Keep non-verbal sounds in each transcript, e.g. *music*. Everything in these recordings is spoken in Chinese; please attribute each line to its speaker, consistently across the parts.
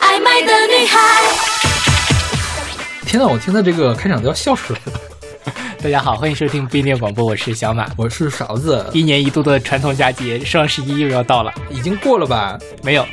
Speaker 1: 爱的女孩。
Speaker 2: 天呐，我听他这个开场都要笑出来了。
Speaker 3: 大家好，欢迎收听不一定广播，我是小马。
Speaker 2: *laughs* 我是勺子，
Speaker 3: 一年一度的传统佳节双十一又要到了，
Speaker 2: 已经过了吧？
Speaker 3: 没有，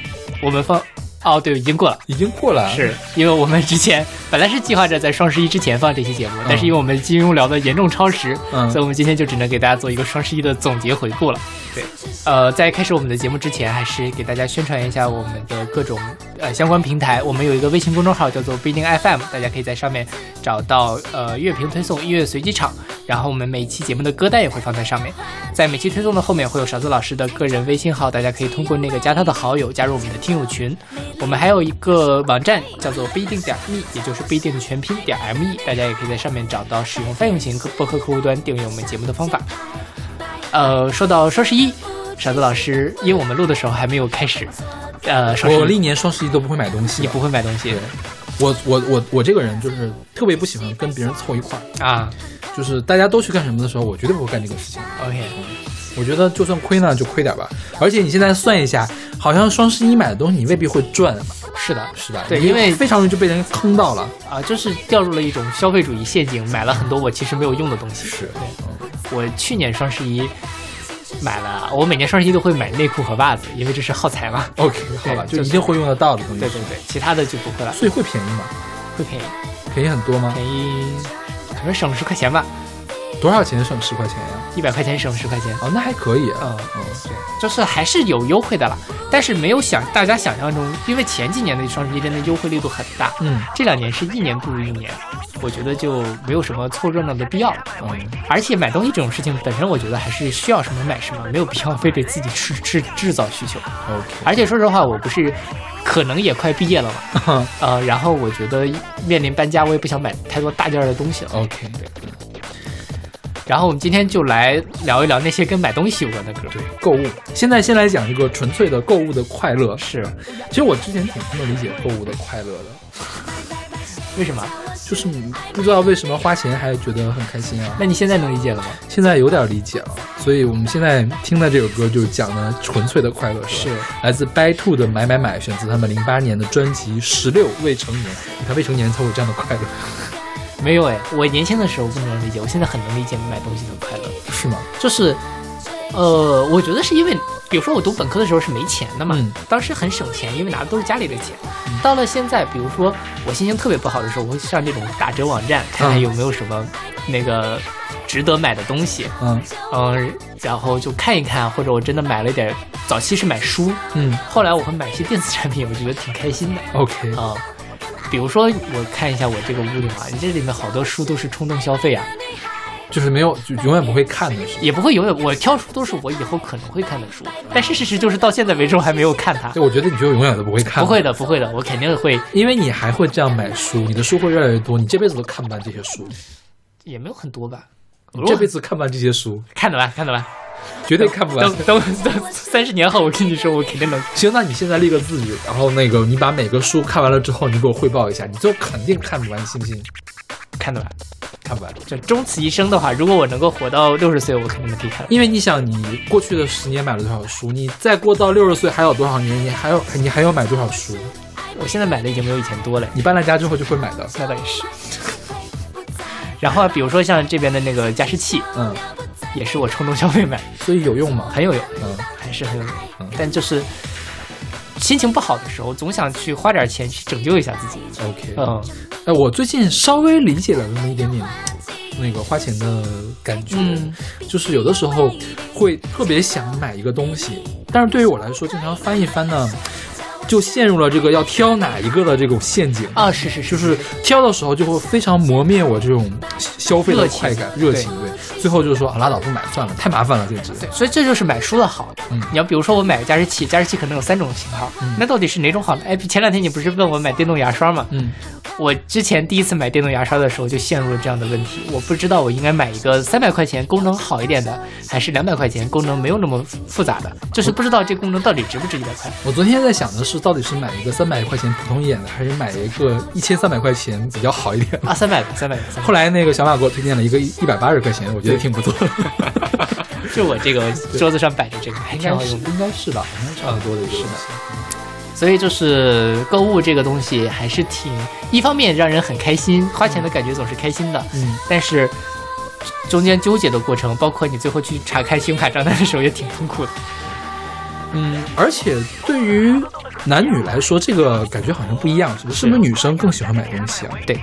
Speaker 3: 我们放哦，对，已经过了。
Speaker 2: 已经过了，
Speaker 3: 是因为我们之前本来是计划着在双十一之前放这期节目，但是因为我们金庸聊的严重超时，
Speaker 2: 嗯
Speaker 3: 所以我们今天就只能给大家做一个双十一的总结回顾了。对，呃，在开始我们的节目之前，还是给大家宣传一下我们的各种呃相关平台。我们有一个微信公众号叫做不一定 FM，大家可以在上面找到呃乐评推送、音乐随机场，然后我们每期节目的歌单也会放在上面。在每期推送的后面会有勺子老师的个人微信号，大家可以通过那个加他的好友加入我们的听友群。我们还有一个网站叫做不一定点 me，也就是不一定的全拼点 me，大家也可以在上面找到使用泛用型播客客户端订阅我们节目的方法。呃，说到双十一，勺子老师，因为我们录的时候还没有开始，呃，双
Speaker 2: 我
Speaker 3: 十一
Speaker 2: 历年双十一都不会买东西
Speaker 3: 你
Speaker 2: 的。
Speaker 3: 不会买东西
Speaker 2: 对，我我我我这个人就是特别不喜欢跟别人凑一块儿，
Speaker 3: 啊
Speaker 2: 就是大家都去干什么的时候，我绝对不会干这个事情。
Speaker 3: ？OK，
Speaker 2: 我觉得就算亏呢，就亏点吧。而且你现在算一下，好像双十一买的东西你未必会赚，
Speaker 3: 是的，
Speaker 2: 是吧？
Speaker 3: 对
Speaker 2: 你
Speaker 3: 因为
Speaker 2: 非常容易就被人坑到了。
Speaker 3: 啊，就是掉入了一种消费主义陷阱，买了很多我其实没有用的东西。
Speaker 2: 是
Speaker 3: 对，我去年双十一买了，我每年双十一都会买内裤和袜子，因为这是耗材嘛。
Speaker 2: OK，好吧，
Speaker 3: 对
Speaker 2: 就
Speaker 3: 就
Speaker 2: 一
Speaker 3: 是
Speaker 2: 定会用得到的东西。
Speaker 3: 对对对，其他的就不会了，
Speaker 2: 所以会便宜吗？
Speaker 3: 会便宜，
Speaker 2: 便宜很多吗？
Speaker 3: 便宜，可能省十块钱吧，
Speaker 2: 多少钱省十块钱呀？
Speaker 3: 一百块钱省十块钱。
Speaker 2: 哦，那还可以。
Speaker 3: 嗯，
Speaker 2: 嗯，
Speaker 3: 对，就是还是有优惠的啦，但是没有想大家想象中，因为前几年的双十一真的优惠力度很大，
Speaker 2: 嗯，
Speaker 3: 这两年是一年不如一年，我觉得就没有什么凑热闹的必要了。
Speaker 2: 嗯，
Speaker 3: 而且买东西这种事情本身，我觉得还是需要什么买什么，没有必要非得自己制制制造需求。 *laughs*
Speaker 2: OK，
Speaker 3: 而且说实话，我不是可能也快毕业了嘛，呃，然后我觉得面临搬家，我也不想买太多大件儿的东西了。
Speaker 2: OK
Speaker 3: 然后我们今天就来聊一聊那些跟买东西有关的歌。对，
Speaker 2: 购物，现在先来讲一个纯粹的购物的快乐。
Speaker 3: 是啊
Speaker 2: 其实我之前挺不能理解购物的快乐的，
Speaker 3: 为什么？
Speaker 2: 就是你不知道为什么花钱还觉得很开心啊。
Speaker 3: 那你现在能理解了吗？
Speaker 2: 现在有点理解了，所以我们现在听的这首歌就讲的纯粹的快乐，吧来自 By Two 的《买买买》，选自他们零八年的专辑《十六未成年》。你看未成年才有这样的快乐，
Speaker 3: 没有哎，我年轻的时候不能理解，我现在很能理解买东西的快乐。
Speaker 2: 是吗？
Speaker 3: 就是，呃，我觉得是因为，比如说我读本科的时候是没钱的嘛，
Speaker 2: 嗯
Speaker 3: 当时很省钱，因为拿的都是家里的钱。到了现在，比如说我心情特别不好的时候，我会上这种打折网站看看有没有什么那个值得买的东西，
Speaker 2: 嗯
Speaker 3: 嗯，然后就看一看，或者我真的买了一点儿。早期是买书，
Speaker 2: 嗯
Speaker 3: 后来我会买一些电子产品，我觉得挺开心的。
Speaker 2: ，OK，
Speaker 3: 啊、比如说我看一下我这个屋里嘛，这里面好多书都是冲动消费啊，
Speaker 2: 就是没有，就永远不会看的是吧。
Speaker 3: 也不会永远我挑书都是我以后可能会看的书，但是事实就是到现在为止我还没有看它。
Speaker 2: 对，我觉得你就永远都不会看，
Speaker 3: 不会，的，不会的，我肯定会，
Speaker 2: 因为你还会这样买书，你的书会越来越多，你这辈子都看不完这些书，
Speaker 3: 也没有很多吧。
Speaker 2: 你这辈
Speaker 3: 子
Speaker 2: 子看不完这些书，
Speaker 3: 看得完，看得完。
Speaker 2: 绝对看不完
Speaker 3: 等。等等，三十年后我跟你说，我肯定能。
Speaker 2: 行，那你现在立个字据，然后那个你把每个书看完了之后，你给我汇报一下，你最后肯定看不完，信不信？
Speaker 3: 看得完，
Speaker 2: 看不完，
Speaker 3: 就终此一生的话，如果我能够活到六十岁，我肯定可以看完。
Speaker 2: 因为你想，你过去的十年买了多少书，你再过到六十岁还有多少年，你还要你还要买多少书？
Speaker 3: 我现在买的已经没有以前多了。
Speaker 2: 你搬了家之后就会买的，
Speaker 3: 那倒也是。然后啊，比如说像这边的那个加湿器，
Speaker 2: 嗯，
Speaker 3: 也是我冲动消费买，
Speaker 2: 所以有用吗？
Speaker 3: 很有用，
Speaker 2: 嗯
Speaker 3: 还是很有用
Speaker 2: 嗯。
Speaker 3: 但就是心情不好的时候，总想去花点钱去拯救一下自己。
Speaker 2: ，OK，
Speaker 3: 嗯
Speaker 2: 哎，我最近稍微理解了那么一点点那个花钱的感觉，
Speaker 3: 嗯
Speaker 2: 就是有的时候会特别想买一个东西，但是对于我来说，经常翻一翻呢，就陷入了这个要挑哪一个的这种陷阱。
Speaker 3: 啊，是是是，
Speaker 2: 就是挑的时候就会非常磨灭我这种消费的快感、热
Speaker 3: 热
Speaker 2: 情
Speaker 3: 情，
Speaker 2: 对，最后就说啊拉倒不买算了，太麻烦了，简直。
Speaker 3: 所以这就是买书的好。
Speaker 2: 嗯
Speaker 3: 你要比如说我买个加湿器，加湿器可能有三种型号，那到底是哪种好呢？哎，前两天你不是问我买电动牙刷吗？
Speaker 2: 嗯，
Speaker 3: 我之前第一次买电动牙刷的时候就陷入了这样的问题，我不知道我应该买一个三百块钱功能好一点的，还是两百块钱功能没有那么复杂的，就是不知道这功能到底值不值一百块。
Speaker 2: 我昨天在想的是，到底是买一个三百块钱普通一点的，还是买一个一千三百块钱比较好一点的？ *laughs*
Speaker 3: 啊，三百的，三百的，三百
Speaker 2: 后来那个小马给我推荐了一个一百八十块钱的，我觉得挺不错的，
Speaker 3: *laughs* 的，就我这个桌子上摆着这个，还
Speaker 2: *laughs* 应
Speaker 3: 挺
Speaker 2: 该
Speaker 3: 好
Speaker 2: 是
Speaker 3: 用的。
Speaker 2: 应该是吧，应该差不多的一个东西。
Speaker 3: 所以就是购物这个东西还是挺，一方面让人很开心，花钱的感觉总是开心的，
Speaker 2: 嗯，
Speaker 3: 但是中间纠结的过程，包括你最后去查看信用卡账单的时候也挺痛苦的。
Speaker 2: 嗯，而且对于男女来说，这个感觉好像不一样，是不是？是不是女生更喜欢买东西啊？
Speaker 3: 对，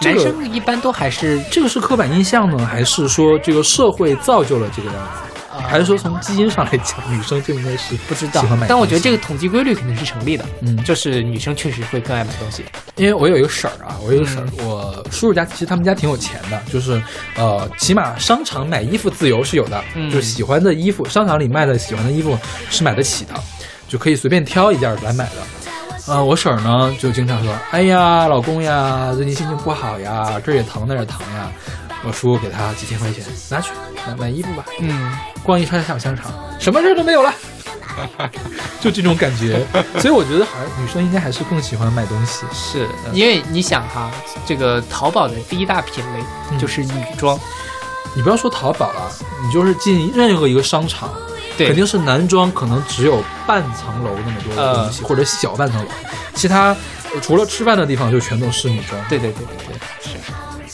Speaker 2: 这
Speaker 3: 男
Speaker 2: 个
Speaker 3: 生一般都还是
Speaker 2: 这个是刻板印象呢，还是说这个社会造就了这个样子？
Speaker 3: 呃
Speaker 2: 还是说从基因上来讲，女生就应该是
Speaker 3: 不知道
Speaker 2: 喜欢买东西？，
Speaker 3: 但我觉得这个统计规律肯定是成立的，
Speaker 2: 嗯
Speaker 3: 就是女生确实会更爱买东西，
Speaker 2: 因为我有一个婶儿啊，我有一个婶儿，我叔叔家其实他们家挺有钱的，就是呃，起码商场买衣服自由是有的，
Speaker 3: 嗯
Speaker 2: 就是喜欢的衣服，商场里卖的喜欢的衣服是买得起的，就可以随便挑一件儿来买的。呃，我婶儿呢就经常说，哎呀，老公呀，最近心情不好呀，这儿也疼那儿也疼呀。我叔给她几千块钱，拿去买买衣服吧，
Speaker 3: 嗯，
Speaker 2: 逛一圈小商场，什么事儿都没有了。就这种感觉，所以我觉得好像女生应该还是更喜欢买东西。
Speaker 3: 是因为你想哈，这个淘宝的第一大品类就是女装，
Speaker 2: 你不要说淘宝了，你就是进任何一个商场，
Speaker 3: 对，
Speaker 2: 肯定是男装可能只有半层楼那么多的
Speaker 3: 呃
Speaker 2: 东西，或者小半层楼，其他呃除了吃饭的地方就全都是女装。，
Speaker 3: 对对对对对，是。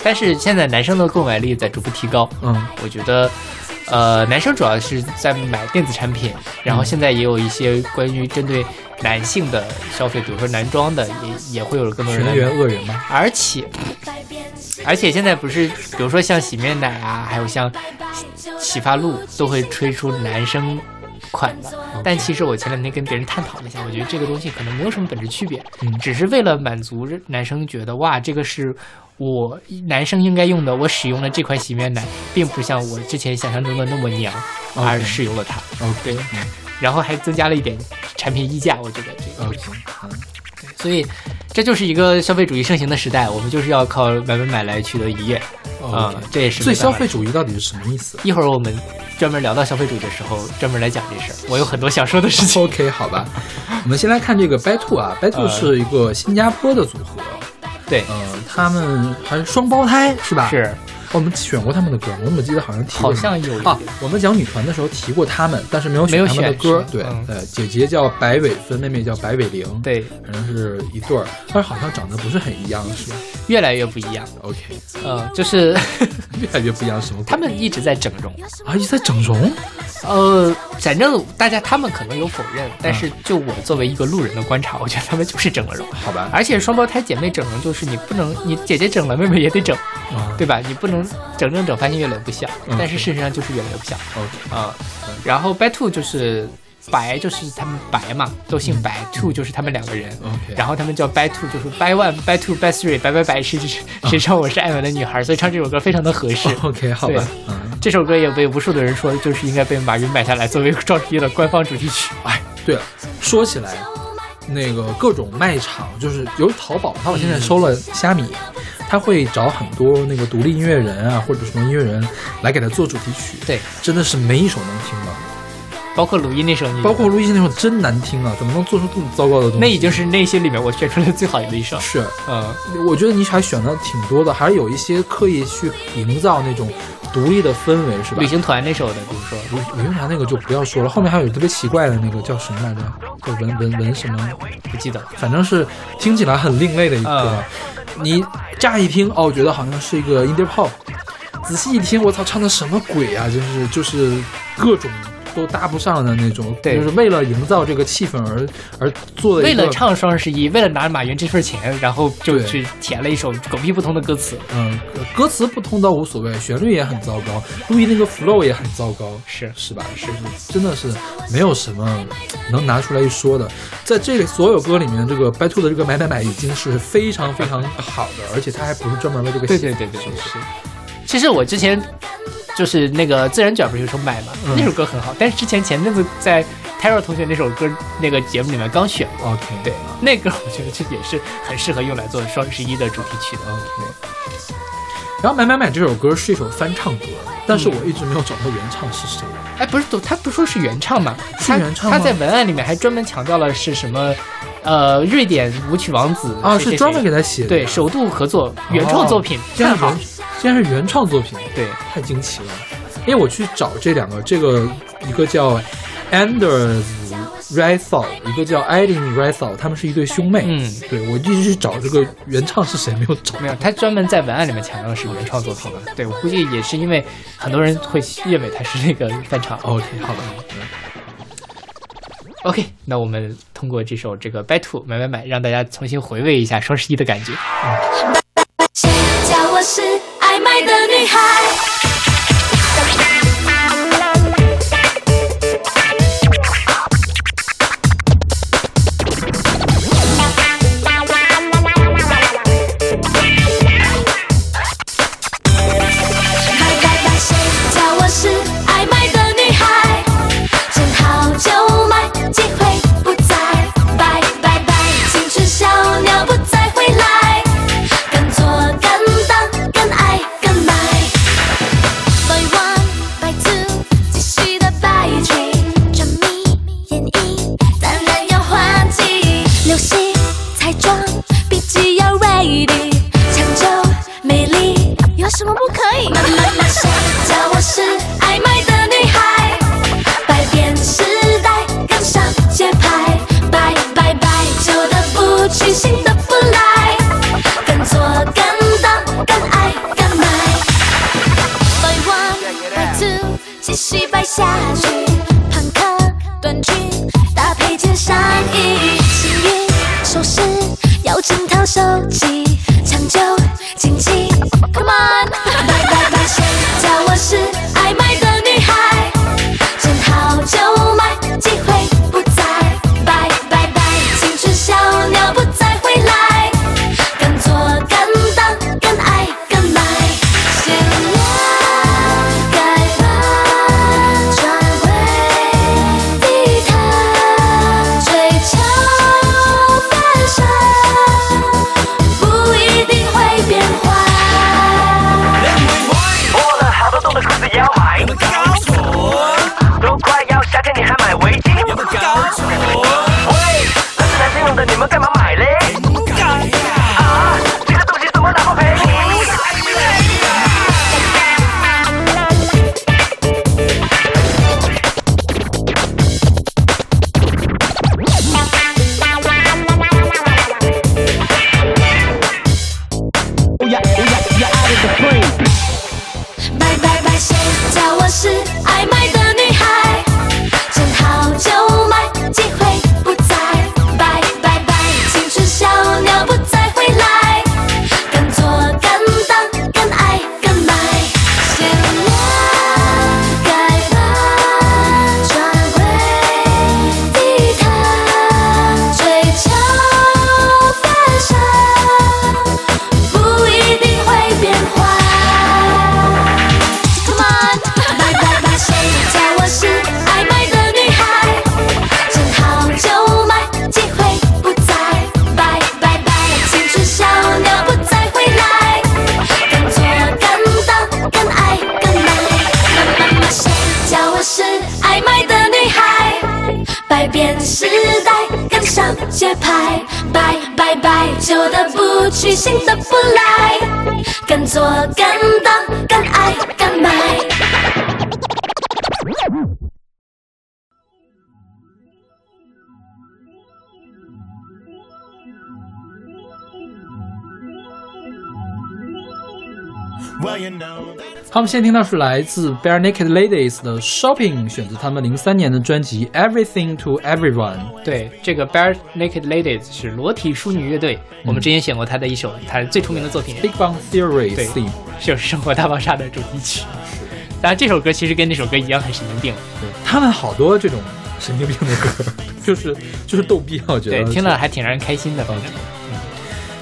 Speaker 3: 但是现在男生的购买力在逐步提高，
Speaker 2: 嗯，
Speaker 3: 我觉得，呃，男生主要是在买电子产品，然后现在也有一些关于针对男性的消费，比如说男装的，也也会有更多人来买。
Speaker 2: 全员恶人嘛，
Speaker 3: 而且，而且现在不是，比如说像洗面奶啊，还有像洗发露，都会推出男生款的。
Speaker 2: 嗯
Speaker 3: 但其实我前两天跟别人探讨了一下，我觉得这个东西可能没有什么本质区别，
Speaker 2: 嗯
Speaker 3: 只是为了满足男生觉得哇，这个是我男生应该用的，我使用了这款洗面奶，并不像我之前想象中的那么娘，
Speaker 2: OK
Speaker 3: 而使用了它。
Speaker 2: ，OK，
Speaker 3: 对，然后还增加了一点产品溢价，我觉得这个。
Speaker 2: OK，嗯
Speaker 3: 所以这就是一个消费主义盛行的时代，我们就是要靠买买买来取得一夜啊、
Speaker 2: OK
Speaker 3: 这也是
Speaker 2: 所以
Speaker 3: 没办
Speaker 2: 哦消
Speaker 3: 法
Speaker 2: 费。主义到底是什么意思
Speaker 3: 一会儿我们专门聊到消费主义的时候，专门来讲这事儿。我有很多想说的事
Speaker 2: *laughs*
Speaker 3: 情。
Speaker 2: ？OK，好吧，我们先来看这个 By Two 啊，By Two
Speaker 3: 呃
Speaker 2: 是一个新加坡的组合，
Speaker 3: 对，
Speaker 2: 呃，他们还双胞胎是吧？
Speaker 3: 是
Speaker 2: 哦我们选过他们的歌，我怎么记得好像提过
Speaker 3: 好
Speaker 2: 什么
Speaker 3: 像有一
Speaker 2: 啊
Speaker 3: 点，
Speaker 2: 我们讲女团的时候提过他们，但是没有
Speaker 3: 没有
Speaker 2: 他们的
Speaker 3: 选
Speaker 2: 歌。
Speaker 3: 是
Speaker 2: 对
Speaker 3: 吧，嗯
Speaker 2: 呃，姐姐叫白尾分，妹妹叫白尾玲，，
Speaker 3: 对，
Speaker 2: 反正是一对儿，但是好像长得不是很一样，是吧
Speaker 3: 越来越不一样。
Speaker 2: ？OK， *laughs*
Speaker 3: 呃，就是
Speaker 2: 越来越不一样，什么鬼？
Speaker 3: 他们一直在整容。
Speaker 2: 啊，一直在整容，
Speaker 3: 呃，反正大家他们可能有否认，但是就我作为一个路人的观察，我觉得他们就是整了容。
Speaker 2: 好吧？
Speaker 3: 而且双胞胎姐妹整容就是你不能，你姐姐整了，妹妹也得整。
Speaker 2: 啊，
Speaker 3: 对吧？你不能整整整，发现越来越不像，
Speaker 2: 嗯
Speaker 3: 但是事实上就是越来越不像
Speaker 2: OK
Speaker 3: 啊、然后 By Two 就是白，就是他们白嘛，都姓白，Two 就是他们两个人。
Speaker 2: 嗯 OK，
Speaker 3: 然后他们叫 By Two，就是 By One、By Two、By Three、白白白，是是
Speaker 2: 嗯
Speaker 3: 谁唱我是爱玩的女孩，所以唱这首歌非常的合适。
Speaker 2: OK，好吧，
Speaker 3: 对
Speaker 2: 嗯，
Speaker 3: *laughs* 这首歌也被无数的人说，就是应该被马云买下来作为赵十一的官方主题曲。哎，
Speaker 2: 对了，说起来，那个各种卖场，就是由淘宝，淘宝
Speaker 3: 嗯
Speaker 2: 现在收了虾米，他会找很多那个独立音乐人啊，或者什么音乐人来给他做主题曲，
Speaker 3: 对，
Speaker 2: 真的是没一首能听到。
Speaker 3: 嗯包括鲁豫那首，你
Speaker 2: 包括陆毅那首真难听啊，怎么能做出这么糟糕的东西？
Speaker 3: 那已经是那些里面我选出来最好的一首。
Speaker 2: 是，
Speaker 3: 嗯，
Speaker 2: 我觉得你还选的挺多的，还是有一些刻意去营造那种独立的氛围，是吧
Speaker 3: 旅？行团那首的，比如说
Speaker 2: 我我用啥那个就不要说了，后面还有特别奇怪的那个叫什么来着？叫文文文什么？
Speaker 3: 不记得了。
Speaker 2: 反正是听起来很另类的一个
Speaker 3: 嗯。
Speaker 2: 你乍一听哦，觉得好像是一个 indie pop，仔细一听，我操，唱的什么鬼啊？就是就是各种都搭不上的那种，
Speaker 3: 对
Speaker 2: 就是为了营造这个气氛而而做的
Speaker 3: 为
Speaker 2: 一个。
Speaker 3: 了唱双十一，为了拿马云这份钱，然后就
Speaker 2: 对
Speaker 3: 去填了一首狗屁不通的歌词。
Speaker 2: 嗯，歌词不通倒无所谓，旋律也很糟糕，录音那个 flow 也很糟糕，
Speaker 3: 是
Speaker 2: 是吧？是真的是没有什么能拿出来一说的。在这里所有歌里面，这个 By Two 的这个买买买已经是非常非常好的，而且他还不是专门为这个
Speaker 3: 对
Speaker 2: 写
Speaker 3: 对
Speaker 2: 的
Speaker 3: 对对对
Speaker 2: 是
Speaker 3: 是。其实我之前就是那个自然卷不是有首买嘛，
Speaker 2: 嗯
Speaker 3: 那首歌很好，但是之前前阵子在 Taro 同学那首歌那个节目里面刚选过，
Speaker 2: OK
Speaker 3: 对，那歌我觉得这也是很适合用来做双十一的主题曲的。
Speaker 2: OK。然后《买买买》这首歌是一首翻唱歌，但是我一直没有找到原唱是谁。
Speaker 3: 哎，不是，都他不是说是原唱吗？
Speaker 2: 是
Speaker 3: 他
Speaker 2: 原唱吗
Speaker 3: 他在文案里面还专门强调了是什么，呃，瑞典舞曲王子
Speaker 2: 啊，
Speaker 3: 谁谁
Speaker 2: 是
Speaker 3: 谁
Speaker 2: 专门给他哦写的。
Speaker 3: 对首度合作原创作品，
Speaker 2: 竟
Speaker 3: 太
Speaker 2: 然是
Speaker 3: 好
Speaker 2: 原，，竟然是原创作品。
Speaker 3: 对。
Speaker 2: 太惊奇了，因为我去找这两个，这个一个叫 Anders Rysol，一个叫 Eileen Rysol，他们是一对兄妹。
Speaker 3: 嗯，
Speaker 2: 对我一直去找这个原唱是谁，没有找。
Speaker 3: 没有，他专门在文案里面强调的是原创作品。对我估计也是因为很多人会认为他是那个翻唱。
Speaker 2: OK，好的。
Speaker 3: OK，那我们通过这首这个《Buy Two 买买买》，让大家重新回味一下双十一的感觉。
Speaker 4: 谁叫我是爱买的女孩？快快快！谁叫我是爱买的女孩？见好就买，机会不再，拜拜拜！青春小鸟不再回来，敢做敢当，敢爱敢买。Buy one, buy two，继续的 buy three，转迷演绎，当然要换季。流行彩妆，笔记要 ready，抢救美丽，有什么不可以？妈妈妈，谁叫我是爱买的女孩？百变时代，跟上节拍，拜拜拜，旧的不去，新的不来，敢做敢当，敢爱敢买。Buy one, buy two，继续摆下去，朋克短裙搭配件上衣，幸运首饰要整套收集，抢救惊奇，Come on，拜拜拜，谁叫我是爱买的女孩？见好就买，机会不再，拜拜拜！青春小鸟不再回来，敢做敢当，敢爱敢买。先拉开吧，转回地毯，追求翻身，不一定会变坏。
Speaker 5: 摸了好多洞的裤子也要买，有没有搞错？都快要夏天你还买围巾？有没有搞错？喂，那是男生用的，你们干嘛买嘞？啊，这个东西怎么拿不赔？
Speaker 4: 拜拜拜，谁叫我是爱买的女孩？见好就买，机会不再，拜拜拜，青春小鸟不再回来，敢做敢当，敢爱敢买。先拉开吧，转回地毯，追求翻身，不一定会变坏。Come on，拜拜拜，谁叫我是爱买的女孩？见好就买，机会不再，拜拜拜，青春小鸟不再回来，敢做敢当，敢爱敢买。妈妈妈，谁叫我是爱买的女孩？百变时代，跟上节拍，拜拜拜，旧的不去，新的不来，敢做敢当，敢爱敢买。
Speaker 6: Well, you know.
Speaker 2: 好，我们现在听到是来自 Bare Naked Ladies 的 Shopping，选自他们零三年的专辑 Everything to Everyone。
Speaker 3: 对，这个 Bare Naked Ladies 是裸体淑女乐队，
Speaker 2: 嗯
Speaker 3: 我们之前选过他的一首，他最出名的作品
Speaker 2: Big Bang Theory
Speaker 3: 对
Speaker 2: theme，
Speaker 3: 是《生活大爆炸》的主题曲。当然，这首歌其实跟那首歌一样很神经病，
Speaker 2: 对他们好多这种神经病的歌， *laughs* 就是就是逗逼啊，我觉得
Speaker 3: 对，听了还挺让人开心的。反正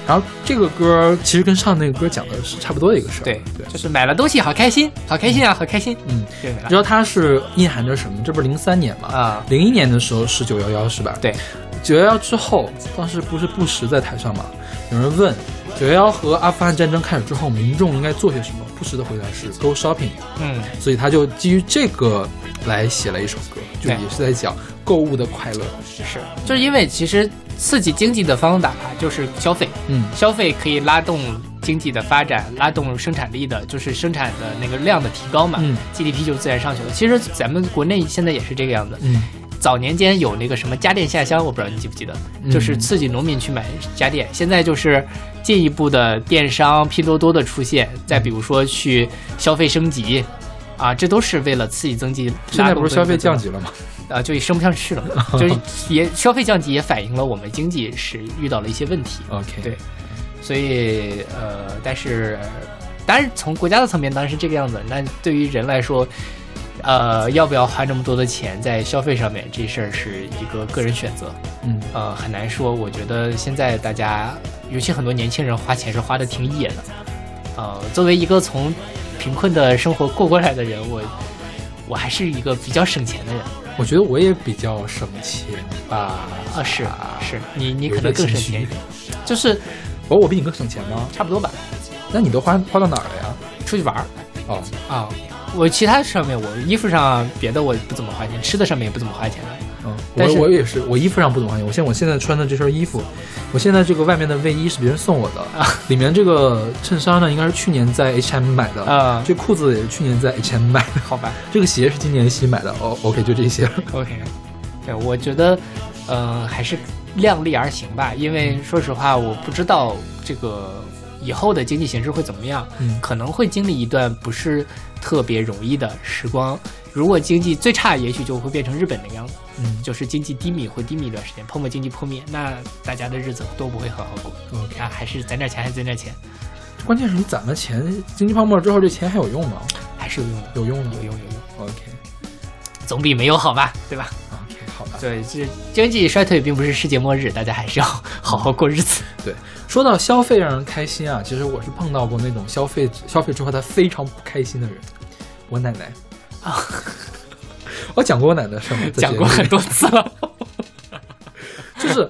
Speaker 2: 然后这个歌其实跟上那个歌讲的是差不多的一个事儿。
Speaker 3: 对
Speaker 2: 对，，
Speaker 3: 就是买了东西好开心，好开心啊，好开心。
Speaker 2: 嗯，
Speaker 3: 对，没
Speaker 2: 你
Speaker 3: 了
Speaker 2: 知道它是蕴含着什么？这不是零三年嘛？
Speaker 3: 啊
Speaker 2: 零一年的时候是九幺幺是吧？
Speaker 3: 对，
Speaker 2: 九幺幺之后，当时不是布什在台上嘛？有人问九幺幺和阿富汗战争开始之后，民众应该做些什么？布什的回答是 go shopping，
Speaker 3: 嗯，
Speaker 2: 所以他就基于这个来写了一首歌，就
Speaker 3: 对
Speaker 2: 也是在讲购物的快乐。
Speaker 3: 是，就是因为其实刺激经济的方法就是消费，
Speaker 2: 嗯，
Speaker 3: 消费可以拉动经济的发展，拉动生产力的，就是生产的那个量的提高嘛、
Speaker 2: 嗯
Speaker 3: g d p 就自然上去了。其实咱们国内现在也是这个样子，
Speaker 2: 嗯，
Speaker 3: 早年间有那个什么家电下乡，我不知道你记不记得，就是刺激农民去买家电。现在就是进一步的电商、拼多多的出现，再比如说去消费升级，啊，这都是为了刺激经济。
Speaker 2: 现在不是消费降
Speaker 3: 级？
Speaker 2: 级了吗？
Speaker 3: 啊，就升不上去了，就是也消费降级也反映了我们经济是遇到了一些问题，
Speaker 2: OK，
Speaker 3: 对，所以呃，但是当然从国家的层面当然是这个样子，那对于人来说，呃，要不要花这么多的钱在消费上面，这事儿是一个个人选择，
Speaker 2: 嗯，
Speaker 3: 呃，很难说。我觉得现在大家，尤其很多年轻人花钱是花的挺野的。呃，作为一个从贫困的生活过过来的人，我我还是一个比较省钱的人。
Speaker 2: 我觉得我也比较省钱吧。
Speaker 3: 啊，是是，你你
Speaker 2: 有
Speaker 3: 可能
Speaker 2: 点
Speaker 3: 更
Speaker 2: 心
Speaker 3: 省钱一
Speaker 2: 虚
Speaker 3: 点，就是
Speaker 2: 哦，我比你更省钱吗？
Speaker 3: 差不多吧。
Speaker 2: 那你都花花到哪儿了呀？
Speaker 3: 出去玩儿
Speaker 2: 哦，
Speaker 3: 啊，我其他上面我衣服上别的我不怎么花钱，吃的上面也不怎么花钱的。
Speaker 2: 嗯，
Speaker 3: 但
Speaker 2: 我
Speaker 3: 是
Speaker 2: 我也是，我衣服上不怎么花钱。我现在我现在穿的这身衣服，我现在这个外面的卫衣是别人送我的，
Speaker 3: 啊
Speaker 2: 里面这个衬衫呢应该是去年在 H&M 买的，
Speaker 3: 啊
Speaker 2: 这裤子也是去年在 H&M 买的，
Speaker 3: 好吧
Speaker 2: 这个鞋是今年新买的。哦，OK，就这些了。
Speaker 3: ，OK，对，我觉得，呃，还是量力而行吧，因为说实话，我不知道这个以后的经济形势会怎么样，
Speaker 2: 嗯
Speaker 3: 可能会经历一段不是特别容易的时光。如果经济最差，也许就会变成日本那个样子，
Speaker 2: 嗯
Speaker 3: 就是经济低迷会低迷一段时间，泡沫经济破灭，那大家的日子都不会很好过。
Speaker 2: ，OK。
Speaker 3: 啊，还是攒点钱，还是攒点钱，
Speaker 2: 关键是你攒了钱，经济泡沫之后这钱还有用吗？
Speaker 3: 还是有用的，
Speaker 2: 有用吗？
Speaker 3: 有用有用，
Speaker 2: OK
Speaker 3: 总比没有好 *laughs* 吧，对吧？
Speaker 2: OK，好吧。
Speaker 3: 对，这经济衰退并不是世界末日，大家还是要好好过日子。
Speaker 2: 对，说到消费让人开心啊，其实我是碰到过那种消费消费之后他非常不开心的人，我奶奶
Speaker 3: 啊，
Speaker 2: *laughs* 我讲过我奶奶的事儿吗？在
Speaker 3: 讲
Speaker 2: 节
Speaker 3: 过
Speaker 2: 目里
Speaker 3: 很多次了，
Speaker 2: *laughs* 就是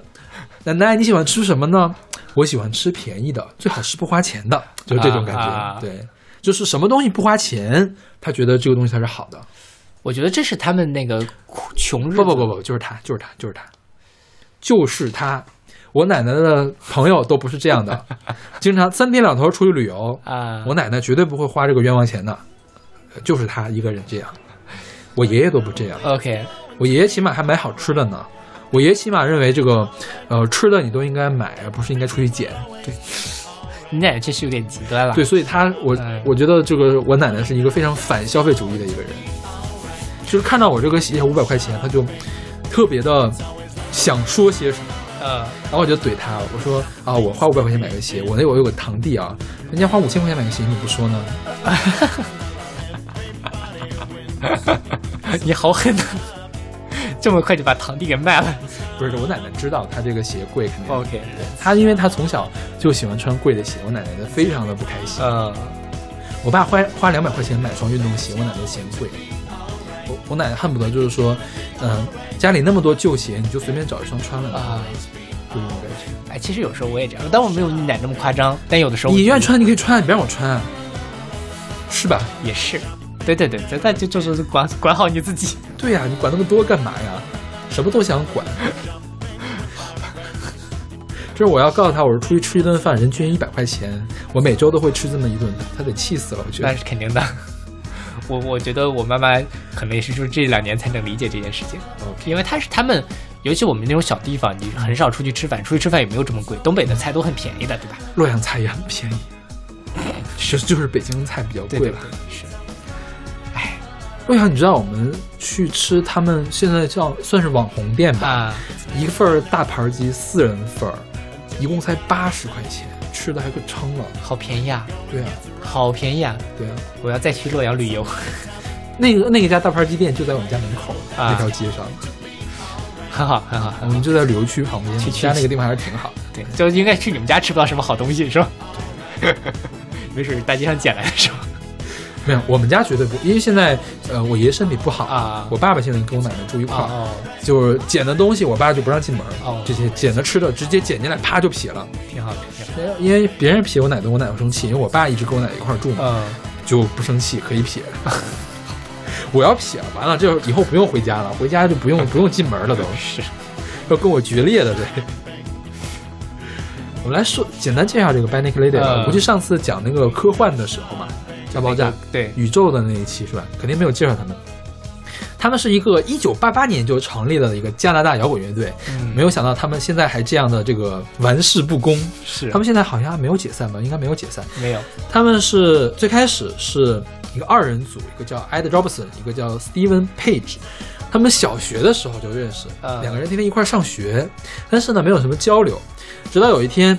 Speaker 2: 奶奶你喜欢吃什么呢？我喜欢吃便宜的，最好是不花钱的，就是这种感觉。
Speaker 3: 啊啊
Speaker 2: 对，就是什么东西不花钱，他觉得这个东西才是好的。
Speaker 3: *laughs* 我觉得这是他们那个苦穷日子。
Speaker 2: 不不不不，就是他，就是他，就是他，就是他。我奶奶的朋友都不是这样
Speaker 3: *laughs*
Speaker 2: 的，经常三天两头出去旅游，
Speaker 3: 啊，
Speaker 2: 我奶奶绝对不会花这个冤枉钱的，就是她一个人这样。我爷爷都不这样，
Speaker 3: OK
Speaker 2: 我爷爷起码还买好吃的呢。我爷爷起码认为这个，呃，吃的你都应该买，而不是应该出去捡。
Speaker 3: 你奶奶确实有点极端了。
Speaker 2: 对，，所以他，我
Speaker 3: 嗯
Speaker 2: 我觉得这个我奶奶是一个非常反消费主义的一个人，就是看到我这个鞋五百块钱，他就特别的想说些什么。
Speaker 3: 呃，
Speaker 2: 然后我就怼他，我说啊，我花五百块钱买个鞋，我那我有个堂弟啊，人家花五千块钱买个鞋，你不说呢？
Speaker 3: *laughs* 你好狠啊！ *laughs* 这么快就把堂弟给卖了
Speaker 2: 不是，我奶奶知道他这个鞋贵，肯定
Speaker 3: ？OK，
Speaker 2: 他因为他从小就喜欢穿贵的鞋，我奶奶呢非常的不开心。
Speaker 3: 嗯，
Speaker 2: 我爸花花两百块钱买双运动鞋，我奶奶嫌贵。我我奶奶恨不得就是说，嗯、家里那么多旧鞋，你就随便找一双穿了吧，
Speaker 3: 啊，
Speaker 2: 就这种感觉。
Speaker 3: 哎，其实有时候我也这样，但我没有你奶那么夸张，但有的时候我
Speaker 2: 你愿意穿你可以穿，你别让我穿，是吧？
Speaker 3: 也是。对对对，咱咱就就是管管好你自己。
Speaker 2: 对呀、你管那么多干嘛呀？什么都想管。就是我要告诉他，我是出去吃一顿饭，人均一百块钱，我每周都会吃这么一顿饭，他得气死了，我觉得
Speaker 3: 那。是肯定的。 *laughs* 我我觉得我妈妈可能也是就是这两年才能理解这件事情，
Speaker 2: OK
Speaker 3: 因为她是他们，尤其我们那种小地方，你很少出去吃饭，出去吃饭也没有这么贵，东北的菜都很便宜的，对吧？
Speaker 2: 洛阳菜也很便宜，是就是北京菜比较
Speaker 3: 对
Speaker 2: 贵
Speaker 3: 对
Speaker 2: 吧
Speaker 3: 对。，是。哎
Speaker 2: 洛阳，你知道我们去吃他们现在叫算是网红店吧，
Speaker 3: 啊，
Speaker 2: 一份儿大盘鸡四人份儿，一共才八十块钱，吃的还可撑了。
Speaker 3: 好便宜啊，
Speaker 2: 对啊，
Speaker 3: 好便宜啊！
Speaker 2: 对啊，
Speaker 3: 我要再去洛阳旅游。 *laughs*
Speaker 2: 那个那个家大盘鸡店就在我们家门口、
Speaker 3: 啊
Speaker 2: 那条街上，
Speaker 3: 很好，很好，很
Speaker 2: 我
Speaker 3: 好。
Speaker 2: 们就在旅游区旁边，
Speaker 3: 去
Speaker 2: 我
Speaker 3: 去
Speaker 2: 家那个地方还是挺好的。
Speaker 3: 对，就应该去你们家吃不到什么好东西，是吧？ *laughs* 没准儿大街上捡来的是吧？
Speaker 2: 没有，我们家绝对不，因为现在呃我爷身体不好
Speaker 3: 啊
Speaker 2: 我爸爸现在跟我奶奶住一块儿，
Speaker 3: 哦
Speaker 2: 就是捡的东西我爸就不让进门，
Speaker 3: 哦
Speaker 2: 这些捡的吃的直接捡进来啪就撇了。
Speaker 3: 挺好，挺好。
Speaker 2: 因为别人撇我奶奶，我奶奶会生气，因为我爸一直跟我奶奶一块儿住嘛，
Speaker 3: *laughs* 嗯，
Speaker 2: 就不生气，可以撇。 *laughs* 我要撇了，完了这以后不用回家了，回家就不用不用进门了都，
Speaker 3: 是。
Speaker 2: 要跟我决裂的对。 *laughs* 我们来说简单介绍这个《b a n i c Lady》吧，
Speaker 3: 嗯
Speaker 2: 我估计上次讲那个科幻的时候嘛，大爆炸
Speaker 3: 那个对
Speaker 2: 宇宙的那一期是吧？肯定没有介绍他们。他们是一个一九八八年就成立了一个加拿大摇滚乐队，
Speaker 3: 嗯
Speaker 2: 没有想到他们现在还这样的这个玩世不恭。
Speaker 3: 是
Speaker 2: 他们现在好像还没有解散吧？应该没有解散。
Speaker 3: 没有
Speaker 2: 他们是最开始是一个二人组，一个叫 Ed Robertson，一个叫 Steven Page。他们小学的时候就认识，
Speaker 3: 嗯
Speaker 2: 两个人天天一块儿上学，但是呢没有什么交流。直到有一天，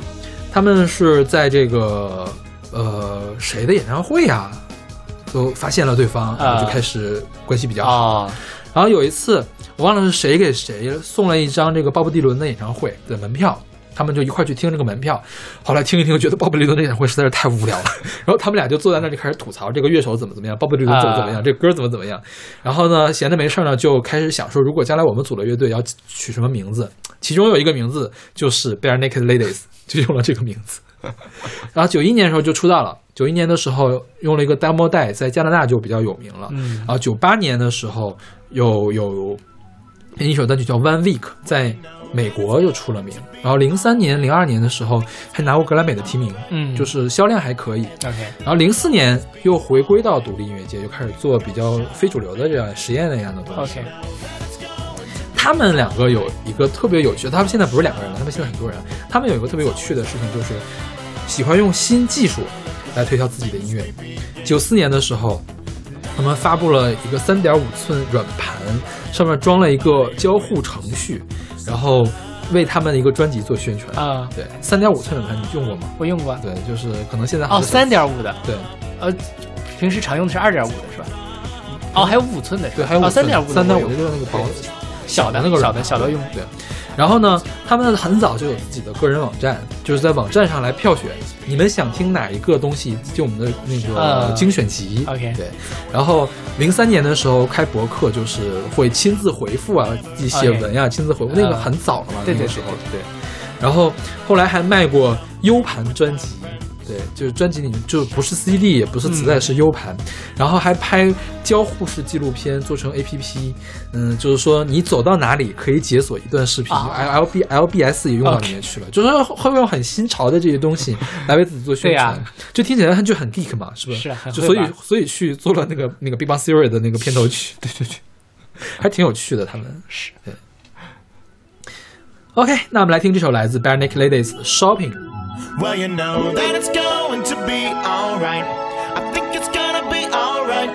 Speaker 2: 他们是在这个呃谁的演唱会啊，都发现了对方，
Speaker 3: 啊
Speaker 2: 然后就开始关系比较好。
Speaker 3: 哦，
Speaker 2: 然后有一次，我忘了是谁给谁送了一张这个鲍勃迪伦的演唱会的门票，他们就一块去听这个门票。后来听一听，觉得鲍勃迪伦的演唱会实在是太无聊了，然后他们俩就坐在那里开始吐槽这个乐手怎么怎么样，鲍勃迪伦怎么怎么样，
Speaker 3: 啊
Speaker 2: 这个歌怎么怎么样。然后呢，闲着没事儿呢，就开始想说，如果将来我们组了乐队要取什么名字，其中有一个名字就是 Bare Naked Ladies，就 *laughs* 用了这个名字。然后九一年的时候就出道了，九一年的时候用了一个 demo 带，在加拿大就比较有名了。
Speaker 3: 嗯
Speaker 2: 然后九八年的时候有有一首单曲叫《One Week》，在美国就出了名。然后零三年、零二年的时候还拿过格莱美的提名，
Speaker 3: 嗯
Speaker 2: 就是销量还可以。
Speaker 3: OK，
Speaker 2: 然后零四年又回归到独立音乐界，就开始做比较非主流的这样实验那样的东西。
Speaker 3: OK，
Speaker 2: 他们两个有一个特别有趣，他们现在不是两个人了，他们现在很多人。他们有一个特别有趣的事情，就是喜欢用新技术来推销自己的音乐。九四年的时候，他们发布了一个三点五寸软盘，上面装了一个交互程序，然后为他们的一个专辑做宣传。
Speaker 3: 啊、
Speaker 2: 对，三点五寸软盘你用过吗？
Speaker 3: 我用过。
Speaker 2: 对，就是可能现在好
Speaker 3: 哦，
Speaker 2: 像
Speaker 3: 三点五的，
Speaker 2: 对
Speaker 3: 呃，平时常用的是二点五的是吧？哦，还有五寸的是吧？
Speaker 2: 嗯对，还有
Speaker 3: 哦，三点五，
Speaker 2: 三点五
Speaker 3: 的
Speaker 2: 就是那个薄的
Speaker 3: 小的
Speaker 2: 那个
Speaker 3: 小
Speaker 2: 软
Speaker 3: 的
Speaker 2: 盘
Speaker 3: 小的用。
Speaker 2: 对，然后呢，他们很早就有自己的个人网站，就是在网站上来票选，你们想听哪一个东西就我们的那
Speaker 3: 呃
Speaker 2: 个精选集。
Speaker 3: OK
Speaker 2: 对。然后零三年的时候开博客，就是会亲自回复啊，自己写
Speaker 3: OK
Speaker 2: 文啊，亲自回复，
Speaker 3: 呃
Speaker 2: 那个很早了嘛，
Speaker 3: 对
Speaker 2: 那
Speaker 3: 对
Speaker 2: 个时候对。然后后来还卖过 U 盘专辑。对，就是专辑里就不是 CD，也不是磁带，
Speaker 3: 嗯
Speaker 2: 是 U 盘，然后还拍交互式纪录片，做成 APP，嗯，就是说你走到哪里可以解锁一段视频
Speaker 3: 啊
Speaker 2: ，L L B L B S 也用到里面去了，就是会用很新潮的这些东西来为自己做宣传
Speaker 3: 对呀，
Speaker 2: 就听起来就很 geek 嘛，是不 *laughs*
Speaker 3: 是啊很
Speaker 2: 就
Speaker 3: 会
Speaker 2: 所以
Speaker 3: 玩
Speaker 2: 所以去做了那个那个 Big Bang Theory 的
Speaker 3: *laughs*
Speaker 2: 那个片头曲，对 *laughs* 对对，还挺有趣的，他们
Speaker 3: 是
Speaker 2: 对。OK，那我们来听这首来自 Bare Naked Ladies 的 Shopping。
Speaker 6: Well, you know that it's going to be alright. I think it's gonna be alright.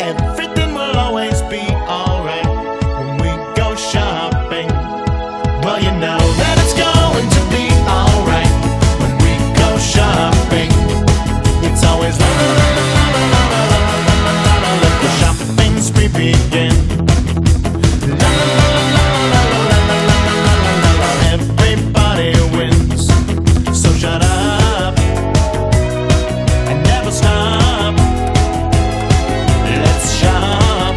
Speaker 6: Everything will always be alright when we go shopping. Well, you know that it's going to be alright when we go shopping. It's always la la la la la la la la la la la la la. Let the shopping spree begin. La la la la la la la la la la la la la la. Everybody wins. So shut up and never stop. Let's shop.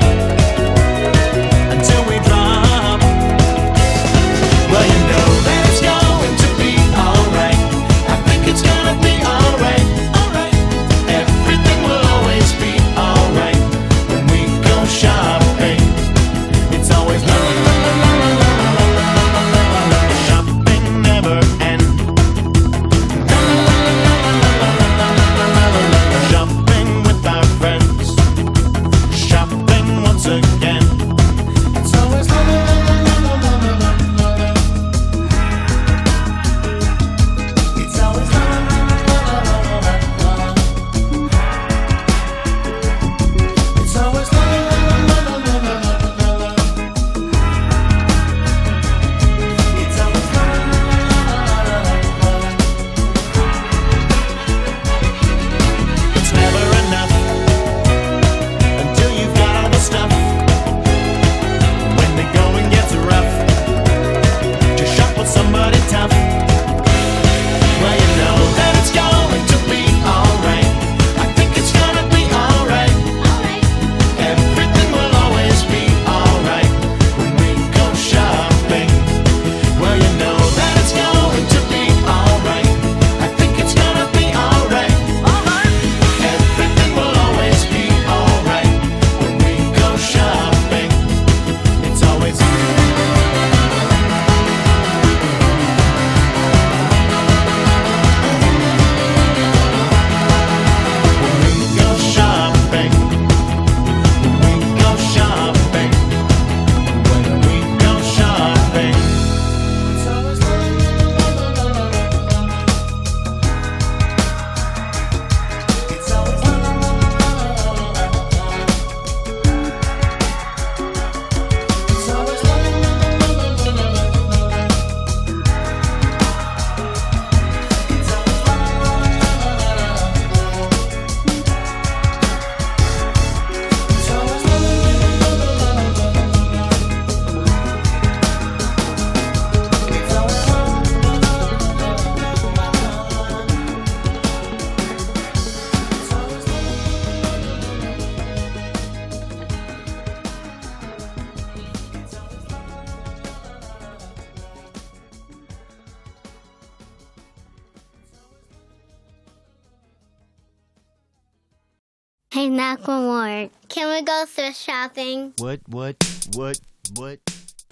Speaker 7: Hey, knock one more. Can we go thrift shopping?
Speaker 6: What, what, what, what?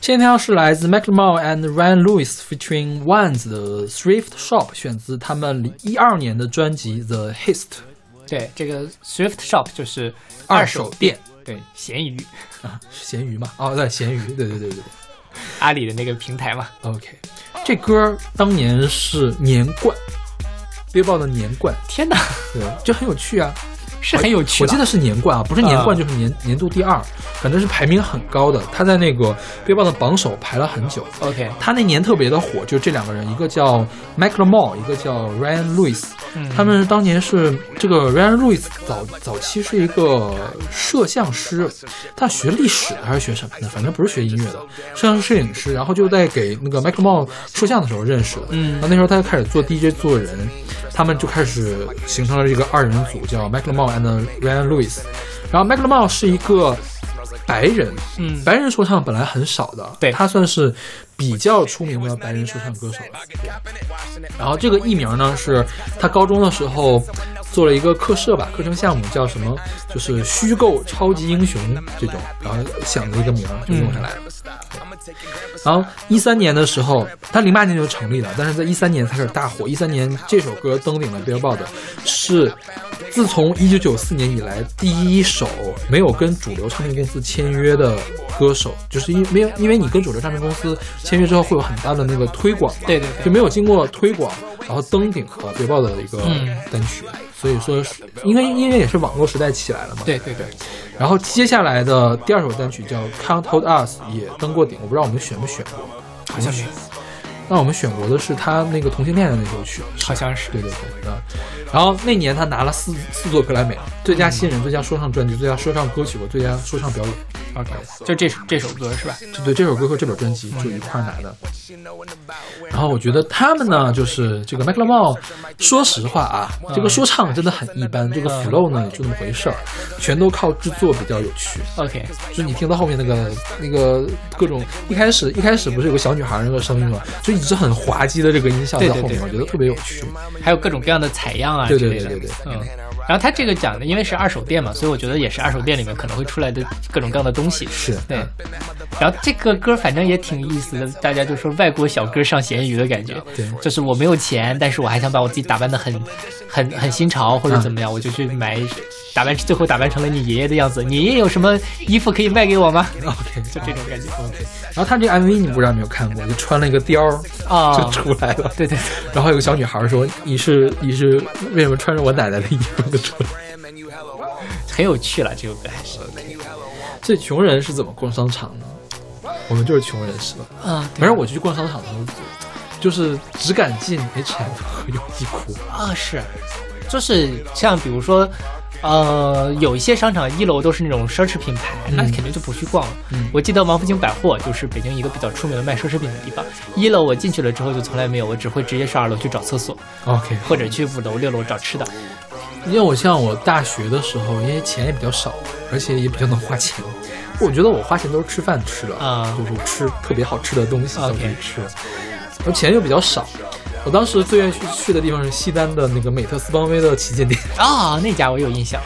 Speaker 2: 这条是来自 Macklemore and Ryan Lewis featuring Ones 的 Thrift Shop，选自他们一二年的专辑 The Hist
Speaker 3: 对，这个 Swift Shop 就是
Speaker 2: 二手
Speaker 3: 手
Speaker 2: 店，
Speaker 3: 对，闲鱼
Speaker 2: 啊，是咸鱼嘛？哦，对，咸鱼，对对对对对。
Speaker 3: 阿里的那个平台嘛。
Speaker 2: OK，这歌当年是年冠，Billboard 的年冠，
Speaker 3: 天哪，
Speaker 2: 对吧？就很有趣啊，
Speaker 3: 是很有趣
Speaker 2: 我
Speaker 3: 了
Speaker 2: 记得是年冠啊，不是年冠就是年、年度第二，反正是排名很高的。他在那个 Billboard 的榜首排了很久。
Speaker 3: OK，
Speaker 2: 他那年特别的火，就这两个人，一个叫 Macklemore，一个叫 Ryan Lewis。他们当年是这个 Ryan Lewis 早早期是一个摄像师，他学历史的还是学什么的，反正不是学音乐的，摄像师、摄影师。然后就在给那个 Macklemore 摄像的时候认识的。嗯，然后那时候他就开始做 DJ 做人，他们就开始形成了一个二人组，叫 Macklemore and Ryan Lewis。然后 Macklemore 是一个白人，
Speaker 3: 嗯
Speaker 2: 白人说唱本来很少的，
Speaker 3: 对
Speaker 2: 他算是比较出名的白人说唱歌手了。然后这个艺名呢，是他高中的时候做了一个课社吧，课程项目叫什么，就是虚构超级英雄这种，然后想了一个名儿就用下来了。然后一三年的时候，他零八年就成立了，但是在一三年才开始大火。一三年这首歌登顶了 Billboard，是自从一九九四年以来第一首没有跟主流唱片公司签约的歌手，就是因没有因为你跟主流唱片公司签约之后会有很大的那个推广嘛，
Speaker 3: 对对对
Speaker 2: 就没有经过推广，然后登顶了 Billboard 的一个
Speaker 3: 嗯
Speaker 2: 单曲。所以说是，因为音乐也是网络时代起来了嘛，
Speaker 3: 对对对，
Speaker 2: 然后接下来的第二首单曲叫《Can't Hold Us》，也登过顶，我不知道我们选没选过，好
Speaker 3: 像没有。
Speaker 2: 那我们选过的是他那个同性恋的那首曲，
Speaker 3: 好像是
Speaker 2: 对对对，啊。然后那年他拿了四四座格莱美，最佳新人、最佳说唱专辑、最佳说唱歌曲和最佳说唱表演。
Speaker 3: OK，就这首这首歌是吧？
Speaker 2: 就对这首歌和这本专辑就一块儿拿的。然后我觉得他们呢，就是这个麦克 m o 说实话啊，这个说唱真的很一般，这个 flow 呢也就那么回事儿，全都靠制作比较有趣。
Speaker 3: OK，
Speaker 2: 就是你听到后面那个那个各种，一开始一开始不是有个小女孩那个声音嘛，就一直很滑稽的这个音效在
Speaker 3: 对
Speaker 2: 后
Speaker 3: 对
Speaker 2: 面，
Speaker 3: 对
Speaker 2: 我觉得特别有趣。
Speaker 3: 还有各种各样的采样啊
Speaker 2: 对
Speaker 3: 之
Speaker 2: 对
Speaker 3: 类的。
Speaker 2: 对对对
Speaker 3: 嗯。然后他这个讲的，因为是二手店嘛，所以我觉得也是二手店里面可能会出来的各种各样的东西。
Speaker 2: 是
Speaker 3: 对。然后这个歌反正也挺有意思的，大家就说外国小哥上咸鱼的感觉。
Speaker 2: 对
Speaker 3: 就是我没有钱，但是我还想把我自己打扮的很、很、很新潮或者怎
Speaker 2: 啊
Speaker 3: 么样，我就去买，打扮最后打扮成了你爷爷的样子。你爷爷有什么衣服可以卖给我吗？
Speaker 2: OK，
Speaker 3: 就这种感觉。
Speaker 2: 然后他这 MV 你不知道有没有看过，就穿了一个貂儿
Speaker 3: 啊
Speaker 2: 就出来了。
Speaker 3: 对对对。
Speaker 2: 然后有个小女孩说：“你是你是为什么穿着我奶奶的衣服出来？”
Speaker 3: 很有趣了，这首歌还是
Speaker 2: 这穷人是怎么逛商场呢？我们就是穷人是吧？
Speaker 3: 啊，
Speaker 2: 反正我去逛商场的时候，就是只敢进 *laughs* H&M 和优衣库。
Speaker 3: 啊是，就是像比如说，呃，有一些商场一楼都是那种奢侈品牌，那肯定就不去逛了。我记得王府井百货就是北京一个比较出名的卖奢侈品的地方，一楼我进去了之后就从来没有，我只会直接上二楼去找厕所，
Speaker 2: OK，
Speaker 3: 或者去五楼六楼找吃的。
Speaker 2: 因为我像我大学的时候，因为钱也比较少，而且也比较能花钱。我觉得我花钱都是吃饭吃了，
Speaker 3: 啊
Speaker 2: 就是吃特别好吃的东西到
Speaker 3: OK
Speaker 2: 处去吃，而钱又比较少。我当时最愿意去去的地方是西单的那个美特斯邦威的旗舰店， *laughs*
Speaker 3: 啊、那家我有印象，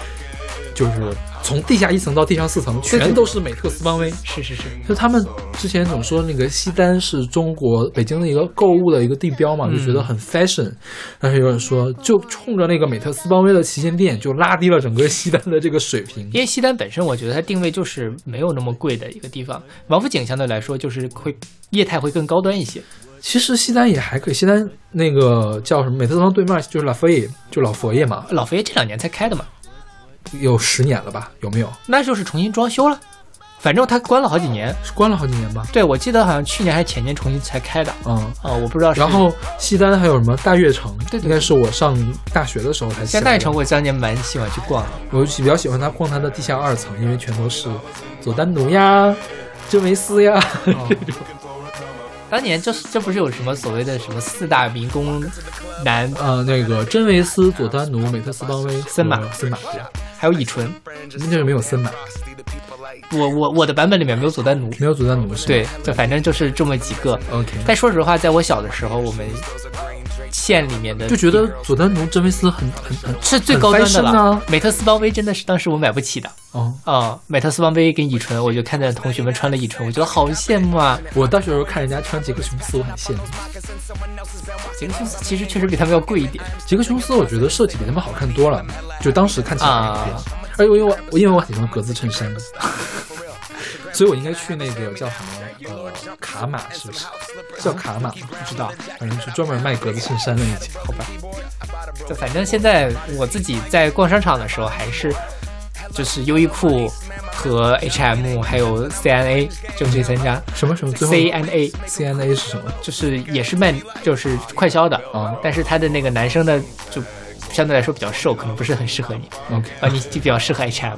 Speaker 2: 就是从地下一层到地上四层全都是美特斯邦威。
Speaker 3: 是是是，
Speaker 2: 就他们之前总说那个西单是中国北京的一个购物的一个地标嘛，就觉
Speaker 3: 嗯
Speaker 2: 得很 fashion，但是有人说就冲着那个美特斯邦威的旗舰店就拉低了整个西单的这个水平。
Speaker 3: 因为西单本身我觉得它定位就是没有那么贵的一个地方，王府井相对来说就是会业态会更高端一些。
Speaker 2: 其实西单也还可以，西单那个叫什么美特斯邦对面就是老佛爷，就老佛爷嘛，
Speaker 3: 老佛爷这两年才开的嘛，
Speaker 2: 有十年了吧？有没有？
Speaker 3: 那就是重新装修了。反正它关了好几年，
Speaker 2: 是关了好几年吧？
Speaker 3: 对我记得好像去年还是前年重新才开的啊、
Speaker 2: 嗯。
Speaker 3: 我不知道是。
Speaker 2: 然后西单还有什么大悦城？
Speaker 3: 对对
Speaker 2: 应该是我上大学的时候才起来
Speaker 3: 现
Speaker 2: 的。
Speaker 3: 在大悦城我当年蛮喜欢去逛的，
Speaker 2: 我比较喜欢他逛他的地下二层，因为全都是佐丹奴呀、真维斯呀。
Speaker 3: 哦当年就是这不是有什么所谓的什么四大迷宫男，
Speaker 2: *laughs* 呃，那个真维斯、佐丹奴、美特斯邦威、
Speaker 3: 森马
Speaker 2: 和森马，
Speaker 3: 还有乙醇，
Speaker 2: 那就是没有森马，
Speaker 3: 我我我的版本里面没有佐丹奴，
Speaker 2: 没有佐丹奴是吗
Speaker 3: 对，就反正就是这么几个。
Speaker 2: OK
Speaker 3: 但说实话，在我小的时候，我们线里面的
Speaker 2: 就
Speaker 3: 地，
Speaker 2: 觉得佐丹奴真维斯很很很
Speaker 3: 是最高端的
Speaker 2: 很 fashion
Speaker 3: 了
Speaker 2: 啊。
Speaker 3: 美特斯邦威真的是当时我买不起的。
Speaker 2: 哦。
Speaker 3: 嗯，美特斯邦威跟乙醇，我就看见同学们穿了乙醇，我觉得好羡慕啊！
Speaker 2: 我大学时候看人家穿杰克琼斯，我很羡慕。
Speaker 3: 杰克琼斯其实确实比他们要贵一点。
Speaker 2: 杰克琼斯我觉得设计比他们好看多了，就当时看起来
Speaker 3: 啊
Speaker 2: 很偏。而且我因为我因为我很喜欢格子衬衫， *laughs* 所以我应该去那个叫什么呃卡玛是不是？叫卡玛吗不知道，反正是专门卖格子衬衫的那家。好吧，
Speaker 3: 就反正现在我自己在逛商场的时候，还是就是优衣库和 H&M 还有 C&A 就这三家。
Speaker 2: 什么什么最后
Speaker 3: C and A
Speaker 2: C N A 是什么？
Speaker 3: 就是也是卖就是快销的
Speaker 2: 啊
Speaker 3: 但是它的那个男生的就相对来说比较瘦，可能不是很适合你
Speaker 2: OK
Speaker 3: 啊，你就比较适合 H&M，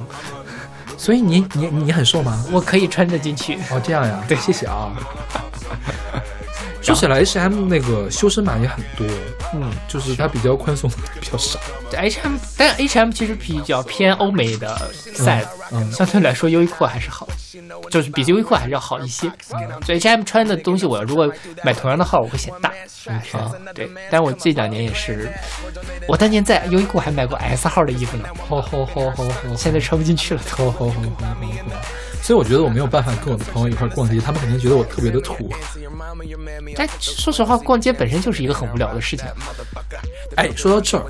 Speaker 2: 所以你你你很瘦吗？
Speaker 3: 我可以穿着进去。
Speaker 2: 哦，这样呀，对，谢谢啊。说起来，H M 那个修身码也很多，
Speaker 3: 嗯，
Speaker 2: 就是它比较宽松，比较少。
Speaker 3: H&M，但 H&M 其实比较偏欧美的 size，、
Speaker 2: 嗯
Speaker 3: 相对来说优衣库还是好，就是比优衣库还是要好一些。
Speaker 2: 嗯
Speaker 3: 所以 H&M 穿的东西，我如果买同样的号，我会显大。
Speaker 2: 嗯
Speaker 3: 啊、对，但我这两年也是，我当年在优衣库还买过 S 号的衣服呢，
Speaker 2: 好好好好好。
Speaker 3: 现在穿不进去了都。
Speaker 2: 好好好好好好，所以我觉得我没有办法跟我的朋友一块儿逛街，他们肯定觉得我特别的土。
Speaker 3: 但说实话，逛街本身就是一个很无聊的事情。
Speaker 2: 哎，说到这儿，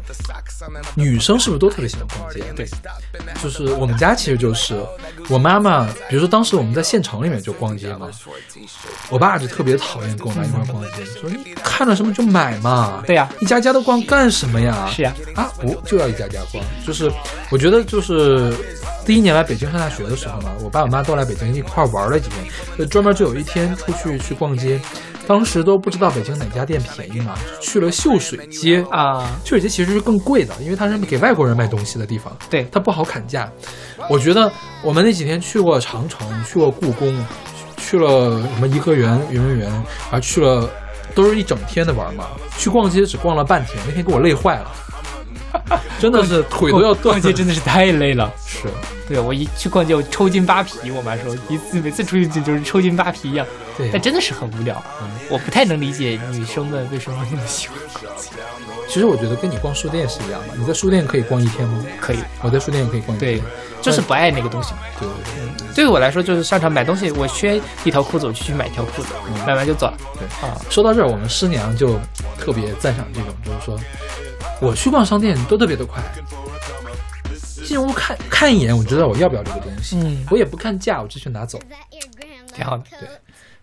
Speaker 2: 女生是不是都特别喜欢逛街？
Speaker 3: 嗯
Speaker 2: 对，就是我们家其实就是我妈妈，比如说当时我们在县城里面就逛街嘛，我爸就特别讨厌跟我妈一块儿逛街，说你看了什么就买嘛。
Speaker 3: 对呀
Speaker 2: 一家家都逛干什么呀？
Speaker 3: 是呀
Speaker 2: 啊，我就要一家家逛。就是我觉得就是第一年来北京上大学的时候嘛，我爸我妈都来北京一块儿玩了几天，就专门就有一天出去去逛街。当时都不知道北京哪家店便宜嘛，去了秀水街
Speaker 3: 啊
Speaker 2: 秀水街其实是更贵的，因为它是给外国人卖东西的地方，
Speaker 3: 对
Speaker 2: 它不好砍价。我觉得我们那几天去过长城，去过故宫，去了什么颐和园、圆明园，还去了，都是一整天的玩嘛。去逛街只逛了半天，那天给我累坏了， *laughs* 真的是腿都要断
Speaker 3: 逛
Speaker 2: 了。
Speaker 3: 街真的是太累了。
Speaker 2: 是，
Speaker 3: 对我一去逛街，我抽筋扒皮。我妈说，一次每次出去就是抽筋扒皮一样。
Speaker 2: 对
Speaker 3: 哎但真的是很无聊，嗯我不太能理解女生们为什么那么喜欢逛街。
Speaker 2: 其实我觉得跟你逛书店是一样的，你在书店可以逛一天吗？
Speaker 3: 可以，
Speaker 2: 我在书店也可以逛一天。
Speaker 3: 对，就是不爱那个东西。
Speaker 2: 对对对。
Speaker 3: 对于我来说，就是商场买东西，我缺一条裤子，我就去买一条裤子，买完就走了。
Speaker 2: 对
Speaker 3: 啊
Speaker 2: 说到这儿，我们师娘就特别赞赏这种，就是说我去逛商店都特别的快，进屋看看一眼，我知道我要不要这个东西，
Speaker 3: 嗯
Speaker 2: 我也不看价，我直接拿走。
Speaker 7: Is that your grandma?
Speaker 3: 挺好的，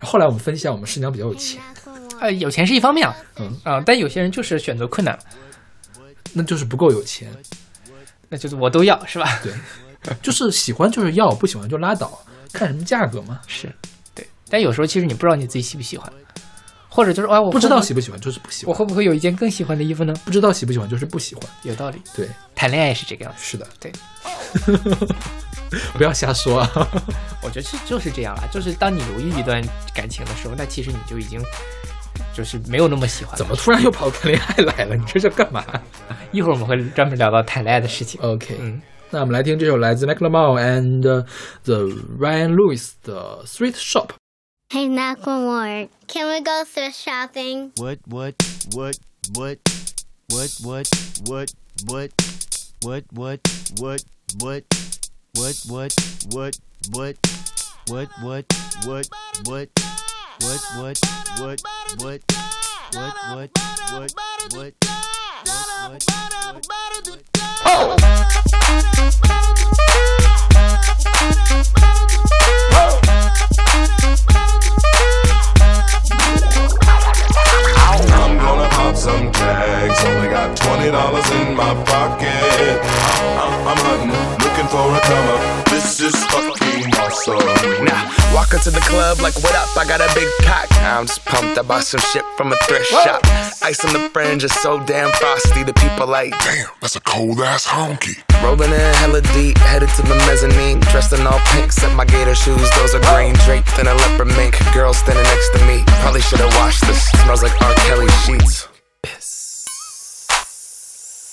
Speaker 2: 后来我们分析啊，我们师娘比较有钱，
Speaker 3: 呃，有钱是一方面啊，
Speaker 2: 嗯，
Speaker 3: 啊、但有些人就是选择困难，
Speaker 2: 那就是不够有钱，
Speaker 3: 那就是我都要，是吧？ *laughs*
Speaker 2: 对，就是喜欢就是要，不喜欢就拉倒，看什么价格嘛，
Speaker 3: 是，对。但有时候其实你不知道你自己喜不喜欢，或者就是哎，我
Speaker 2: 不知道
Speaker 3: 会
Speaker 2: 喜不喜欢就是不喜
Speaker 3: 我
Speaker 2: 欢，
Speaker 3: 会不会有一件更喜欢的衣服呢？
Speaker 2: 不知道喜不喜欢就是不喜欢，
Speaker 3: 有道理，
Speaker 2: 对，
Speaker 3: 谈恋爱也是这个样子。
Speaker 2: 是的，
Speaker 3: 对，
Speaker 2: *laughs* 不要瞎说啊， *laughs*
Speaker 3: 我觉得是就是这样啦，就是当你犹豫一段感情的时候，那其实你就已经就是没有那么喜欢了。
Speaker 2: 怎么突然又跑谈恋爱来了？你这是干嘛
Speaker 3: *laughs* 一会儿我们会专门聊到谈恋爱的事情。
Speaker 2: ？OK，
Speaker 3: 嗯，
Speaker 2: 那我们来听这首来自 Macklemore and the Ryan Lewis 的《Street Shop》。
Speaker 7: Hey, knock one more. Can we go thrift shopping?
Speaker 6: What, what, what, what, what, what, what, what, what, what, what, what, what, what, what, what, what, what, what, what, what, what, what, what, what, what, what, what, what, what,
Speaker 8: I'm gonna pop some tags. Only got twenty dollars in my pocket. I'm, I'm hunting, looking for a come up. This is fucking awesome.
Speaker 9: Nah, walk into the club like, what up? I got a big pack. I'm just pumped. I bought some shit from a thrift shop. Ice on the fringe is so damn frosty. The people like,
Speaker 8: Damn, that's a cold ass honky.
Speaker 9: rolling in hella deep, headed to the mezzanine. Dressed in all pink, set my gator shoes. Those are green draped in a leopard mink. Girl standing next to me. Probably should have washed this. Smells like R. Kelly sheets.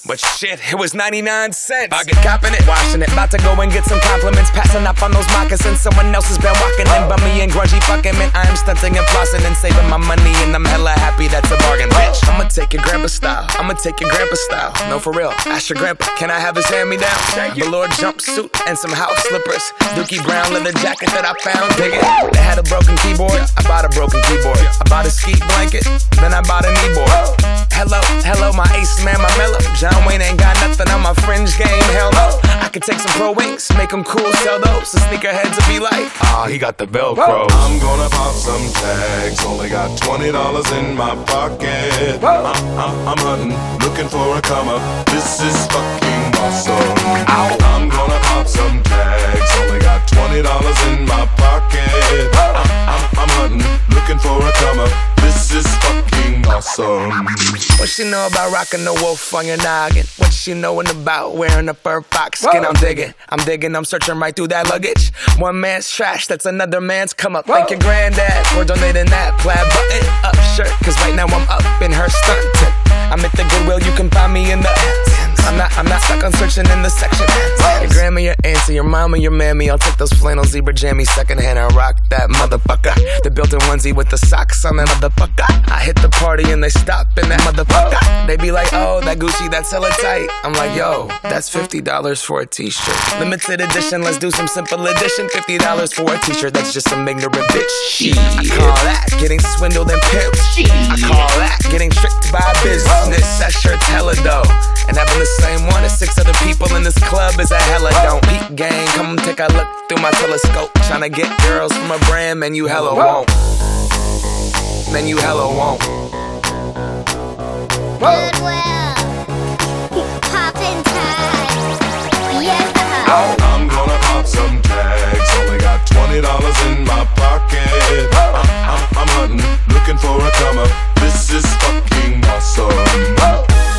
Speaker 9: But shit, it was 99 cents. I get copping it, washing it. About to go and get some compliments. Passing up on those moccasins. Someone else has been walking in. Bummy and grungy fucking man. I am stunting and flossing and saving my money. And I'm hella happy that's a bargain, bitch. I'ma take your grandpa style. I'ma take your grandpa style. No, for real. Ask your grandpa, can I have his hand me down? Velour jumpsuit and some house *laughs* slippers. Dookie Brown leather jacket that I found. Dig it. They had a broken keyboard. I bought a broken keyboard. I bought a ski blanket. Then I bought a kneeboard. Hello, hello, my ace man, my mellow. John Wayne ain't got nothing on my fringe game. Hell no. I could take some pro wings, make them cool, sell those. The sneaker heads will be like,
Speaker 8: Ah, he got the Velcro. I'm gonna pop some tags. Only got twenty dollars in my pocket. I, I, I'm hunting, looking for a come up. This is fucking awesome. I'm gonna pop some tags. Only got twenty dollars in my pocket. I, I, I'm hunting, looking for a come up. This is fucking awesome.
Speaker 9: What she know about rocking the wolf on your noggin? What she knowin' about wearing a fur fox skin? I'm digging, I'm digging, I'm searching right through that luggage. One man's trash, that's another man's come up. Thank your granddad for donating that plaid button up shirt, cause right now I'm up in her stunt. I'm at the Goodwill, you can find me in the. I'm not, I'm not stuck on searching in the section. Your grandma, your auntie, your mama, your mammy. I'll take those flannel zebra jammies secondhand and rock that motherfucker. The built-in onesie with the socks on that motherfucker. I hit the party and they stop in that motherfucker. They be like, oh, that Gucci, that's hella tight. I'm like, yo, that's $50 for a t-shirt. Limited edition, let's do some simple edition. $50 for a t-shirt, that's just some ignorant bitch. Shit. I call that getting swindled and pimped. I call that getting tricked by business. That shirt's hella dough. And having the same one as six other people in this club is a hella don't. Peep gang, come take a look through my telescope. Tryna get girls from a brand, man, you hella won't. Man, you hella won't.
Speaker 7: Goodwill. Poppin' tags. Yeah.
Speaker 8: I'm gonna pop some tags. Only got twenty dollars in my pocket. I'm, I'm, I'm hunting, looking for a come up. This is fucking awesome.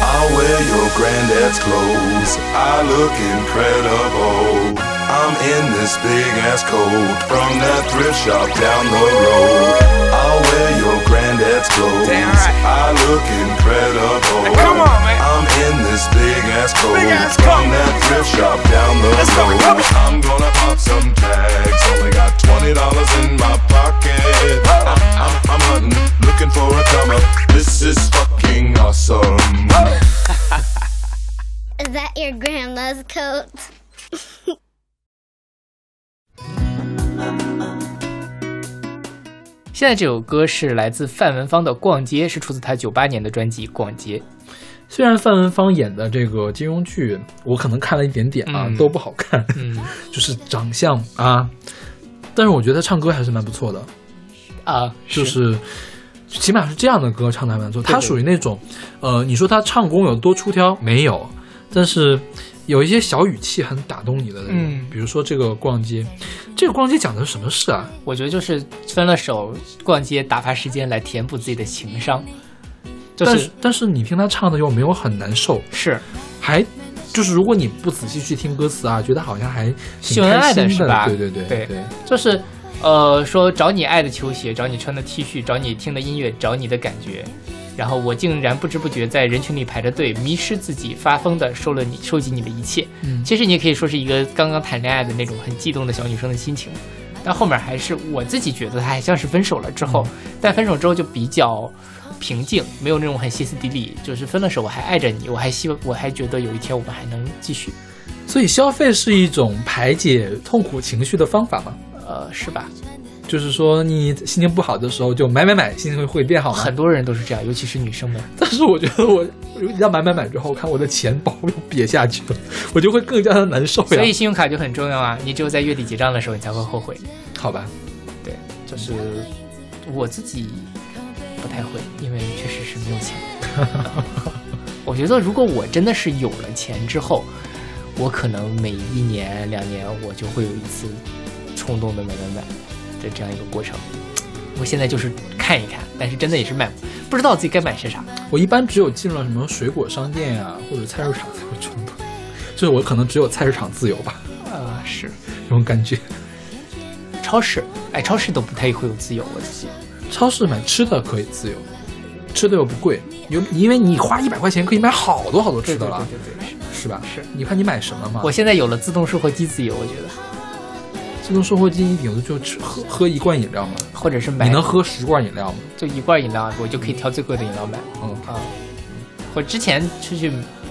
Speaker 8: I'll wear your granddad's clothes. I look incredible. I'm in this big ass coat from that thrift shop down the road. I'll wear your granddad's clothes.
Speaker 9: Damn right.
Speaker 8: I look incredible.
Speaker 9: Now come on, man.
Speaker 8: I'm in this big ass coat
Speaker 9: Big ass
Speaker 8: from
Speaker 9: coat.
Speaker 8: that thrift shop down the
Speaker 9: Let's go,
Speaker 8: road.
Speaker 9: come on.
Speaker 8: I'm gonna pop some tags. Only got twenty dollars in my pocket. I'm, I'm, I'm hunting, looking for a come up. This is fucking awesome.
Speaker 7: Is that your grandma's coat?
Speaker 3: 现在这首歌是来自范文芳的《逛街》，是出自她九八年的专辑《逛街》。
Speaker 2: 虽然范文芳演的这个金庸剧，我可能看了一点点啊，
Speaker 3: 嗯
Speaker 2: 都不好看， *laughs*
Speaker 3: 嗯
Speaker 2: 就是长相啊，但是我觉得她唱歌还是蛮不错的，
Speaker 3: *laughs* 啊，
Speaker 2: 就是起码是这样的歌唱的还蛮不错。
Speaker 3: 对
Speaker 2: 她属于那种，呃，你说她唱功有多出挑没有？但是有一些小语气很打动你的那种，
Speaker 3: 嗯
Speaker 2: 比如说这个逛街，这个逛街讲的是什么事啊？
Speaker 3: 我觉得就是分了手，逛街打发时间来填补自己的情商，就
Speaker 2: 但
Speaker 3: 是
Speaker 2: 是但是你听她唱的又没有很难受，
Speaker 3: 是
Speaker 2: 还就是如果你不仔细去听歌词啊，觉得好像还挺
Speaker 3: 秀恩爱
Speaker 2: 开
Speaker 3: 的
Speaker 2: 心
Speaker 3: 是吧？
Speaker 2: 对对对
Speaker 3: 对，就是呃，说找你爱的球鞋，找你穿的 T 恤，找你听的音乐，找你的感觉。然后我竟然不知不觉在人群里排着队，迷失自己，发疯的收了你，收集你的一切。
Speaker 2: 嗯
Speaker 3: 其实你也可以说是一个刚刚谈恋爱的那种很激动的小女生的心情，但后面还是我自己觉得她还像是分手了之后，但分手之后就比较平静，没有那种很歇斯底里，就是分了手我还爱着你，我还希望我还觉得有一天我们还能继续，
Speaker 2: 所以消费是一种排解痛苦情绪的方法嘛？
Speaker 3: 呃，是吧？
Speaker 2: 就是说你心情不好的时候就买买买，心情会变好吗
Speaker 3: 很？多人都是这样，尤其是女生们。
Speaker 2: 但是我觉得我要买买买之后，我看我的钱包又瘪下去了，我就会更加的难受呀。
Speaker 3: 所以信用卡就很重要啊！你只有在月底结账的时候，你才会后悔。
Speaker 2: 好吧，
Speaker 3: 对，就是我自己不太会，因为确实是没有 *laughs* 钱。我觉得如果我真的是有了钱之后，我可能每一年两年我就会有一次冲动的买买买的这样一个过程。我现在就是看一看，但是真的也是买不，不知道自己该买些啥。
Speaker 2: 我一般只有进了什么水果商店呀、或者菜市场才会冲动，就是我可能只有菜市场自由吧，
Speaker 3: 呃，是
Speaker 2: 这种感觉。
Speaker 3: 超市，哎，超市都不太会有自由，我自己。
Speaker 2: 超市买吃的可以自由，吃的又不贵，有因为你花一百块钱可以买好多好多吃的了，
Speaker 3: 对对对对对。
Speaker 2: 是吧？
Speaker 3: 是
Speaker 2: 啊你看你买什么嘛？
Speaker 3: 我现在有了自动售货机自由，我觉得
Speaker 2: 这最终收获第一顶多就吃喝喝一罐饮料嘛。
Speaker 3: 或者是买
Speaker 2: 你能喝十罐饮料吗？
Speaker 3: 就一罐饮料，我就可以挑最贵的饮料买
Speaker 2: 嗯，
Speaker 3: 啊。我之前出去，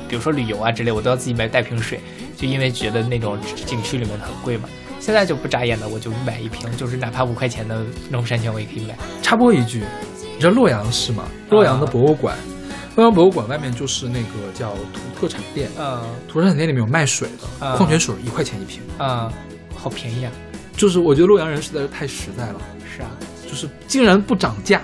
Speaker 3: 比如说旅游啊之类，我都要自己买带瓶水，就因为觉得那种景区里面的很贵嘛。现在就不眨眼的，我就买一瓶，就是哪怕五块钱的农夫山泉我也可以买。
Speaker 2: 插播一句，你知道洛阳市
Speaker 3: 啊
Speaker 2: 吗？洛阳的博物馆，洛阳博物馆外面就是那个叫土特产店，
Speaker 3: 嗯
Speaker 2: 土特产店里面有卖水
Speaker 3: 啊
Speaker 2: 的，矿泉水一块钱一瓶。
Speaker 3: 嗯，好便宜啊！
Speaker 2: 就是我觉得洛阳人实在是太实在了，
Speaker 3: 是啊，
Speaker 2: 就是竟然不涨价。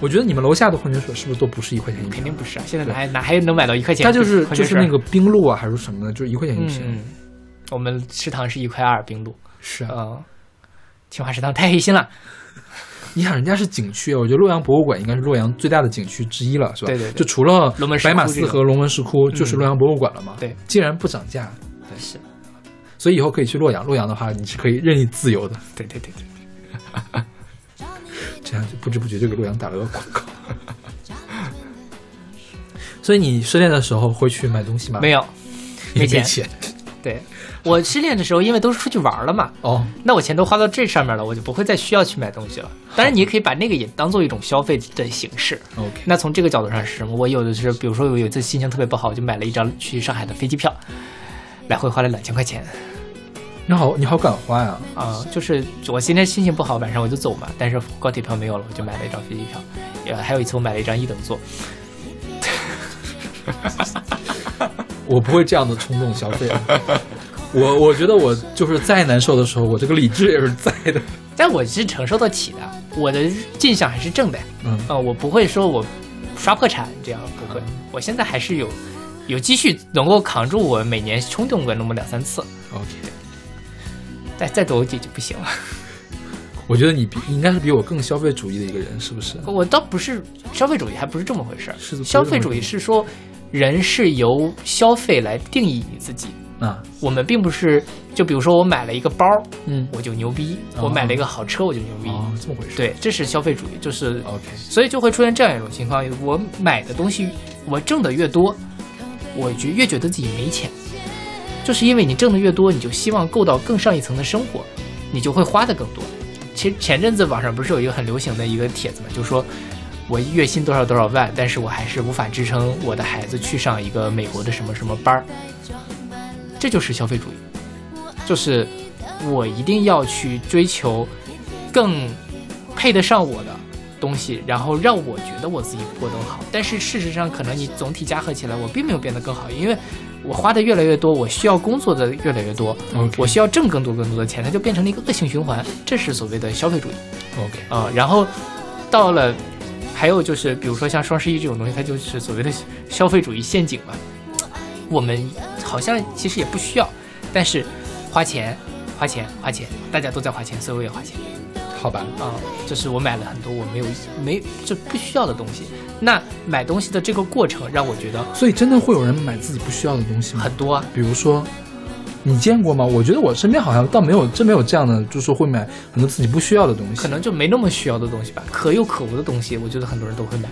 Speaker 2: 我觉得你们楼下的矿泉水是不是都不是一块钱一
Speaker 3: 肯
Speaker 2: 瓶？
Speaker 3: 定不是啊，现在哪还哪还能买到一块钱
Speaker 2: 它
Speaker 3: 的
Speaker 2: 就
Speaker 3: 矿泉水啊？
Speaker 2: 是就是那个冰露啊，还是什么的，就是一块钱一瓶。
Speaker 3: 嗯，我们食堂是一块二冰露，
Speaker 2: 是啊，
Speaker 3: 嗯，清华食堂太黑心了，
Speaker 2: 你想人家是景区，啊我觉得洛阳博物馆应该是洛阳最大的景区之一了，是吧？
Speaker 3: 对对对
Speaker 2: 就除了
Speaker 3: 龙门石窟
Speaker 2: 白马寺
Speaker 3: 这
Speaker 2: 和龙门石窟，就是
Speaker 3: 嗯
Speaker 2: 洛阳博物馆了嘛。
Speaker 3: 对，
Speaker 2: 竟然不涨价，
Speaker 3: 是，
Speaker 2: 所以以后可以去洛阳。洛阳的话，你是可以任意自由的。
Speaker 3: 对对对对，
Speaker 2: 这样就不知不觉就给洛阳打了个广告。 *laughs* 所以你失恋的时候会去买东西吗？
Speaker 3: 没
Speaker 2: 有，
Speaker 3: 有，
Speaker 2: 啊
Speaker 3: 没
Speaker 2: 也没
Speaker 3: 钱
Speaker 2: 钱。
Speaker 3: 对我失恋的时候，因为都是出去玩了嘛，
Speaker 2: 哦，
Speaker 3: 那我钱都花到这上面了，我就不会再需要去买东西了。当然，你也可以把那个也当做一种消费的形式。
Speaker 2: OK
Speaker 3: 那从这个角度上是什么？我有的是，比如说我有一次心情特别不好，我就买了一张去上海的飞机票，来回花了两千块钱
Speaker 2: 你好，你好敢花呀、
Speaker 3: 啊、就是我今天心情不好，晚上我就走嘛。但是高铁票没有了，我就买了一张飞机票。呃，还有一次我买了一张一等座，
Speaker 2: 我不会这样的冲动消费。 *laughs* 我我觉得我就是再难受的时候，我这个理智也是在的。
Speaker 3: 但我是承受得起的，我的进项还是正的呀。
Speaker 2: 嗯
Speaker 3: 呃，我不会说我刷破产这样，不会。我现在还是有有积蓄，能够扛住我每年冲动个那么两三次，
Speaker 2: ，OK，
Speaker 3: 再再多也就不行了。 *laughs*
Speaker 2: 我觉得你比你应该是比我更消费主义的一个人，是不是？
Speaker 3: 我倒不是消费主义，还不是这么回事儿。
Speaker 2: 是的不是
Speaker 3: 消费主义是说，人是由消费来定义你自己。
Speaker 2: 啊，
Speaker 3: 我们并不是，就比如说我买了一个包，
Speaker 2: 嗯，
Speaker 3: 我就牛逼；
Speaker 2: 哦
Speaker 3: 我买了一个好车，我就牛逼。
Speaker 2: 哦，这么回事。
Speaker 3: 对，这是消费主义，就是
Speaker 2: ，OK，
Speaker 3: 所以就会出现这样一种情况：我买的东西，我挣的越多，我就越觉得自己没钱，就是因为你挣的越多，你就希望够到更上一层的生活，你就会花的更多。其实前阵子网上不是有一个很流行的一个帖子嘛，就说我月薪多少多少万，但是我还是无法支撑我的孩子去上一个美国的什么什么班儿，这就是消费主义，就是我一定要去追求更配得上我的东西，然后让我觉得我自己过得更好。但是事实上，可能你总体加合起来，我并没有变得更好，因为我花的越来越多，我需要工作的越来越多
Speaker 2: OK
Speaker 3: 我需要挣更多更多的钱，它就变成了一个恶性循环。这是所谓的消费主义。
Speaker 2: OK，
Speaker 3: 啊、然后到了，还有就是，比如说像双十一这种东西，它就是所谓的消费主义陷阱嘛。我们好像其实也不需要，但是花钱，花钱，花钱，大家都在花钱，所以我也花钱
Speaker 2: 好吧，
Speaker 3: 啊、就是我买了很多我没有没就不需要的东西。那买东西的这个过程让我觉得
Speaker 2: 所以真的会有人买自己不需要的东西吗？
Speaker 3: 很多啊，
Speaker 2: 比如说，你见过吗？我觉得我身边好像倒没有，真没有这样的，就是说会买很多自己不需要的东西。
Speaker 3: 可能就没那么需要的东西吧，可有可无的东西，我觉得很多人都会买。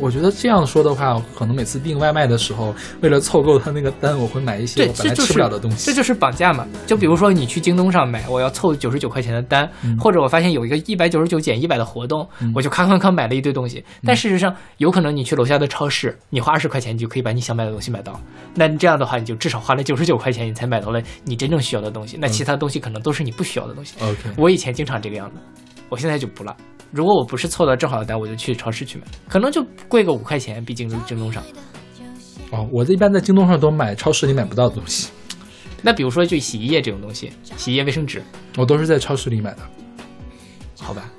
Speaker 2: 我觉得这样说的话，可能每次订外卖的时候，为了凑够他那个单，我会买一些
Speaker 3: 对，
Speaker 2: 我
Speaker 3: 这
Speaker 2: 本来
Speaker 3: 就
Speaker 2: 吃
Speaker 3: 是
Speaker 2: 不了的东西。
Speaker 3: 这就是绑架嘛。就比如说你去京东上买，我要凑九十九块钱的单，
Speaker 2: 嗯
Speaker 3: 或者我发现有一个一百九十九减一百的活动，我就咔咔咔买了一堆东西。
Speaker 2: 嗯
Speaker 3: 但事实上，有可能你去楼下的超市，你花二十块钱，你就可以把你想买的东西买到。那这样的话，你就至少花了九十九块钱，你才买到了你真正需要的东西。
Speaker 2: 嗯
Speaker 3: 那其他东西可能都是你不需要的东西。
Speaker 2: OK
Speaker 3: 我以前经常这个样子，我现在就不了。如果我不是凑到正好的单，我就去超市去买，可能就贵个五块钱，比京东京东上。
Speaker 2: 哦，我一般在京东上都买超市里买不到的东西，
Speaker 3: 那比如说就洗衣液这种东西，洗衣液、卫生纸，
Speaker 2: 我都是在超市里买的。
Speaker 3: 好吧？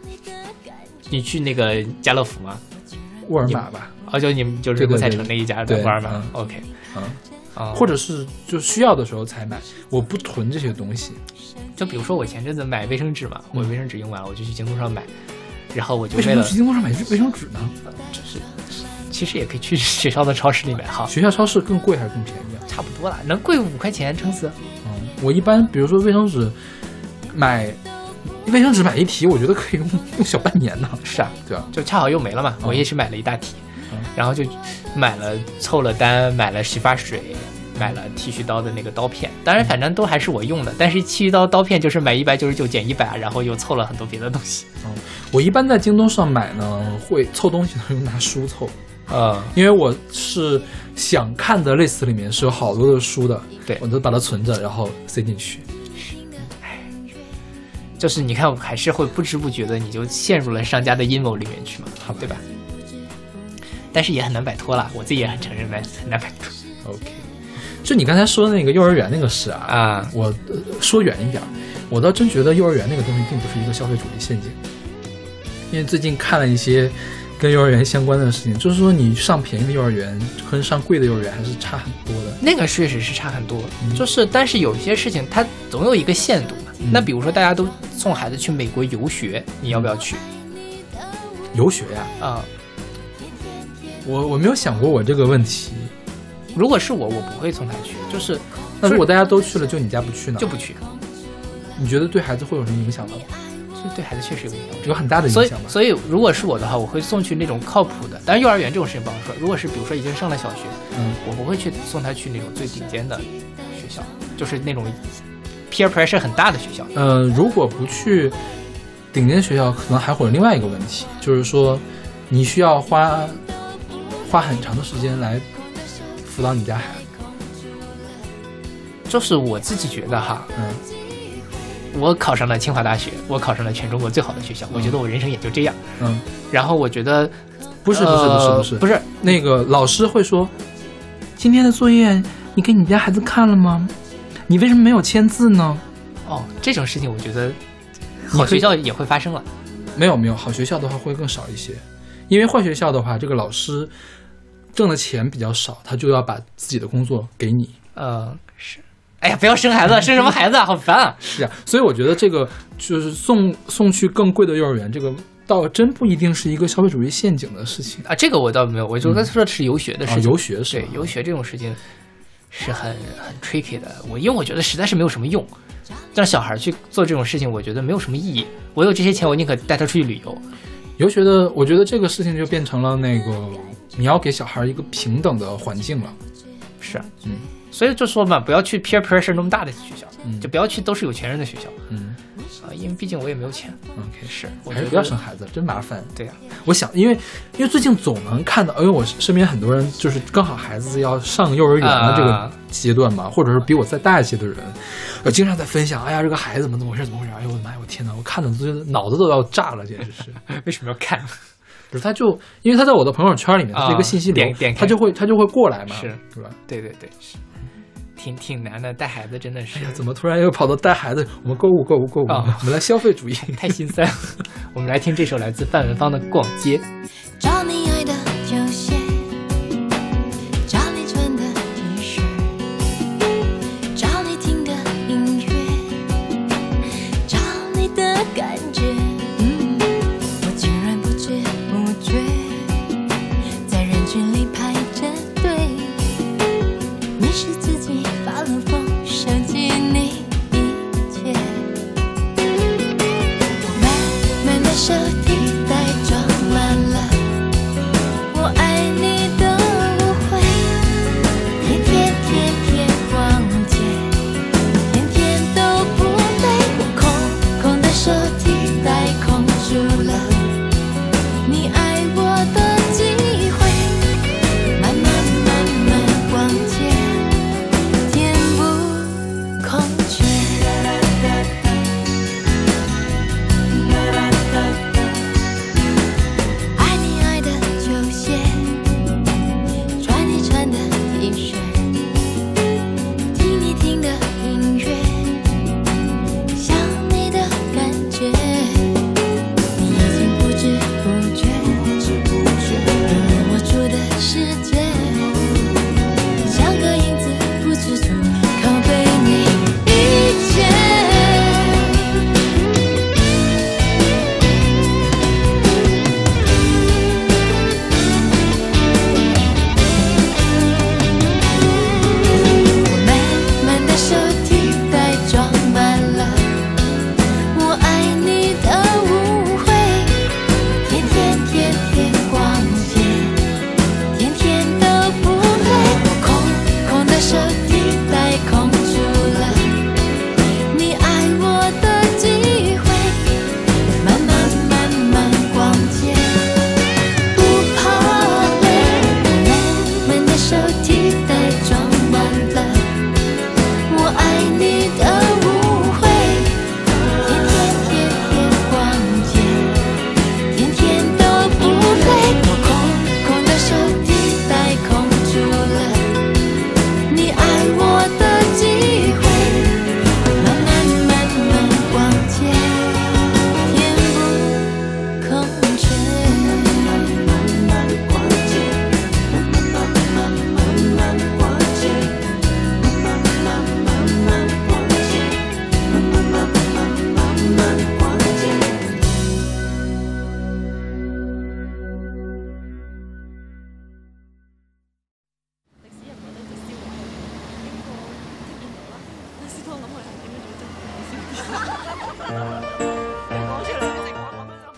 Speaker 3: 你去那个家乐福吗？
Speaker 2: 沃尔玛吧，
Speaker 3: 哦，就你们就是
Speaker 2: 对对
Speaker 3: 国
Speaker 2: 对
Speaker 3: 菜城那一家的
Speaker 2: 对
Speaker 3: 沃尔玛。
Speaker 2: 嗯
Speaker 3: OK，
Speaker 2: 嗯
Speaker 3: 啊，
Speaker 2: 或者是就需要的时候才买，我不囤这些东西。
Speaker 3: 就比如说我前阵子买卫生纸嘛，我卫生纸用完了，我就去京东上买，然后我就
Speaker 2: 为什
Speaker 3: 为
Speaker 2: 么
Speaker 3: 了
Speaker 2: 去京东上买卫生纸呢？
Speaker 3: 就是，其实也可以去学校的超市里买哈，
Speaker 2: 学校超市更贵还是更便宜啊？
Speaker 3: 差不多啦，能贵五块钱撑死。
Speaker 2: 嗯，我一般比如说卫生纸，买卫生纸买一提，我觉得可以用用小半年呢。
Speaker 3: 是啊，
Speaker 2: 对啊，
Speaker 3: 就恰好又没了嘛，
Speaker 2: 嗯
Speaker 3: 我也是买了一大提，然后就买了凑了单，买了洗发水，买了剃须刀的那个刀片，当然
Speaker 2: 嗯
Speaker 3: 反正都还是我用的，但是剃须刀刀片就是买一百九十九减一百，然后又凑了很多别的东西。
Speaker 2: 我一般在京东上买呢，会凑东西的时候拿书凑，
Speaker 3: 呃，
Speaker 2: 因为我是想看的 list 里面是有好多的书的，
Speaker 3: 对
Speaker 2: 我都把它存着，然后塞进去。
Speaker 3: 就是你看，我还是会不知不觉的你就陷入了商家的阴谋里面去嘛，对吧？但是也很难摆脱啦，我自己也很承认，蛮很难摆脱
Speaker 2: OK，就你刚才说的那个幼儿园那个事啊，
Speaker 3: 啊。
Speaker 2: 我、呃说远一点儿，我倒真觉得幼儿园那个东西并不是一个消费主义陷阱，因为最近看了一些跟幼儿园相关的事情，就是说你上便宜的幼儿园跟上贵的幼儿园还是差很多的。
Speaker 3: 那个确实是差很多，
Speaker 2: 嗯
Speaker 3: 就是但是有些事情它总有一个限度嘛。那比如说大家都送孩子去美国游学，你要不
Speaker 2: 嗯
Speaker 3: 要去
Speaker 2: 游学呀、
Speaker 3: 啊、
Speaker 2: 我我没有想过我这个问题，
Speaker 3: 如果是我，我不会送他去，就是
Speaker 2: 那如果大家都去了，就你家不去呢？
Speaker 3: 就不去，
Speaker 2: 你觉得对孩子会有什么影响吗？
Speaker 3: 这对孩子确实有影响。
Speaker 2: 有很大的
Speaker 3: 所
Speaker 2: 影
Speaker 3: 以
Speaker 2: 响，吧。
Speaker 3: 所以如果是我的话，我会送去那种靠谱的。当然，幼儿园这种事情不好说。如果是比如说已经上了小学，
Speaker 2: 嗯，
Speaker 3: 我不会去送他去那种最顶尖的学校，就是那种 peer pressure 很大的学校。
Speaker 2: 呃，如果不去顶尖学校，可能还会有另外一个问题，就是说你需要花花很长的时间来辅导你家孩子。
Speaker 3: 就是我自己觉得哈，
Speaker 2: 嗯，
Speaker 3: 我考上了清华大学，我考上了全中国最好的学校，我觉得我人生也就这样。
Speaker 2: 嗯，
Speaker 3: 然后我觉得
Speaker 2: 不是不是不是不是
Speaker 3: 呃不是
Speaker 2: 那个老师会说，今天的作业你给你家孩子看了吗？你为什么没有签字呢？
Speaker 3: 哦，这种事情我觉
Speaker 2: *laughs*
Speaker 3: 得
Speaker 2: 你
Speaker 3: 好
Speaker 2: 可以
Speaker 3: 学校也会发生了。
Speaker 2: 没有没有，好学校的话会更少一些，因为坏学校的话，这个老师挣的钱比较少，他就要把自己的工作给你。
Speaker 3: 嗯，是。哎呀，不要生孩子，生什么孩子啊，好烦啊！
Speaker 2: 是呀，所以我觉得这个就是送送去更贵的幼儿园，这个倒真不一定是一个消费主义陷阱的事情
Speaker 3: 啊，这个我倒没有，我就刚才说的是游学的事
Speaker 2: 啊。
Speaker 3: 情。
Speaker 2: 嗯游学是吧
Speaker 3: 对，游学这种事情是很很 tricky 的。我因为我觉得实在是没有什么用，让小孩去做这种事情，我觉得没有什么意义。我有这些钱，我宁可带他出去旅游。
Speaker 2: 游学的，我觉得这个事情就变成了那个你要给小孩一个平等的环境了。
Speaker 3: 是，啊
Speaker 2: 嗯，
Speaker 3: 所以就说嘛，不要去 peer pressure 那么大的学校，
Speaker 2: 嗯
Speaker 3: 就不要去都是有钱人的学校
Speaker 2: 嗯
Speaker 3: 啊，因为毕竟我也没有钱。
Speaker 2: ，OK，
Speaker 3: 是，我
Speaker 2: 还
Speaker 3: 觉
Speaker 2: 是
Speaker 3: 得
Speaker 2: 不要生孩子，真麻烦。
Speaker 3: 对啊呀、
Speaker 2: 我想，因为因为最近总能看到，因为我身边很多人就是刚好孩子要上幼儿园的这个
Speaker 3: 啊
Speaker 2: 阶段嘛，或者是比我再大一些的人，呃，经常在分享，哎呀，这个孩子怎么怎么回事，怎么回事？哎呦我的妈呀，我天哪，我看的都觉得脑子都要炸了，简直是。
Speaker 3: 为什么要看？ *laughs*
Speaker 2: 不是，他就因为他在我的朋友圈里面，
Speaker 3: 啊
Speaker 2: 他是一个信息流，
Speaker 3: 点点开
Speaker 2: 他就会他就会过来嘛，
Speaker 3: 是
Speaker 2: 对吧？
Speaker 3: 对对对，是挺挺难的，带孩子真的是
Speaker 2: 哎怎么突然又跑到带孩子？我们购物购物购物，
Speaker 3: 啊
Speaker 2: 我们来消费主义。
Speaker 3: 太心酸了。 *laughs* 我们来听这首来自范文芳的《逛街》。
Speaker 1: 找你爱的球鞋，找你穿的 T 恤，找你听的音乐，找你的感觉。嗯，我竟然不知不觉在人群里排着队。你是自己发了疯，想起你一切。慢慢的手提袋装满了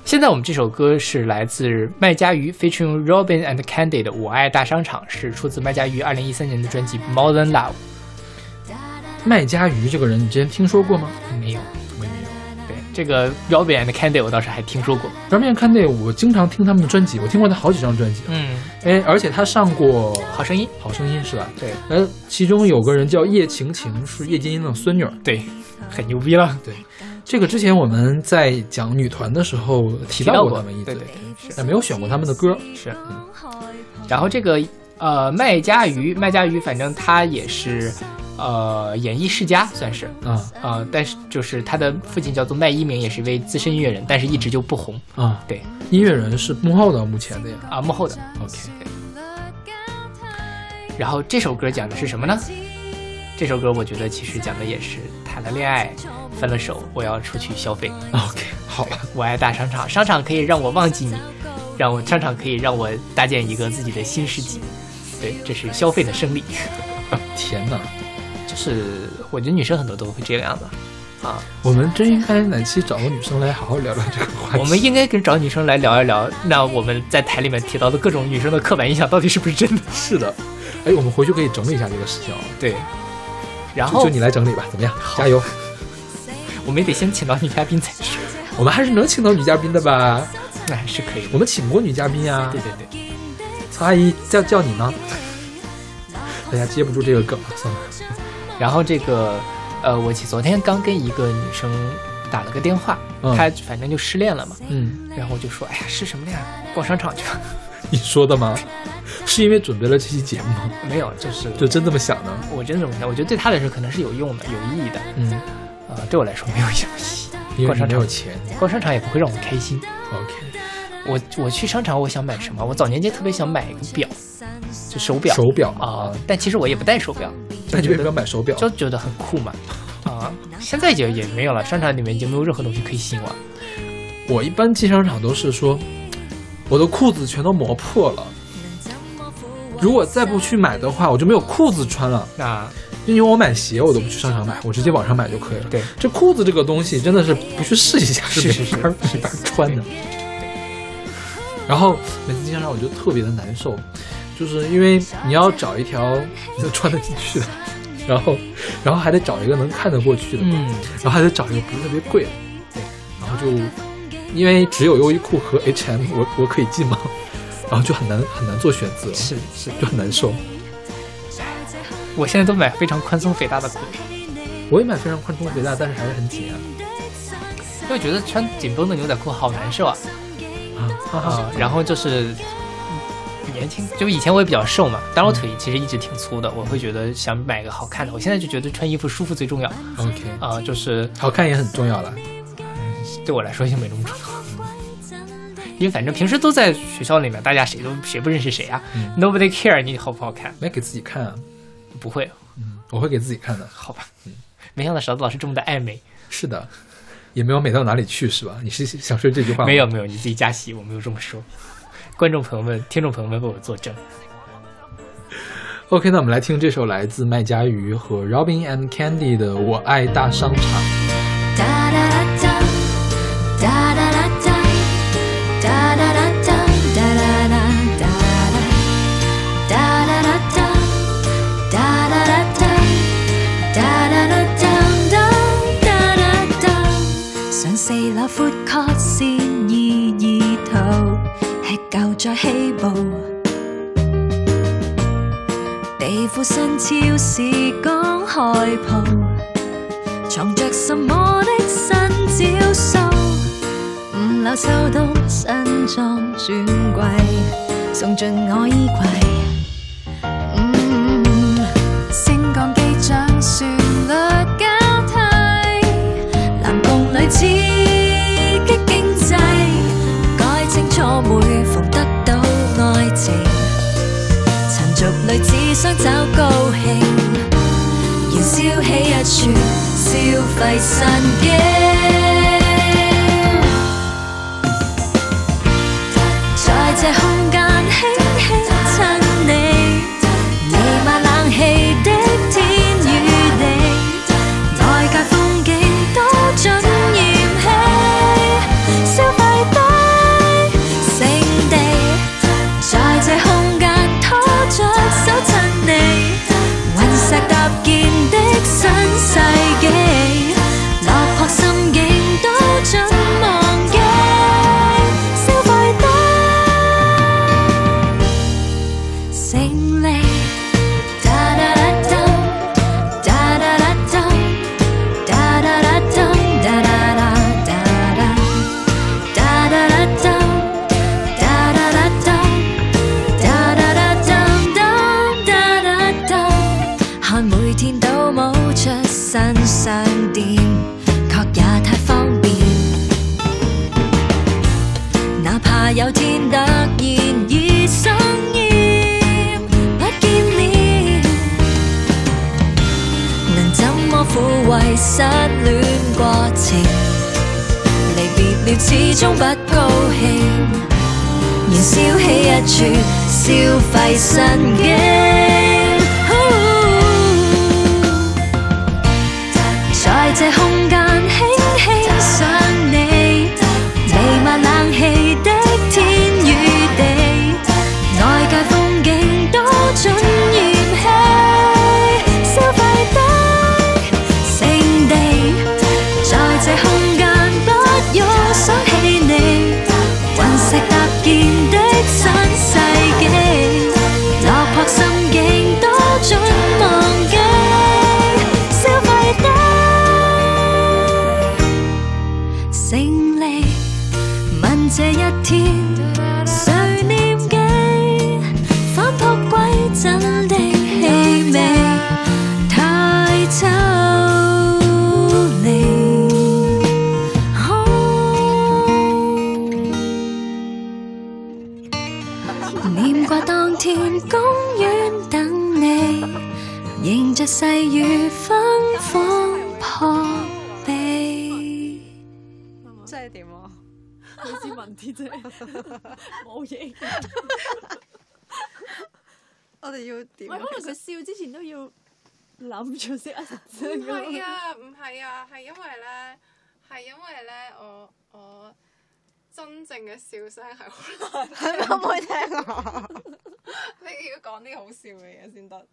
Speaker 3: 现在我们这首歌是来自麦家瑜 featuring Robin and Candy 的《我爱大商场》，是出自麦家瑜二零一三年的专辑《Modern Love
Speaker 2: 麦家瑜这个人，你之前听说过吗？》。
Speaker 3: 没有，
Speaker 2: 我也没有。
Speaker 3: 对这个 Robin and Candy 我倒是还听说过。
Speaker 2: 表面看那，我经常听他们的专辑，我听过他好几张专辑。
Speaker 3: 嗯，
Speaker 2: 哎，而且他上过《
Speaker 3: 好声音。
Speaker 2: 好声音》是吧？
Speaker 3: 对
Speaker 2: 呃，其中有个人叫叶晴晴，是叶剑英的孙女儿。
Speaker 3: 对，很牛逼了。
Speaker 2: 这个之前我们在讲女团的时候
Speaker 3: 提
Speaker 2: 提
Speaker 3: 到
Speaker 2: 到
Speaker 3: 过
Speaker 2: 他们一次，
Speaker 3: 对对
Speaker 2: 但没有选过他们的歌。
Speaker 3: 是，嗯。然后这个呃，麦家瑜，麦家瑜，反正他也是呃演艺世家算是，
Speaker 2: 啊
Speaker 3: 呃，但是就是他的父亲叫做麦一鸣，也是一位资深音乐人，但是一直就不红。
Speaker 2: 啊！
Speaker 3: 对
Speaker 2: 音乐人是幕后的，目前的呀。
Speaker 3: 啊，幕后的。
Speaker 2: OK，
Speaker 3: 然后这首歌讲的是什么呢？这首歌我觉得其实讲的也是谈了恋爱，分了手，我要出去消费。
Speaker 2: OK，好吧，
Speaker 3: 我爱大商场，商场可以让我忘记你，让我商场可以让我搭建一个自己的新世纪。对，这是消费的胜利。
Speaker 2: 天哪，
Speaker 3: 就是我觉得女生很多都会这样的啊。
Speaker 2: 我们真应该哪期找个女生来好好聊聊这个话
Speaker 3: *laughs*
Speaker 2: 题。
Speaker 3: 我们应该跟找女生来聊一聊，那我们在台里面提到的各种女生的刻板印象到底是不是真的？
Speaker 2: 是的，哎，我们回去可以整理一下这个事情啊。
Speaker 3: 对。然
Speaker 2: 就
Speaker 3: 后
Speaker 2: 就你来整理吧，怎么样？加油！
Speaker 3: 我们也得先请到女嘉宾再说，
Speaker 2: 我们还是能请到女嘉宾的吧？
Speaker 3: 那还是可以
Speaker 2: 我
Speaker 3: 的。
Speaker 2: 们请过女嘉宾啊
Speaker 3: 对。对对，
Speaker 2: 曹阿姨叫叫你呢。大家接不住这个梗了，算了。
Speaker 3: 然后这个呃，我其昨天刚跟一个女生打了个电话，
Speaker 2: 嗯
Speaker 3: 她反正就失恋了嘛，
Speaker 2: 嗯，
Speaker 3: 然后我就说，哎呀，失什么恋啊？逛商场去吧。
Speaker 2: 你说的吗？是因为准备了这期节目吗？
Speaker 3: *laughs* 没有，就是
Speaker 2: 就真这么想的？
Speaker 3: 我真的这么想，我觉得对她来说可能是有用的、有意义的，
Speaker 2: 嗯，
Speaker 3: 呃，对我来说没有意义。
Speaker 2: 因为
Speaker 3: 逛
Speaker 2: 你
Speaker 3: 商
Speaker 2: 没
Speaker 3: 场
Speaker 2: 有钱。
Speaker 3: *laughs* 逛商场也不会让我开心。
Speaker 2: OK，
Speaker 3: 我我去商场，我想买什么？我早年间特别想买一个表，就手表
Speaker 2: 手表
Speaker 3: 啊、但其实我也不戴手表，
Speaker 2: 那你为什么要买手表？
Speaker 3: 就觉得很酷嘛。啊、现在也也没有了，商场里面已经没有任何东西可以吸引我了。
Speaker 2: 我一般进商场都是说，我的裤子全都磨破了，如果再不去买的话，我就没有裤子穿了。
Speaker 3: 那
Speaker 2: 因为我买鞋我都不去商场买，我直接网上买就可以了。
Speaker 3: 对
Speaker 2: 这裤子这个东西真的是不去试一下
Speaker 3: 是是
Speaker 2: 没法 *laughs* 没法穿的。然后每次进商场我就特别的难受，就是因为你要找一条能穿得进去的，然后然后还得找一个能看得过去的，
Speaker 3: 嗯，
Speaker 2: 然后还得找一个不是特别贵的，对，然后就因为只有优衣库和 H&M 我我可以进嘛， *laughs* 然后就很难很难做选择，
Speaker 3: 是是，
Speaker 2: 就很难受。
Speaker 3: 我现在都买非常宽松肥大的裤子，
Speaker 2: 我也买非常宽松肥大，但是还是很紧啊。
Speaker 3: 因为觉得穿紧绷的牛仔裤好难受啊。
Speaker 2: 啊，哈哈，
Speaker 3: 啊、然后就是嗯年轻，就以前我也比较瘦嘛，但是我腿其实一直挺粗的，我会觉得想买个好看的。我现在就觉得穿衣服舒服最重要啊、
Speaker 2: OK，
Speaker 3: 就是
Speaker 2: 好看也很重要了。
Speaker 3: 对我来说就没那么重要。因为反正平时都在学校里面，大家谁都谁不认识谁啊、
Speaker 2: 嗯
Speaker 3: n o b o d y care 你好不好看，
Speaker 2: 没给自己看啊，
Speaker 3: 不会，
Speaker 2: 我会给自己看的。
Speaker 3: 好吧。没想到勺子老师这么的爱美，
Speaker 2: 是的，也没有美到哪里去，是吧？你是想说这句话吗？
Speaker 3: 没有。没有，你自己加戏，我没有这么说。观众朋友们、听众朋友们为我作证。
Speaker 2: OK，那我们来听这首来自麦家瑜和 Robin and Candy 的《我爱大商场》。
Speaker 1: 哒哒哒哒，哒哒哒哒，哒哒哒哒，哒哒哒哒哒，哒哒哒哒，哒哒哒哒，哒哒哒哒哒哒哒。上四樓闊確是意意圖，吃夠再起步。地庫新超市剛開鋪。藏着什麼的新招數？五樓秋冬新裝轉季，送進我衣櫃。嗯，升降機掌旋律交替，男共女刺激經濟，改清楚每逢得到愛情，殘俗女子想找高興。燃燒起一串消費神經。在這空間輕輕襯你，你買冷氣的天與地，外界風景都盡嫌棄，消費得己，落魄心境都準忘記，消費得勝利。Da da da dum, da da da dum, da da da dum, da da da da da, da da da dum, da da da dum. 哒哒哒噔噔哒哒噔，看每天都冇出新商店，確也太方便。哪怕有天突然已生厭，不見面，能怎麼撫慰失戀過程？離別了，始終不高興。燃燒起一處，消費神經。在這空間輕輕想你，彌漫冷氣的天與地，外界風景都準嫌棄，消費得勝地。在這空間不用想起你，雲石搭建的新世紀，落魄心境都準忘記，消費得勝利。問這一天，誰念記？反璞歸真的氣味，太抽離。念掛當天公園等你，迎着細雨芬芳撲鼻。
Speaker 10: 真係點啊？好斯文啲啫， *laughs* 冇嘢。
Speaker 11: *laughs* 我哋要
Speaker 10: 唔
Speaker 11: 點
Speaker 10: 係，可能佢笑之前都要諗住先。
Speaker 11: 唔係啊，唔係啊，係因為咧，係因為咧，我我真正嘅笑聲係好難，
Speaker 10: *laughs* 係咪可唔可以聽啊？
Speaker 11: *laughs* 你要講啲好笑嘅嘢先得。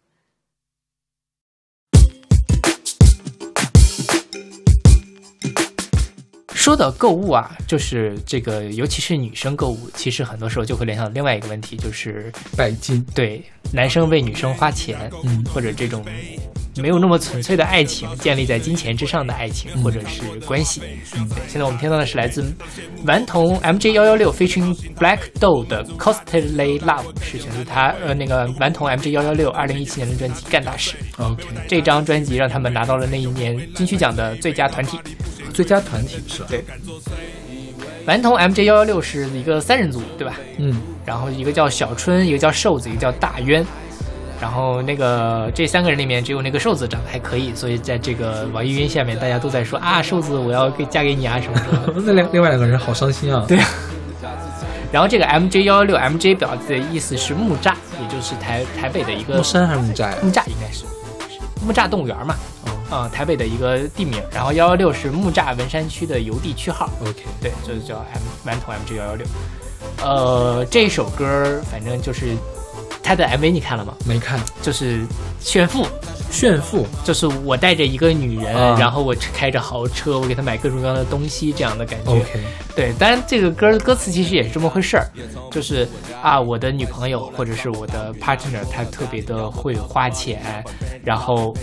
Speaker 3: 说到购物啊，就是这个，尤其是女生购物，其实很多时候就会联想到另外一个问题，就是
Speaker 2: 拜金，
Speaker 3: 对男生为女生花钱，嗯，或者这种没有那么纯粹的爱情，建立在金钱之上的爱情，或者是关系。嗯，对现在我们听到的是来自顽童 MJ 幺幺六 featuring Black Doe 的 Costly Love，是选自他呃那个顽童 MJ 幺幺六二零一七年的专辑《干大事》。
Speaker 2: OK，
Speaker 3: 这张专辑让他们拿到了那一年金曲奖的最佳团体。
Speaker 2: 最佳团体是吧？
Speaker 3: 对顽童 MJ 幺幺六是一个三人组，对吧？
Speaker 2: 嗯，
Speaker 3: 然后一个叫小春，一个叫瘦子，一个叫大渊。然后那个这三个人里面，只有那个瘦子长得还可以，所以在这个网易云下面，大家都在说啊，瘦子我要给嫁给你啊什么什么的。 *laughs*
Speaker 2: 那两另外两个人好伤心啊。
Speaker 3: 对啊。然后这个 MJ 幺幺六 MJ 表字的意思是木栅，也就是台台北的一个
Speaker 2: 木山还是木啊栅呀？
Speaker 3: 木栅应该是木栅动物园嘛，啊、台北的一个地名。然后幺幺六是木栅文山区的邮递区号。
Speaker 2: OK，
Speaker 3: 对，就是叫 M 顽童 MG 幺幺六。呃，这首歌儿反正就是他的 MV 你看了吗？
Speaker 2: 没看
Speaker 3: 就是炫富，
Speaker 2: 炫富，
Speaker 3: 就是我带着一个女人，
Speaker 2: 啊
Speaker 3: 然后我开着豪车，我给她买各种各样的东西，这样的感觉。
Speaker 2: OK
Speaker 3: 对，当然这个歌儿歌词其实也是这么回事儿，就是啊，我的女朋友或者是我的 partner，她特别的会花钱，然后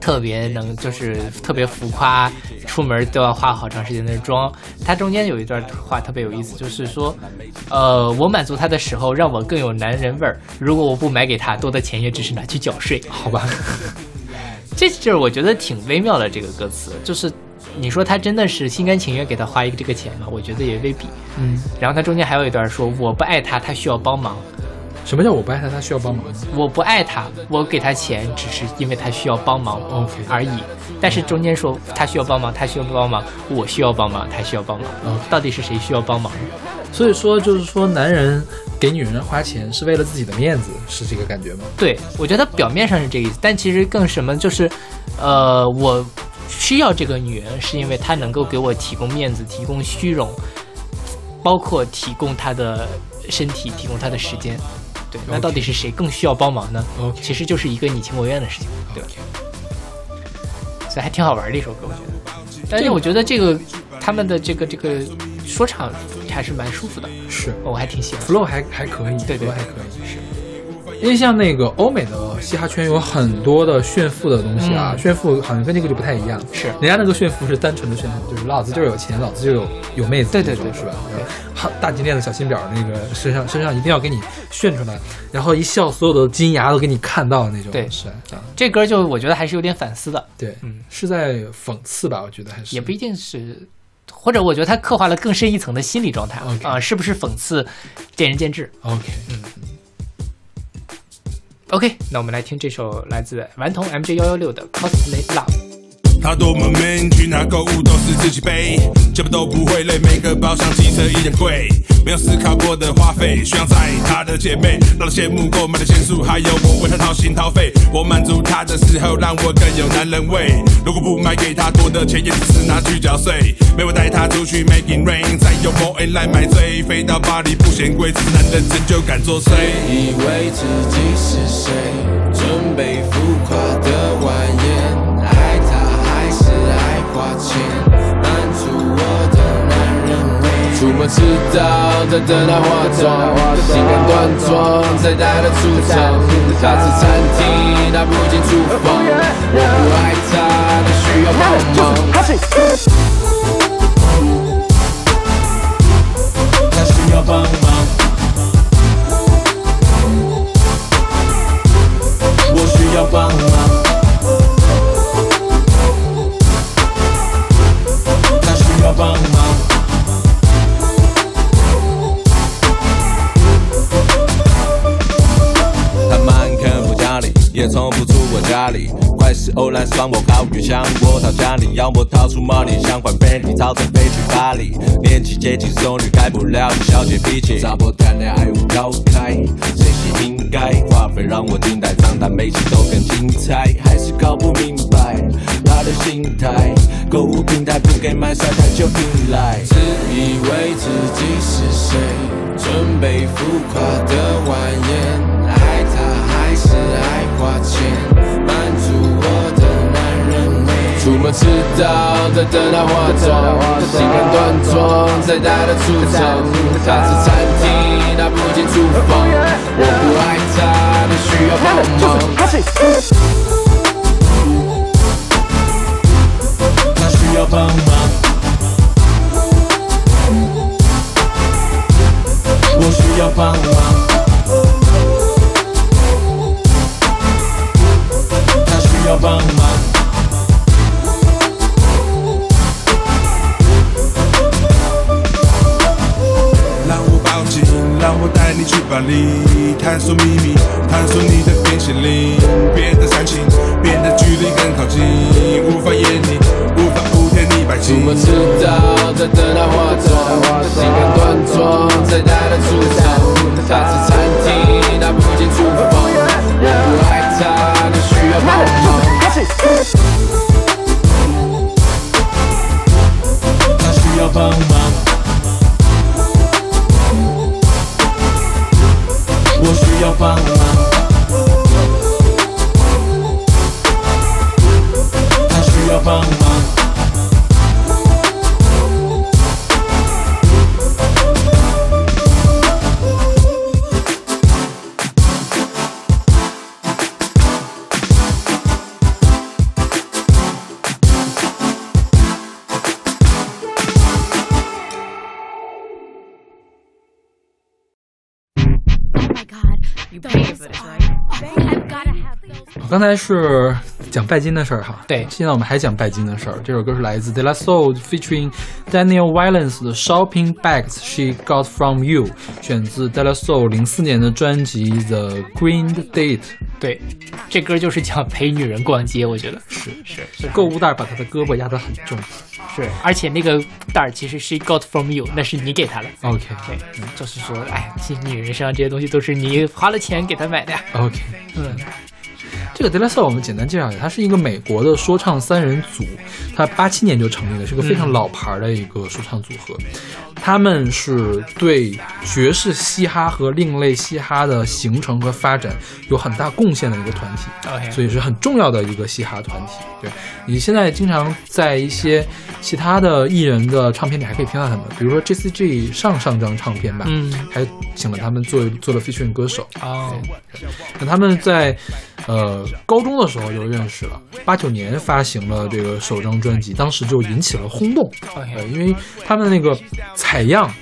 Speaker 3: 特别能就是特别浮夸，出门都要化好长时间的妆。她中间有一段话特别有意思，就是说，呃，我满足她的时候，让我更有男人味儿。如果我不买给她，多的钱也只是拿去缴税，好吧？这就是我觉得挺微妙的这个歌词，就是你说他真的是心甘情愿给他花一个这个钱吗？我觉得也未必。
Speaker 2: 嗯，
Speaker 3: 然后他中间还有一段说我不爱他，他需要帮忙；
Speaker 2: 什么叫我不爱他，他需要帮忙？
Speaker 3: 我不爱他，我给他钱只是因为他需要帮忙
Speaker 2: OK
Speaker 3: 而已。但是中间说他需要帮忙，他需要帮忙，我需要帮忙，他需要帮忙
Speaker 2: OK，
Speaker 3: 到底是谁需要帮忙？
Speaker 2: 所以说就是说，男人给女人花钱是为了自己的面子，是这个感觉吗？
Speaker 3: 对，我觉得表面上是这个意思，但其实更什么就是，呃，我需要这个女人是因为她能够给我提供面子，提供虚荣，包括提供她的身体，提供她的时间。对，那到底是谁更需要帮忙呢
Speaker 2: OK
Speaker 3: 其实就是一个你情我愿的事情，对吧
Speaker 2: OK
Speaker 3: 所所以还挺好玩的一首歌，我觉得。但是我觉得这个他们的这个这个说唱还是蛮舒服的，
Speaker 2: 是
Speaker 3: 我还挺喜欢。
Speaker 2: flow 还还可以，
Speaker 3: 对对
Speaker 2: flow 还可以，是。因为像那个欧美的嘻哈圈有很多的炫富的东西啊，
Speaker 3: 嗯
Speaker 2: 炫富好像跟这个就不太一样。
Speaker 3: 是
Speaker 2: 人家那个炫富是单纯的炫富，就是老子就是有钱，老子就有有妹子，对对对，是吧？好，大金链子、小金表，那个身上身上一定要给你炫出来，然后一笑，所有的金牙都给你看到那种。
Speaker 3: 对
Speaker 2: 是啊，
Speaker 3: 这歌就我觉得还是有点反思的，
Speaker 2: 对，是在讽刺吧？我觉得还是
Speaker 3: 也不一定是，或者我觉得它刻画了更深一层的心理状态啊、是不是讽刺，见仁见智。
Speaker 2: OK，
Speaker 3: 嗯。OK，那我们来听这首来自顽童 MJ 幺幺六的《Cosplay Love》。
Speaker 12: 他多么 man，去哪购物都是自己背，钱包都不会累，每个包厢汽车一样贵，没有思考过的花费，需要在他的姐妹让她羡慕购买的钱数，还有我为他掏心掏肺，我满足他的时候让我更有男人味，如果不买给他多的钱，也只是拿去缴税，没我带他出去 making rain，再用 more in line 买醉，飞到巴黎不嫌贵，直男的真就敢作祟，以为自己是谁，准备浮夸的玩意。
Speaker 13: 爱他还是爱花钱，满足我的男人味。出门迟到，再等他化妆，性感端庄，再带他出场。他是餐厅，他不进厨房，我不爱他，他需要帮忙。
Speaker 6: 他需要帮忙。我需要帮忙。他需要帮忙。
Speaker 14: 他蛮看我家里，也从不出我家里。坏事偶然伤我高远，想我逃家里，要我掏出 money，想换贝利，超车飞去巴黎。年纪接近熟女，改不了你小姐脾气。咋不谈恋爱我高开，这些应该花费让我惊呆，长大每次都更精彩，还是搞不明白他的心态。购物平台不给买，晒太就硬来。
Speaker 13: 自以为自己是谁，准备浮夸的晚宴，爱他还是爱花钱，满足我的男人味。出门迟到，再等他化妆，他性感端庄，再带他出场。他是餐厅，他不进厨房，我不爱他，他需要帮忙。
Speaker 6: 他需要帮忙。我需要帮忙。他需要帮忙。
Speaker 12: 让我抱紧，让我带你去巴黎，探索秘密，探索你的冰淇淋，变得煽情，变得距离更靠近，无法演你，无法无天你百
Speaker 13: 出
Speaker 12: 情。
Speaker 13: 门迟到，再等他化妆，性感端庄，再带他出场。他是餐厅，他不进厨房，我不爱他，他需要帮忙。
Speaker 6: 他需要帮忙。我需要帮忙。他需要帮忙。
Speaker 2: 刚才是讲拜金的事儿哈，对，现在我们还讲拜金的事儿。这首歌是来自 De La Soul featuring Daniel Violence 的 Shopping Bags She Got From You，选自 De La Soul 零四年的专辑 The Green Date。
Speaker 3: 对，这歌就是讲陪女人逛街，我觉得
Speaker 2: 是
Speaker 3: 是
Speaker 2: 购物袋把她的胳膊压得很重。
Speaker 3: 是，而且那个袋儿其实是 got from you，那是你给她的。
Speaker 2: OK
Speaker 3: 对，嗯就是说，哎，其实女人身上这些东西都是你花了钱给她买的呀。
Speaker 2: OK，
Speaker 3: 嗯，
Speaker 2: 这个 d e l a s o 我们简单介绍一下，它是一个美国的说唱三人组，它八七年就成立了，是个非常
Speaker 3: 嗯
Speaker 2: 老牌的一个说唱组合。他们是对爵士嘻哈和另类嘻哈的形成和发展有很大贡献的一个团体
Speaker 3: OK
Speaker 2: 所以是很重要的一个嘻哈团体。对你现在经常在一些其他的艺人的唱片里还可以听到他们，比如说 JCG 上上张唱片吧，
Speaker 3: 嗯
Speaker 2: 还请了他们做做了 featuring 歌手。
Speaker 3: 哦，
Speaker 2: 那他们在呃高中的时候就认识了，八九年发行了这个首张专辑，当时就引起了轰动，呃，因为他们那个采样。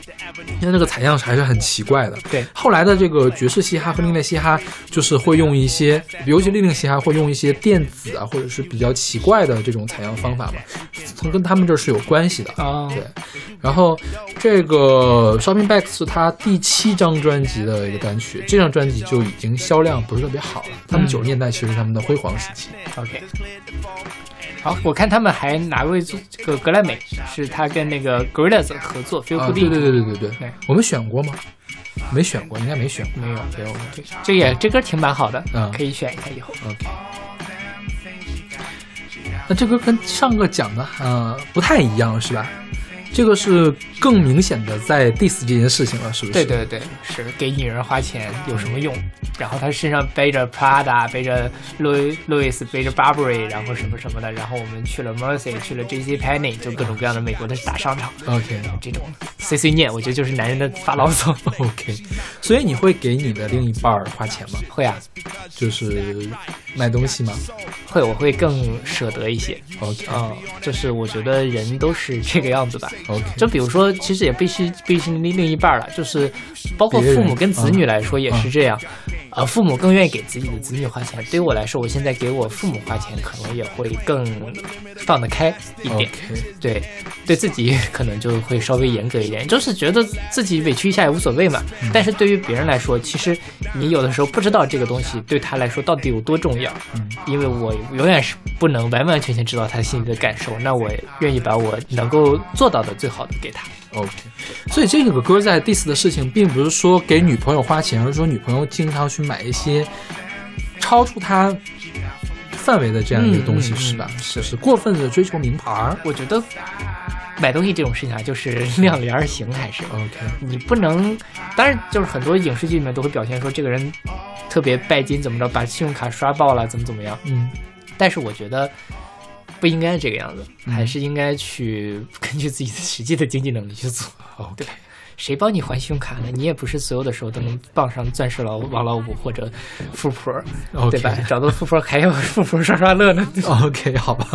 Speaker 2: 因为那个采样还是很奇怪的，
Speaker 3: 对。
Speaker 2: 后来的这个爵士嘻哈和另类嘻哈，就是会用一些，尤其另类嘻哈会用一些电子啊，或者是比较奇怪的这种采样方法嘛，从跟他们这儿是有关系的
Speaker 3: 啊。
Speaker 2: 对，然后这个 Shopping Back 是他第七张专辑的一个单曲，这张专辑就已经销量不是特别好了。他们
Speaker 3: 嗯
Speaker 2: 九十年代其实是他们的辉煌时期，
Speaker 3: OK，好，我看他们还拿过这这个格莱美，是他跟那个 Gorillaz 合作 Feel
Speaker 2: 啊
Speaker 3: Good，
Speaker 2: 对对对对对对
Speaker 3: 对，
Speaker 2: 我们选过吗？没选过，应该没选过。
Speaker 3: 没有没有，这这也这歌挺蛮好的
Speaker 2: 嗯，
Speaker 3: 可以选一下以后。
Speaker 2: OK，那这个跟上个讲的呃不太一样是吧？这个是更明显的在 diss 这件事情了，是不
Speaker 3: 对
Speaker 2: 是？
Speaker 3: 对对，是给女人花钱有什么用？然后他身上背着 Prada，背着 Louis Louis，背着 Burberry，然后什么什么的。然后我们去了 Mercy，去了 JC Penney，就各种各样的美国的大商场。
Speaker 2: OK *laughs*
Speaker 3: 这种 *laughs* 碎碎念，我觉得就是男人的发牢骚。
Speaker 2: OK，所以你会给你的另一半儿花钱吗？
Speaker 3: 会啊，
Speaker 2: 就是买东西吗？
Speaker 3: 会，我会更舍得一些。
Speaker 2: OK，
Speaker 3: 啊、就是我觉得人都是这个样子吧。
Speaker 2: OK，
Speaker 3: 就比如说，其实也必须必须另另一半儿了，就是包括父母跟子女来说也是这样。呃，父母更愿意给自己的子女花钱，对于我来说，我现在给我父母花钱，可能也会更放得开一点。对，对自己 *laughs* 可能就会稍微严格一点，就是觉得自己委屈一下也无所谓嘛。但是对于别人来说，其实你有的时候不知道这个东西对他来说到底有多重要，因为我永远是不能完完全全知道他心里的感受。那我愿意把我能够做到的最好的给他。
Speaker 2: OK，所以这个歌在 diss 的事情，并不是说给女朋友花钱，而是说女朋友经常去买一些超出她范围的这样一个东西，
Speaker 3: 嗯嗯嗯
Speaker 2: 是吧？是是过分的追求名牌儿。
Speaker 3: 我觉得买东西这种事情啊，就是 *laughs* 量力而行，还是
Speaker 2: OK。
Speaker 3: 你不能，当然就是很多影视剧里面都会表现说这个人特别拜金，怎么着把信用卡刷爆了，怎么怎么样。
Speaker 2: 嗯，
Speaker 3: 但是我觉得不应该这个样子，
Speaker 2: 嗯
Speaker 3: 还是应该去根据自己的实际的经济能力去做。
Speaker 2: 哦 OK
Speaker 3: 对吧，谁帮你还信用卡呢？你也不是所有的时候都能傍上钻石老王老五或者富婆儿
Speaker 2: 哦 OK
Speaker 3: 对吧？找到富婆儿还要 *laughs* 富婆儿刷刷乐呢。
Speaker 2: 哦 OK，好 *laughs* 吧。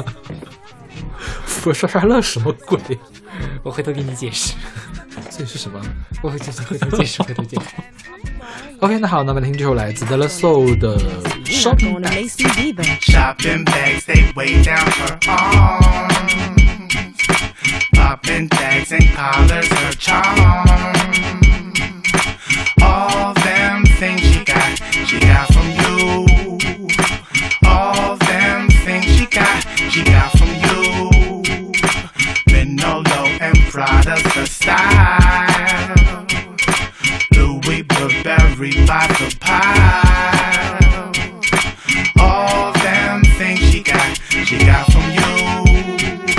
Speaker 2: 我刷刷乐什么鬼？
Speaker 3: 我回头给你解释。
Speaker 2: 这是什么？
Speaker 3: 我回头回头解释，回头解释。
Speaker 2: OK，那好，那么听这首来自 The Soul 的 Shopping Bag。
Speaker 15: Shopping bags, they weigh down her arms. Popping tags and collars, her charms. All them things she got, she got from you. All them things she got, she got from you. Manolo and Prada's the style. Louis Burberry by the pile. All them things she got, she got from you.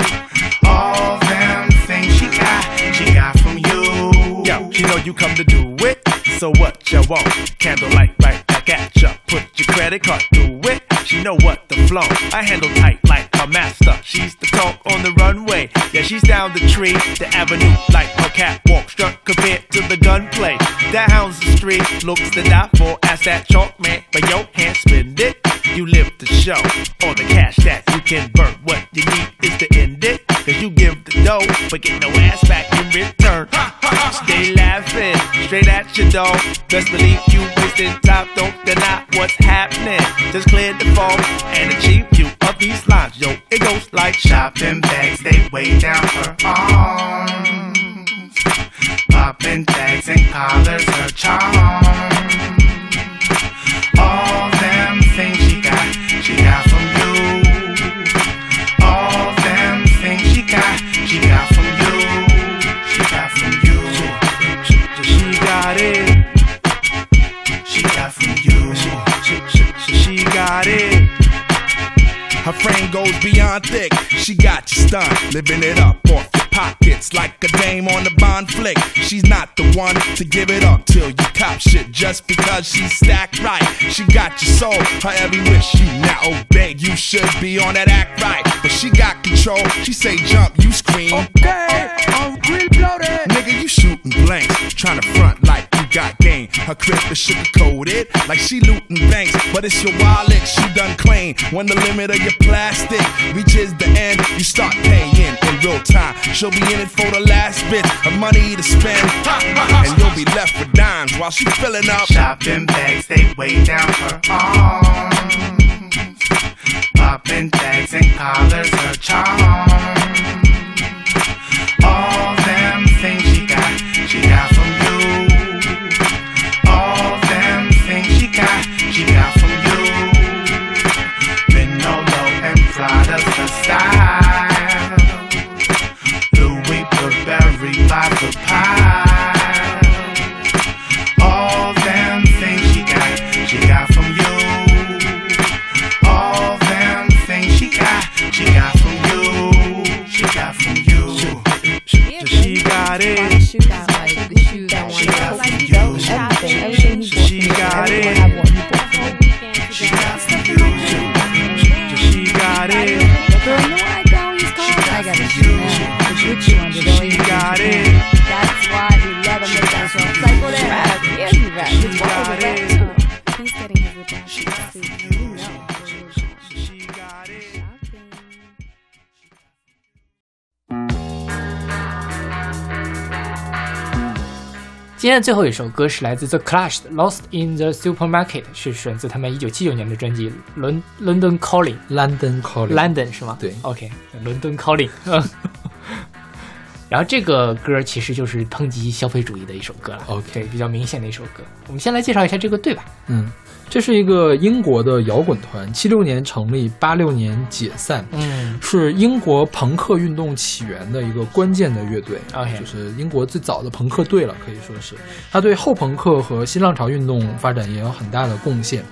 Speaker 15: All them things she got, she got from you.
Speaker 16: Yo, you know you come to do it. So what you want? Candlelight right back at ya. Put your credit card through it. She know what the flow. I handle tight like a master. She's the talk on the runway. Yeah, she's down the tree, the avenue like her catwalk. Struck compared to the gunplay. That hounds the street, looks to die for. Ask that chalk man, but yo can't spend it. You live the show. All the cash that you can burn. What you need is to end it. Cause you give the dough, but get no ass back in return. Stay laughing, straight at your dog. Best believe you wasting time, don't deny what's happening. Just clear the phone and achieve you of these lines. Yo, it goes like
Speaker 15: Shopping bags, they weigh down her arms.
Speaker 16: um,
Speaker 15: Popping tags and collars, her charms. All them things she got, she got from you. All them things she got, she got from you. She got from you. She got it. She got from you. She got it.
Speaker 17: Her frame goes beyond thick. She got you stunned, living it up off your pockets like a dame on a Bond flick. She's not the one to give it up till you cop shit just because she's stacked right. She got your soul, her every wish you now obey. You should be on that act right, but she got control. She say jump, you scream. Okay, I'm real bloated. Nigga, you shooting blanks, trying to front like you got game. Her crib is sugar coated, like she looting banks, but it's your wallet she done claim. When the limit of your plastic reaches the end, you start paying in real time. She'll be in it for the last bit of money to spend, and you'll be left with dimes while she filling up
Speaker 15: shopping bags. They weigh down her arms, popping tags and collars. Her charm, all them things she got, she got from you. All them things she got, she got from you. Manolo and Prada's the style. Louis Burberry by the pile. All them things she got, she got from you. All them things she got, she got from you. She got from you. She got it. She got from you. She got it. She got from you. She got it. She got it.
Speaker 18: That's why we let him make that song. It's like, well, then, rap. Yeah, he rap. His voice is rap, too. He's getting his rap.
Speaker 3: 今天的最后一首歌是来自 The Clash 的《Lost in the Supermarket》，是选自他们一九七九年的专辑《伦伦敦 Calling》。
Speaker 2: London Calling
Speaker 3: London 是吗？
Speaker 2: 对
Speaker 3: ，OK，伦敦 Calling。嗯 *laughs* 然后这个歌其实就是抨击消费主义的一首歌了，OK，比较明显的一首歌。我们先来介绍一下这个队吧。
Speaker 2: 嗯，这是一个英国的摇滚团，七六年成立，八六年解散，
Speaker 3: 嗯，
Speaker 2: 是英国朋克运动起源的一个关键的乐队啊
Speaker 3: OK
Speaker 2: 就是英国最早的朋克队了，可以说是。它对后朋克和新浪潮运动发展也有很大的贡献。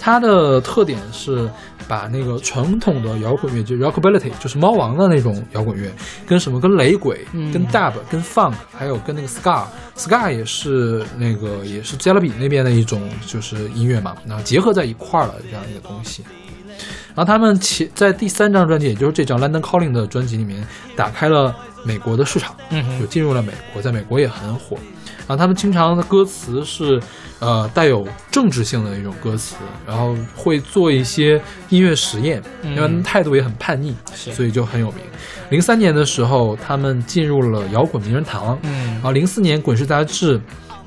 Speaker 2: 它的特点是把那个传统的摇滚乐，就是 rockabilly，就是猫王的那种摇滚乐，跟什么跟雷鬼、
Speaker 3: 嗯
Speaker 2: 跟 dub、跟 funk，还有跟那个 ska，ska 也是那个也是加勒比那边的一种就是音乐嘛，然后结合在一块儿了这样一个东西。然后他们其在第三张专辑，也就是这张《London Calling》的专辑里面，打开了美国的市场，
Speaker 3: 嗯哼
Speaker 2: 就进入了美国，在美国也很火。然后啊他们经常的歌词是，呃，带有政治性的一种歌词，然后会做一些音乐实验，
Speaker 3: 嗯
Speaker 2: 因为他们态度也很叛逆，
Speaker 3: 是
Speaker 2: 所以就很有名。零三年的时候，他们进入了摇滚名人堂，
Speaker 3: 嗯
Speaker 2: 然后零四年《滚石》杂志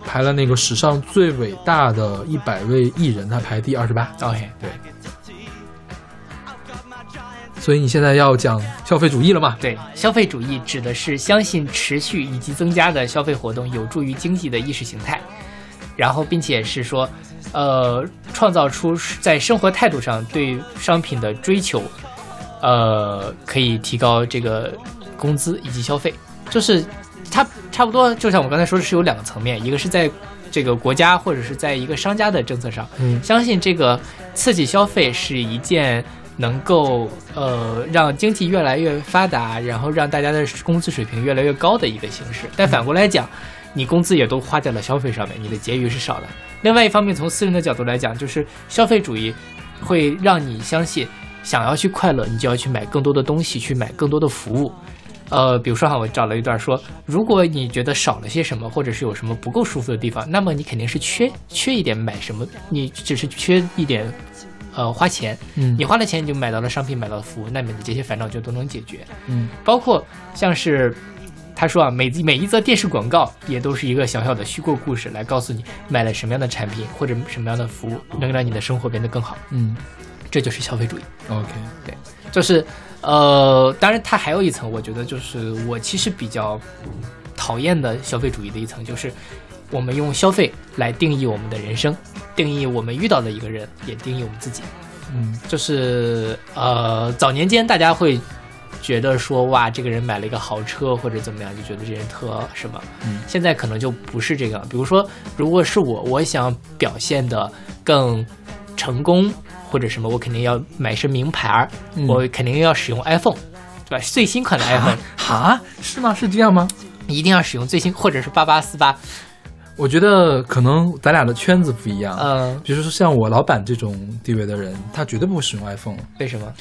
Speaker 2: 排了那个史上最伟大的一百位艺人，他排第二十八。
Speaker 3: OK，
Speaker 2: 对。所以你现在要讲消费主义了嘛？
Speaker 3: 对，消费主义指的是相信持续以及增加的消费活动有助于经济的意识形态，然后并且是说，呃，创造出在生活态度上对商品的追求，呃，可以提高这个工资以及消费，就是它差不多，就像我刚才说的是有两个层面，一个是在这个国家或者是在一个商家的政策上，
Speaker 2: 嗯
Speaker 3: 相信这个刺激消费是一件能够呃让经济越来越发达，然后让大家的工资水平越来越高的一个形式。但反过来讲，你工资也都花在了消费上面，你的结余是少的。另外一方面，从私人的角度来讲，就是消费主义会让你相信，想要去快乐，你就要去买更多的东西，去买更多的服务。呃，比如说哈，我找了一段说，如果你觉得少了些什么，或者是有什么不够舒服的地方，那么你肯定是缺缺一点买什么，你只是缺一点，呃，花钱。
Speaker 2: 嗯
Speaker 3: 你花了钱，你就买到了商品，买到了服务，那么你这些烦恼就都能解决。
Speaker 2: 嗯
Speaker 3: 包括像是他说啊，每每一则电视广告也都是一个小小的虚构故事，来告诉你买了什么样的产品或者什么样的服务，能让你的生活变得更好。
Speaker 2: 嗯
Speaker 3: 这就是消费主义。
Speaker 2: ，OK，
Speaker 3: 对，就是呃，当然它还有一层，我觉得就是我其实比较讨厌的消费主义的一层，就是我们用消费来定义我们的人生，定义我们遇到的一个人，也定义我们自己。
Speaker 2: 嗯
Speaker 3: 就是呃，早年间大家会觉得说哇，这个人买了一个豪车或者怎么样，就觉得这人特什么。
Speaker 2: 嗯
Speaker 3: 现在可能就不是这个了。比如说，如果是我，我想表现的更成功，或者什么，我肯定要买身名牌儿，
Speaker 2: 嗯
Speaker 3: 我肯定要使用 iPhone，对吧？最新款的
Speaker 2: *laughs*
Speaker 3: iPhone
Speaker 2: 啊，是吗？是这样吗？
Speaker 3: 一定要使用最新，或者是八八四八，
Speaker 2: 我觉得可能咱俩的圈子不一样，
Speaker 3: 嗯，
Speaker 2: 比如说像我老板这种地位的人，他绝对不会使用 iPhone，
Speaker 3: 为什么？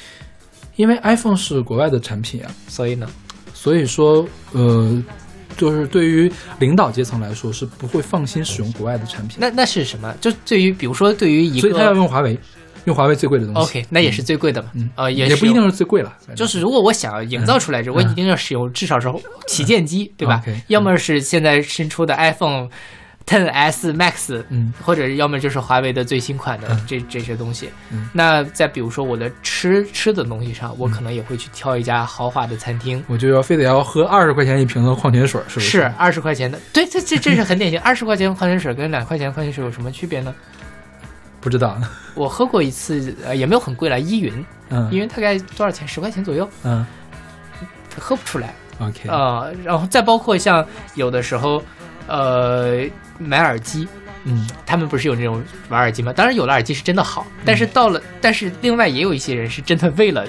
Speaker 2: 因为 iPhone 是国外的产品啊，
Speaker 3: 所以呢，
Speaker 2: 所以说，呃，就是对于领导阶层来说是不会放心使用国外的产品，
Speaker 3: 那那是什么？就对于比如说对于一个，
Speaker 2: 所以他要用华为，用华为最贵的东西。
Speaker 3: OK，那也是最贵的嘛，
Speaker 2: 嗯，
Speaker 3: 呃，
Speaker 2: 也
Speaker 3: 是
Speaker 2: 不一定
Speaker 3: 有
Speaker 2: 是最贵了，
Speaker 3: 就是如果我想要营造出来这，我一定要使用至少是旗舰机，对吧
Speaker 2: OK，嗯？
Speaker 3: 要么是现在新出的 iPhone。Ten S Max，
Speaker 2: 嗯，
Speaker 3: 或者要么就是华为的最新款的这这些东西
Speaker 2: 嗯。
Speaker 3: 那再比如说我的吃吃的东西上，我可能也会去挑一家豪华的餐厅，
Speaker 2: 我就要非得要喝二十块钱一瓶的矿泉水，是不
Speaker 3: 是二十块钱的。对，这这这是很典型。二十块钱矿泉水跟两块钱矿泉水有什么区别呢？
Speaker 2: 不知道，
Speaker 3: 我喝过一次，呃，也没有很贵了，依云，
Speaker 2: 嗯
Speaker 3: 依云大概多少钱？十块钱左右，
Speaker 2: 嗯
Speaker 3: 喝不出来。
Speaker 2: ，OK，
Speaker 3: 呃，然后再包括像有的时候，呃，买耳机，
Speaker 2: 嗯，
Speaker 3: 他们不是有那种玩耳机吗？当然有了耳机是真的好，但是到
Speaker 2: 嗯
Speaker 3: 了，但是另外也有一些人是真的为了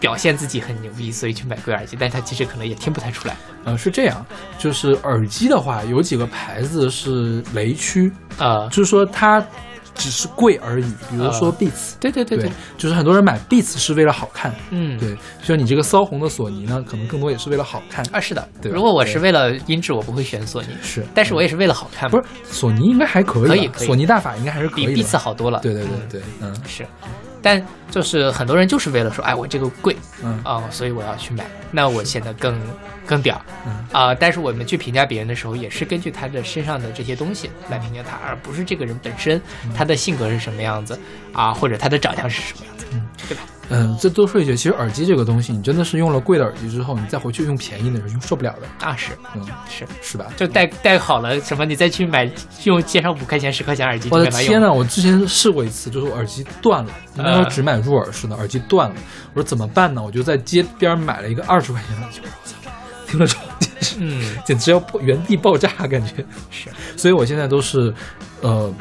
Speaker 3: 表现自己很牛逼，所以去买贵耳机，但他其实可能也听不太出来。
Speaker 2: 呃，是这样，就是耳机的话，有几个牌子是雷区
Speaker 3: 啊，
Speaker 2: 就是说它只是贵而已，比如说
Speaker 3: 啊
Speaker 2: Beats，、
Speaker 3: 对对对
Speaker 2: 对
Speaker 3: 对
Speaker 2: 就是很多人买 Beats 是为了好看，
Speaker 3: 嗯
Speaker 2: 对，像你这个骚红的索尼呢，可能更多也是为了好看
Speaker 3: 啊，是的，
Speaker 2: 对吧
Speaker 3: 如果我是
Speaker 2: 对
Speaker 3: 为了音质，我不会选索尼，
Speaker 2: 是，
Speaker 3: 但是我也是为了好看嘛。
Speaker 2: 不是索尼应该还可以吧，啊
Speaker 3: 可以可以
Speaker 2: 索尼大法应该还是可以的，
Speaker 3: 比 Beats 好多了
Speaker 2: 对对对对，嗯，
Speaker 3: 是，但就是很多人就是为了说，哎，我这个贵，
Speaker 2: 嗯
Speaker 3: 啊、所以我要去买，那我显得更更屌，
Speaker 2: 嗯
Speaker 3: 啊、但是我们去评价别人的时候，也是根据他的身上的这些东西来评价他，而不是这个人本身
Speaker 2: 嗯
Speaker 3: 他的性格是什么样子啊，或者他的长相是什么样子，对吧？
Speaker 2: 嗯，这多说一句，其实耳机这个东西，你真的是用了贵的耳机之后，你再回去用便宜的是用受不了的。
Speaker 3: 啊，是，
Speaker 2: 嗯，
Speaker 3: 是
Speaker 2: 是吧？
Speaker 3: 就戴戴好了什么，你再去买用街上五块钱、十块钱耳机，
Speaker 2: 我的
Speaker 3: 你干嘛用
Speaker 2: 天呐，我之前试过一次，就是我耳机断了，我那时候
Speaker 3: 呃
Speaker 2: 只买入耳式的，耳机断了，我说怎么办呢？我就在街边买了一个二十块钱的耳机，我操，听了之后简直， *laughs*
Speaker 3: 嗯，
Speaker 2: 简直要破原地爆炸，感觉
Speaker 3: 是，
Speaker 2: 所以我现在都是，呃。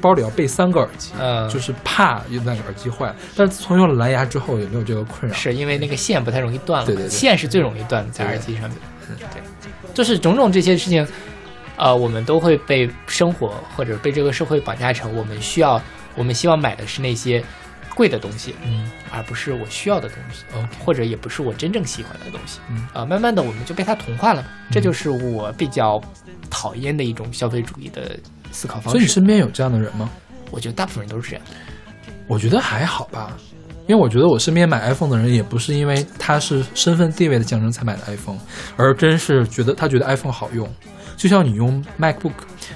Speaker 2: 包里要备三个耳机，
Speaker 3: 呃
Speaker 2: 就是怕有那个耳机坏。但是自从用了蓝牙之后，也没有这个困扰。
Speaker 3: 是因为那个线不太容易断了，
Speaker 2: 对对对
Speaker 3: 线是最容易断的，在耳机上面。对，就是种种这些事情，呃，我们都会被生活或者被这个社会绑架成我们需要，我们希望买的是那些贵的东西，
Speaker 2: 嗯，
Speaker 3: 而不是我需要的东西
Speaker 2: OK
Speaker 3: 或者也不是我真正喜欢的东西。
Speaker 2: 嗯，
Speaker 3: 啊、慢慢的我们就被它同化了，这就是我比较讨厌的一种消费主义的思考方
Speaker 2: 所以你
Speaker 3: 式。
Speaker 2: 身边有这样的人吗？
Speaker 3: 我觉得大部分人都是这样。
Speaker 2: 我觉得还好吧，因为我觉得我身边买 iPhone 的人也不是因为他是身份地位的象征才买的 iPhone，而真是觉得他觉得 iPhone 好用。就像你用 MacBook，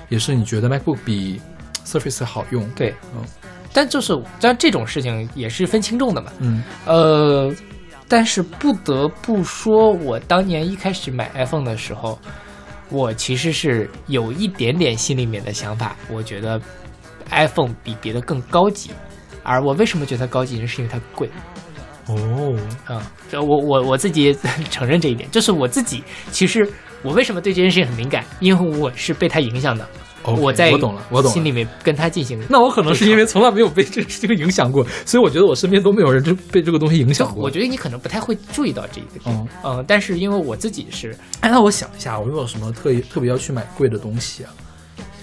Speaker 2: 也是你觉得 MacBook 比 Surface 好用。
Speaker 3: 对，
Speaker 2: 嗯
Speaker 3: 但就是，但这种事情也是分轻重的嘛。
Speaker 2: 嗯
Speaker 3: 呃，但是不得不说，我当年一开始买 iPhone 的时候，我其实是有一点点心里面的想法，我觉得 iPhone 比别的更高级。而我为什么觉得它高级呢？是因为它贵
Speaker 2: 哦，
Speaker 3: 啊、这我我我自己 *laughs* 承认这一点，就是我自己其实我为什么对这件事情很敏感，因为我是被它影响的。
Speaker 2: OK，
Speaker 3: 我在
Speaker 2: 我懂了我懂了
Speaker 3: 心里面跟它进行。
Speaker 2: 那我可能是因为从来没有被这个事情影响过，所以我觉得我身边都没有人就被这个东西影响过。
Speaker 3: 我觉得你可能不太会注意到这一个点，
Speaker 2: 嗯
Speaker 3: 嗯，但是因为我自己是，
Speaker 2: 哎，那我想一下，我有没有什么特意特别要去买贵的东西啊？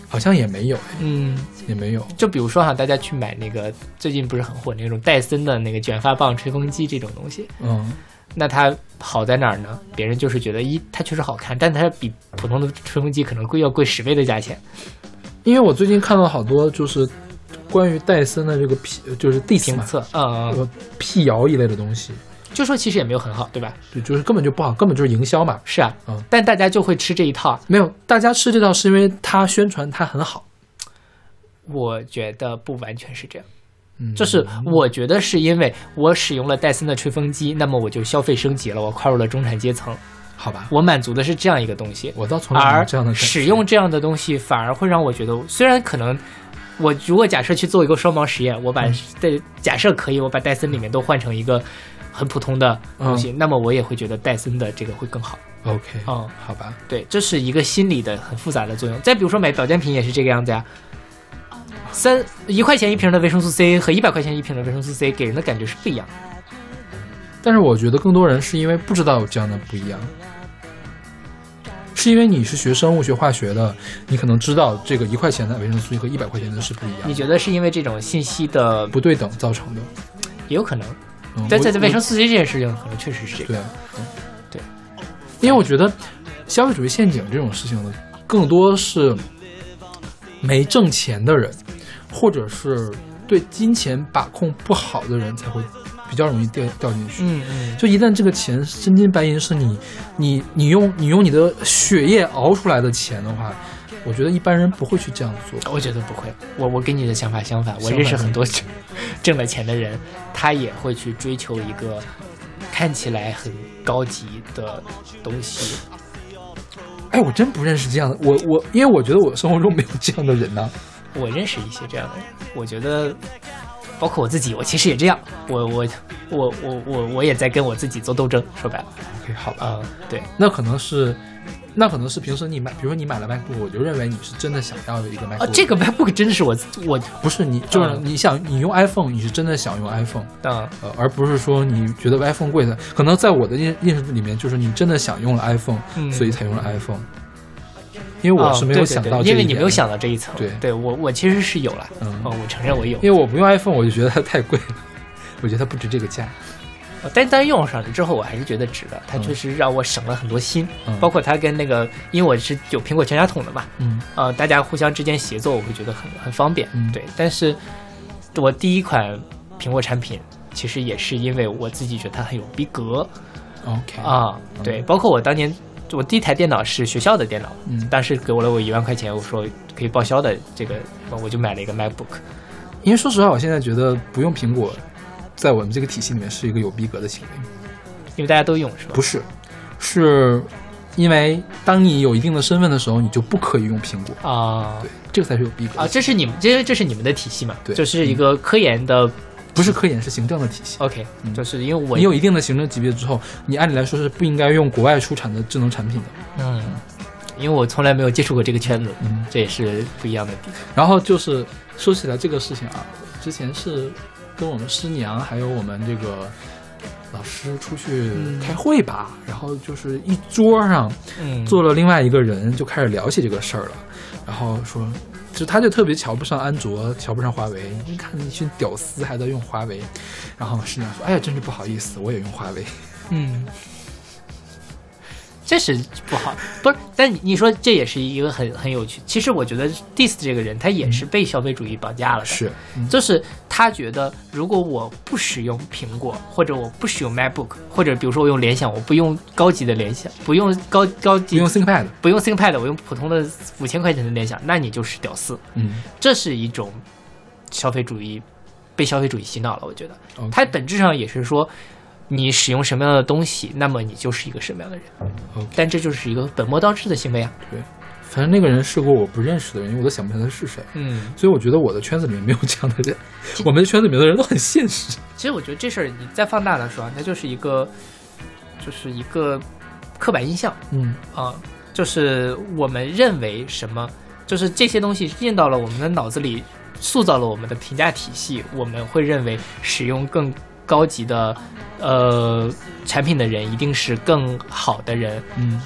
Speaker 2: 好像也没有，哎
Speaker 3: 嗯，
Speaker 2: 也没有。
Speaker 3: 就比如说哈，大家去买那个最近不是很火那种戴森的那个卷发棒、吹风机这种东西，
Speaker 2: 嗯，
Speaker 3: 那它好在哪儿呢？别人就是觉得一它确实好看，但它比普通的吹风机可能贵要贵十倍的价钱。
Speaker 2: 因为我最近看到好多就是关于戴森的这个辟，就是地
Speaker 3: 评测，嗯嗯
Speaker 2: 我辟谣一类的东西，
Speaker 3: 就说其实也没有很好，对吧？
Speaker 2: 对，就是根本就不好，根本就是营销嘛。
Speaker 3: 是啊，
Speaker 2: 嗯，
Speaker 3: 但大家就会吃这一套。
Speaker 2: 没有，大家吃这套是因为它宣传它很好，
Speaker 3: 我觉得不完全是这样。
Speaker 2: 嗯，
Speaker 3: 就是我觉得是因为我使用了戴森的吹风机，那么我就消费升级了，我跨入了中产阶层，
Speaker 2: 好吧？
Speaker 3: 我满足的是这样一个东西。
Speaker 2: 我倒从来没有
Speaker 3: 而
Speaker 2: 这样的感觉
Speaker 3: 使用这样的东西反而会让我觉得，虽然可能我如果假设去做一个双盲实验，我把戴
Speaker 2: 嗯
Speaker 3: 假设可以，我把戴森里面都换成一个很普通的东
Speaker 2: 嗯
Speaker 3: 西，那么我也会觉得戴森的这个会更好。
Speaker 2: OK，
Speaker 3: 嗯，
Speaker 2: 好吧，
Speaker 3: 对，这是一个心理的很复杂的作用。再比如说买保健品也是这个样子呀、三一块钱一瓶的维生素 C 和一百块钱一瓶的维生素 C 给人的感觉是不一样的。
Speaker 2: 但是我觉得更多人是因为不知道有这样的不一样，是因为你是学生物学化学的，你可能知道这个一块钱的维生素 C 和一百块钱的是不一样。
Speaker 3: 你觉得是因为这种信息的
Speaker 2: 不对等造成的？
Speaker 3: 也有可能
Speaker 2: 嗯，
Speaker 3: 但
Speaker 2: 我
Speaker 3: 在在维
Speaker 2: 我
Speaker 3: 生素 C 这件事情，可能确实是这个。
Speaker 2: 对，
Speaker 3: 对，
Speaker 2: 因为我觉得消费主义陷阱这种事情呢，更多是没挣钱的人，或者是对金钱把控不好的人才会比较容易掉掉进去。
Speaker 3: 嗯嗯，
Speaker 2: 就一旦这个钱真金白银是你你你用你用你的血液熬出来的钱的话，我觉得一般人不会去这样做。
Speaker 3: 我觉得不会，我我跟你的想法相反，我
Speaker 2: 相反
Speaker 3: 认识很多 *laughs* 挣挣了钱的人，他也会去追求一个看起来很高级的东西。
Speaker 2: 哎，我真不认识这样的，我我因为我觉得我生活中没有这样的人呐、
Speaker 3: 我认识一些这样的人，我觉得，包括我自己，我其实也这样，我我我我我我也在跟我自己做斗争。说白了
Speaker 2: OK，好
Speaker 3: 吧，对，
Speaker 2: 那可能是，那可能是平时你买，比如说你买了 MacBook，我就认为你是真的想要一个 MacBook。
Speaker 3: 啊，这个 MacBook 真的是我我
Speaker 2: 不是你，就是
Speaker 3: 嗯
Speaker 2: 你想你用 iPhone，你是真的想用 iPhone，
Speaker 3: 嗯，
Speaker 2: 呃，而不是说你觉得 iPhone 贵的。可能在我的认认识里面，就是你真的想用了 iPhone，、
Speaker 3: 嗯
Speaker 2: 所以才用了 iPhone。因为我是没有
Speaker 3: 哦对对
Speaker 2: 想
Speaker 3: 对
Speaker 2: 到这一点的、
Speaker 3: 因为你没有想到这一层。
Speaker 2: 对
Speaker 3: 对我我其实是有了，
Speaker 2: 嗯
Speaker 3: 哦，我承认我有，
Speaker 2: 因为我不用 iPhone，我就觉得它太贵了，我觉得它不值这个价。
Speaker 3: 呃但但用上了之后，我还是觉得值的，它
Speaker 2: 嗯
Speaker 3: 确实让我省了很多心，
Speaker 2: 嗯
Speaker 3: 包括它跟那个，因为我是有苹果全家桶的嘛，
Speaker 2: 嗯，
Speaker 3: 呃，大家互相之间协作，我会觉得很很方便，
Speaker 2: 嗯
Speaker 3: 对。但是我第一款苹果产品，其实也是因为我自己觉得它很有逼格
Speaker 2: OK
Speaker 3: 啊、
Speaker 2: 嗯
Speaker 3: 对，包括我当年。我第一台电脑是学校的电脑，
Speaker 2: 嗯
Speaker 3: 当时给我了我一万块钱，我说可以报销的这个，我就买了一个 MacBook。
Speaker 2: 因为说实话，我现在觉得不用苹果，在我们这个体系里面是一个有逼格的行为。
Speaker 3: 因为大家都用是吧？
Speaker 2: 不是，是因为当你有一定的身份的时候，你就不可以用苹果
Speaker 3: 啊。
Speaker 2: 对，这个才是有逼格
Speaker 3: 啊，这是你们，这这是你们的体系嘛？
Speaker 2: 对嗯
Speaker 3: 就是一个科研的，
Speaker 2: 不是科研，是行政的体系。
Speaker 3: OK，就是因为我
Speaker 2: 嗯你有一定的行政级别之后，你按理来说是不应该用国外出产的智能产品的。
Speaker 3: 嗯，因为我从来没有接触过这个圈子，
Speaker 2: 嗯
Speaker 3: 这也是不一样的地方。
Speaker 2: 然后就是说起来这个事情啊，之前是跟我们师娘还有我们这个老师出去开会吧，然后就是一桌上
Speaker 3: 嗯
Speaker 2: 坐了另外一个人，就开始聊起这个事儿了，然后说。就他就特别瞧不上安卓，瞧不上华为。你看一群屌丝还在用华为，然后师娘说：“哎呀，真是不好意思，我也用华为。
Speaker 3: 嗯，这是不好，不是？但你你说这也是一个很很有趣。其实我觉得 Dis 这个人他也是被消费主义绑架了的，
Speaker 2: 嗯 *laughs* 是，
Speaker 3: 就是他觉得如果我不使用苹果，或者我不使用 MacBook，或者比如说我用联想，我不用高级的联想，不用高高级，
Speaker 2: 不用 ThinkPad
Speaker 3: 不用 ThinkPad，我用普通的五千块钱的联想，那你就是屌丝。”
Speaker 2: 嗯，
Speaker 3: 这是一种消费主义被消费主义洗脑了。我觉得
Speaker 2: OK
Speaker 3: 它本质上也是说，你使用什么样的东西，那么你就是一个什么样的人。
Speaker 2: OK
Speaker 3: 但这就是一个本末倒置的行为啊。
Speaker 2: 对，反正那个人是个我不认识的人，因为我都想不起来他是谁。
Speaker 3: 嗯，
Speaker 2: 所以我觉得我的圈子里面没有这样的人，我们圈子里面的人都很现实。
Speaker 3: 其实我觉得这事儿你再放大了说，啊它就是一个，就是一个刻板印象。
Speaker 2: 嗯
Speaker 3: 啊、就是我们认为什么，就是这些东西进到了我们的脑子里，塑造了我们的评价体系，我们会认为使用更高级的呃产品的人一定是更好的人，
Speaker 2: 嗯，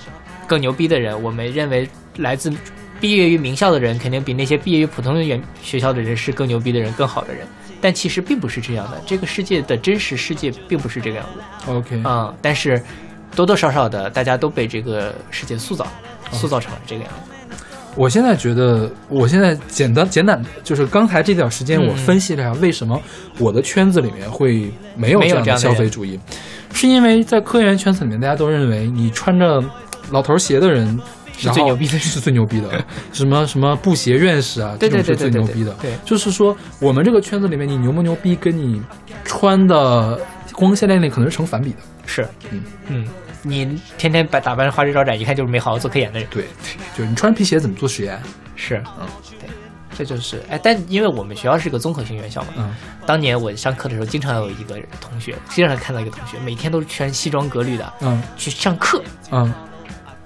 Speaker 3: 更牛逼的人。我们认为来自毕业于名校的人，肯定比那些毕业于普通的原学校的人是更牛逼的人、更好的人。但其实并不是这样的，这个世界的真实世界并不是这个样子。
Speaker 2: OK，
Speaker 3: 嗯，但是多多少少的，大家都被这个世界塑造，塑造成了这个样子。
Speaker 2: 我现在觉得，我现在简单简短就是刚才这段时间，
Speaker 3: 嗯
Speaker 2: 我分析了一下为什么我的圈子里面会没有
Speaker 3: 没有这
Speaker 2: 样的
Speaker 3: 样的
Speaker 2: 消
Speaker 3: 人
Speaker 2: 费主义，是因为在科研圈子里面，大家都认为你穿着老头鞋的人。
Speaker 3: 是最牛逼
Speaker 2: 的，是最牛逼的， *laughs* 什么什么布鞋院士啊，
Speaker 3: 对对
Speaker 2: 这
Speaker 3: 对
Speaker 2: 种是最
Speaker 3: 对
Speaker 2: 牛
Speaker 3: 对
Speaker 2: 逼的。
Speaker 3: 对
Speaker 2: 就是说我们这个圈子里面，你牛不牛逼，跟你穿的光鲜亮丽可能是成反比的。
Speaker 3: 是，
Speaker 2: 嗯
Speaker 3: 嗯，你天天把打扮花枝招展，一看就是没好好做科研的人。
Speaker 2: 对，就是你穿皮鞋怎么做实验？
Speaker 3: 是，
Speaker 2: 嗯，
Speaker 3: 对，这就是哎，但因为我们学校是个综合性院校嘛，
Speaker 2: 嗯，
Speaker 3: 当年我上课的时候，经常有一个同学，经常看到一个同学，每天都穿西装革履的，
Speaker 2: 嗯，
Speaker 3: 去上课，
Speaker 2: 嗯，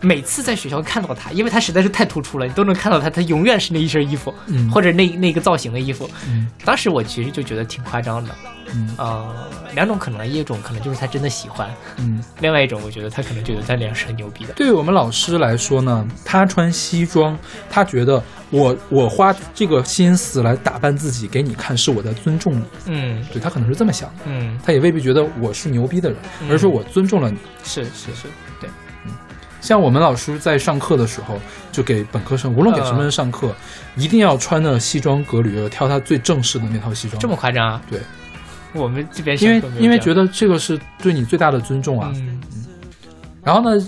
Speaker 3: 每次在学校看到他，因为他实在是太突出了，你都能看到他，他永远是那一身衣服，
Speaker 2: 嗯
Speaker 3: 或者那那个造型的衣服。
Speaker 2: 嗯
Speaker 3: 当时我其实就觉得挺夸张的，
Speaker 2: 嗯
Speaker 3: 呃，两种可能，一种可能就是他真的喜欢，
Speaker 2: 嗯，
Speaker 3: 另外一种我觉得他可能觉得他脸是很牛逼的。
Speaker 2: 对于我们老师来说呢，他穿西装，他觉得我我花这个心思来打扮自己给你看，是我在尊重你。
Speaker 3: 嗯
Speaker 2: 对他可能是这么想的，
Speaker 3: 嗯，
Speaker 2: 他也未必觉得我是牛逼的人，
Speaker 3: 嗯
Speaker 2: 而是说我尊重了你。
Speaker 3: 是是是，对，
Speaker 2: 像我们老师在上课的时候，就给本科生，无论给什么
Speaker 3: 嗯
Speaker 2: 人上课，一定要穿的西装革履，挑他最正式的那套西装。
Speaker 3: 这么夸张啊？
Speaker 2: 对，
Speaker 3: 我们这边
Speaker 2: 因
Speaker 3: 上
Speaker 2: 为
Speaker 3: 课没有
Speaker 2: 因为
Speaker 3: 这
Speaker 2: 觉
Speaker 3: 样
Speaker 2: 得这个是对你最大的尊重啊。
Speaker 3: 嗯
Speaker 2: 然后呢，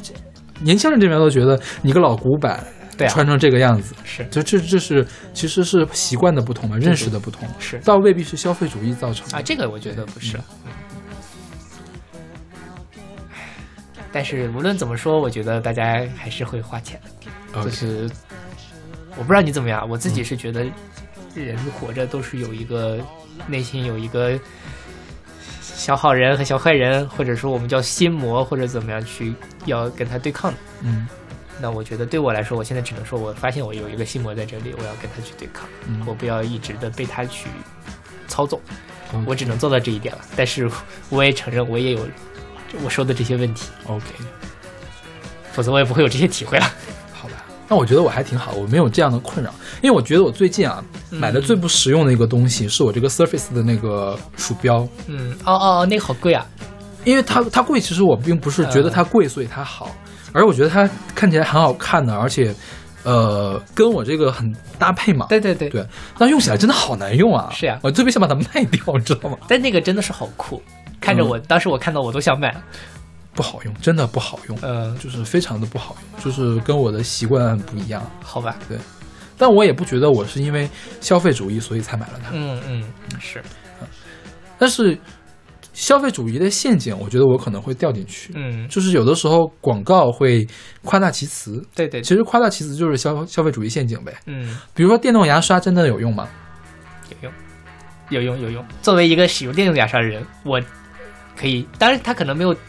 Speaker 2: 年轻人这边都觉得你个老古板，
Speaker 3: 对啊
Speaker 2: 穿成这个样子，
Speaker 3: 是，
Speaker 2: 就这这是其实是习惯的不同嘛，
Speaker 3: 对
Speaker 2: 认识的不同，
Speaker 3: 是
Speaker 2: 倒未必是消费主义造成的
Speaker 3: 啊，这个我觉得不是。
Speaker 2: 嗯
Speaker 3: 嗯但是无论怎么说，我觉得大家还是会花钱的。
Speaker 2: OK
Speaker 3: 就是我不知道你怎么样，我自己是觉得人活着都是有一个内心有一个小好人和小坏人，或者说我们叫心魔或者怎么样去要跟他对抗的。
Speaker 2: 嗯
Speaker 3: 那我觉得对我来说，我现在只能说，我发现我有一个心魔在这里，我要跟他去对抗，
Speaker 2: 嗯
Speaker 3: 我不要一直的被他去操纵，
Speaker 2: OK
Speaker 3: 我只能做到这一点了。但是我也承认，我也有我说的这些问题，
Speaker 2: OK，
Speaker 3: 否则我也不会有这些体会了。
Speaker 2: 那我觉得我还挺好，我没有这样的困扰，因为我觉得我最近啊
Speaker 3: 嗯
Speaker 2: 买的最不实用的一个东西是我这个 Surface 的那个鼠标，
Speaker 3: 嗯，哦哦，哦那个好贵啊，
Speaker 2: 因为它它贵，其实我并不是觉得它
Speaker 3: 嗯
Speaker 2: 贵所以它好，而我觉得它看起来很好看的，而且呃跟我这个很搭配嘛。
Speaker 3: 对对对
Speaker 2: 对，但用起来真的好难用啊！
Speaker 3: 是呀
Speaker 2: 我特别想把它卖掉，你知道吗？
Speaker 3: 但那个真的是好酷，看着我、
Speaker 2: 嗯
Speaker 3: 当时我看到我都想买了。
Speaker 2: 不好用，真的不好用，
Speaker 3: 呃，
Speaker 2: 就是非常的不好用，就是跟我的习惯很不一样。
Speaker 3: 好吧，
Speaker 2: 对，但我也不觉得我是因为消费主义所以才买了它，
Speaker 3: 嗯嗯，是，
Speaker 2: 但是消费主义的陷阱，我觉得我可能会掉进去。
Speaker 3: 嗯
Speaker 2: 就是有的时候广告会夸大其词，
Speaker 3: 对对，
Speaker 2: 其实夸大其词就是消消费主义陷阱呗。
Speaker 3: 嗯，
Speaker 2: 比如说电动牙刷真的有用吗？
Speaker 3: 有用，有用，有用。作为一个使用电动牙刷的人，我可以，当然它可能没有 *laughs*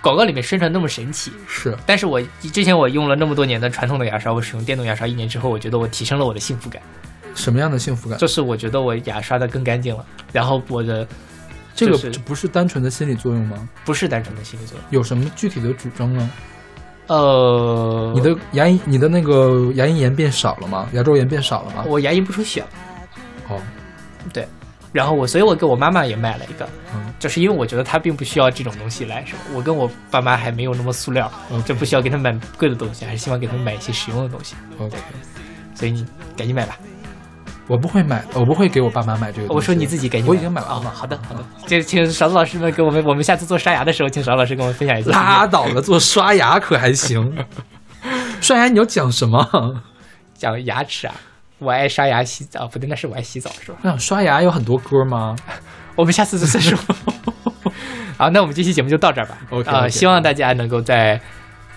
Speaker 3: 广告里面宣传那么神奇，
Speaker 2: 是，
Speaker 3: 但是我之前我用了那么多年的传统的牙刷，我使用电动牙刷一年之后，我觉得我提升了我的幸福感，
Speaker 2: 什么样的幸福感？
Speaker 3: 就是我觉得我牙刷的更干净了，然后我的
Speaker 2: 这个
Speaker 3: 就是
Speaker 2: 不是单纯的心理作用吗？
Speaker 3: 不是单纯的心理作用，
Speaker 2: 有什么具体的主张呢？
Speaker 3: 呃，
Speaker 2: 你的牙龈，你的那个牙龈炎变少了吗？牙周炎变少了吗？
Speaker 3: 我牙龈不出血了，
Speaker 2: 哦，
Speaker 3: 对，然后我所以我给我妈妈也买了一个，
Speaker 2: 嗯
Speaker 3: 就是因为我觉得她并不需要这种东西来什么，我跟我爸妈还没有那么塑料，
Speaker 2: 嗯
Speaker 3: 就不需要给他们买贵的东西，还是希望给他们买一些实用的东西。
Speaker 2: OK，
Speaker 3: 所以你赶紧买吧。
Speaker 2: 嗯我不会买，我不会给我爸妈买这个东西。
Speaker 3: 我说你自己赶紧，
Speaker 2: 我已经买了。哦
Speaker 3: 了。好的，好的。这请勺子老师们给我们，我们下次做刷牙的时候，请勺子老师跟我们分享一下。
Speaker 2: 拉倒了，做刷牙可还行？ *laughs* 刷牙你要讲什么？
Speaker 3: 讲牙齿啊，我爱刷牙洗澡，不对，那是我爱洗澡是吧 *laughs*
Speaker 2: 我？想刷牙有很多歌吗？
Speaker 3: 我们下次再说。 *laughs* 好，那我们这期节目就到这儿吧。
Speaker 2: OK，
Speaker 3: 呃，
Speaker 2: OK
Speaker 3: 希望大家能够在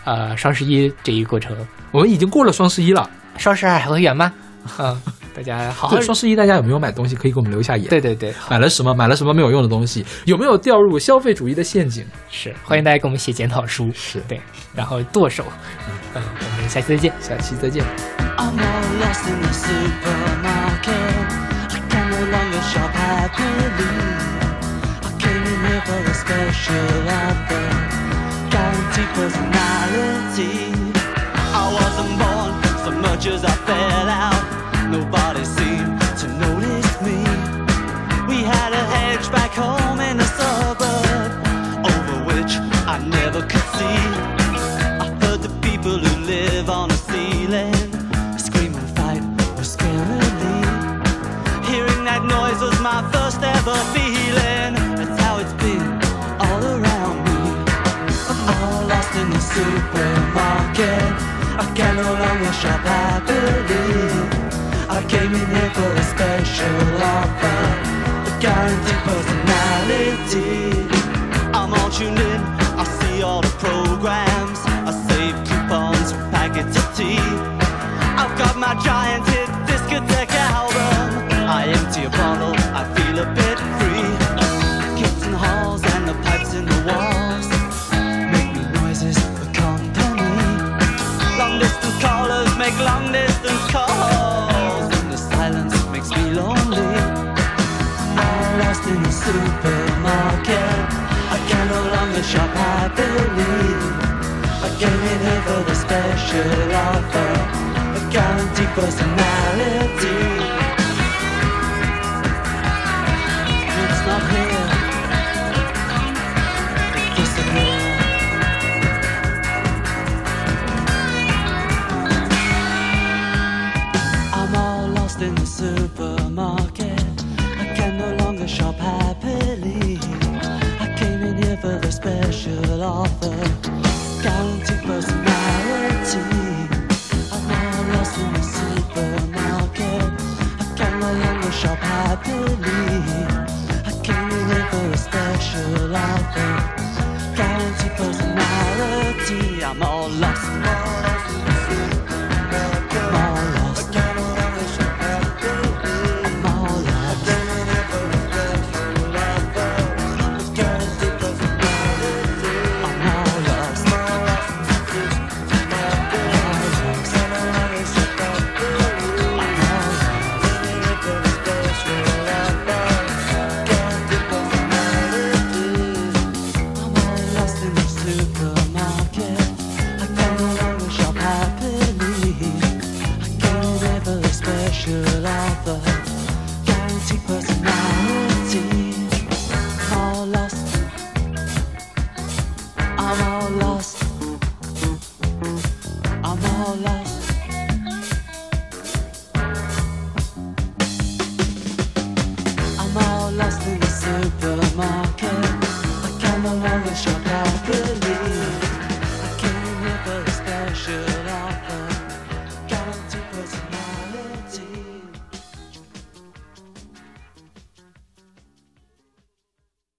Speaker 3: 呃双十一这一过程，
Speaker 2: 我们已经过了双十一了，
Speaker 3: 双十二还会远吗？嗯，大家好好
Speaker 2: 对双十一大家有没有买东西？可以给我们留一下言。
Speaker 3: 对对对，
Speaker 2: 买了什么？买了什么没有用的东西？有没有掉入消费主义的陷阱？
Speaker 3: 是欢迎大家给我们写检讨书，
Speaker 2: 是
Speaker 3: 对，然后剁手。嗯，我们下期再见，
Speaker 2: 下期再见。
Speaker 19: I'm all lost in the supermarket. I can no longer shop happily. I came here for a special offer, guaranteed personality. I wasn't born so much as I fell out. Nobody seemed to notice me. We had a hedge back home in the suburb, over which I never could see. I heard the people who live on the ceiling scream and fight was scarily. Hearing that noise was my first ever feeling. That's how it's been all around me. I'm all lost in the supermarket. I can no longer shop happily. I came in here for a special offer, a guaranteed personality. I'm all tuned in. I see all the programs. I save coupons, packets of tea. I've got my giant hit discotheque album. I empty a bottle, I feel a bit free. Kids in the halls and the pipes in the walls make me noises for company. all clear. Disappear. I'm all lost in the supermarket. I can no longer shop happily. I came in here for the special offer. Guaranteed personality. I'm all lost in the supermarket. I can no longer shop happily. I came in here for a special offer. Guaranteed personality. I'm all lost. I'm all lost. Lost in the supermarket. I can no longer shop happily. I can't ever a special offer. Guaranteed personality. I'm all lost. I'm all lost. I'm all lost.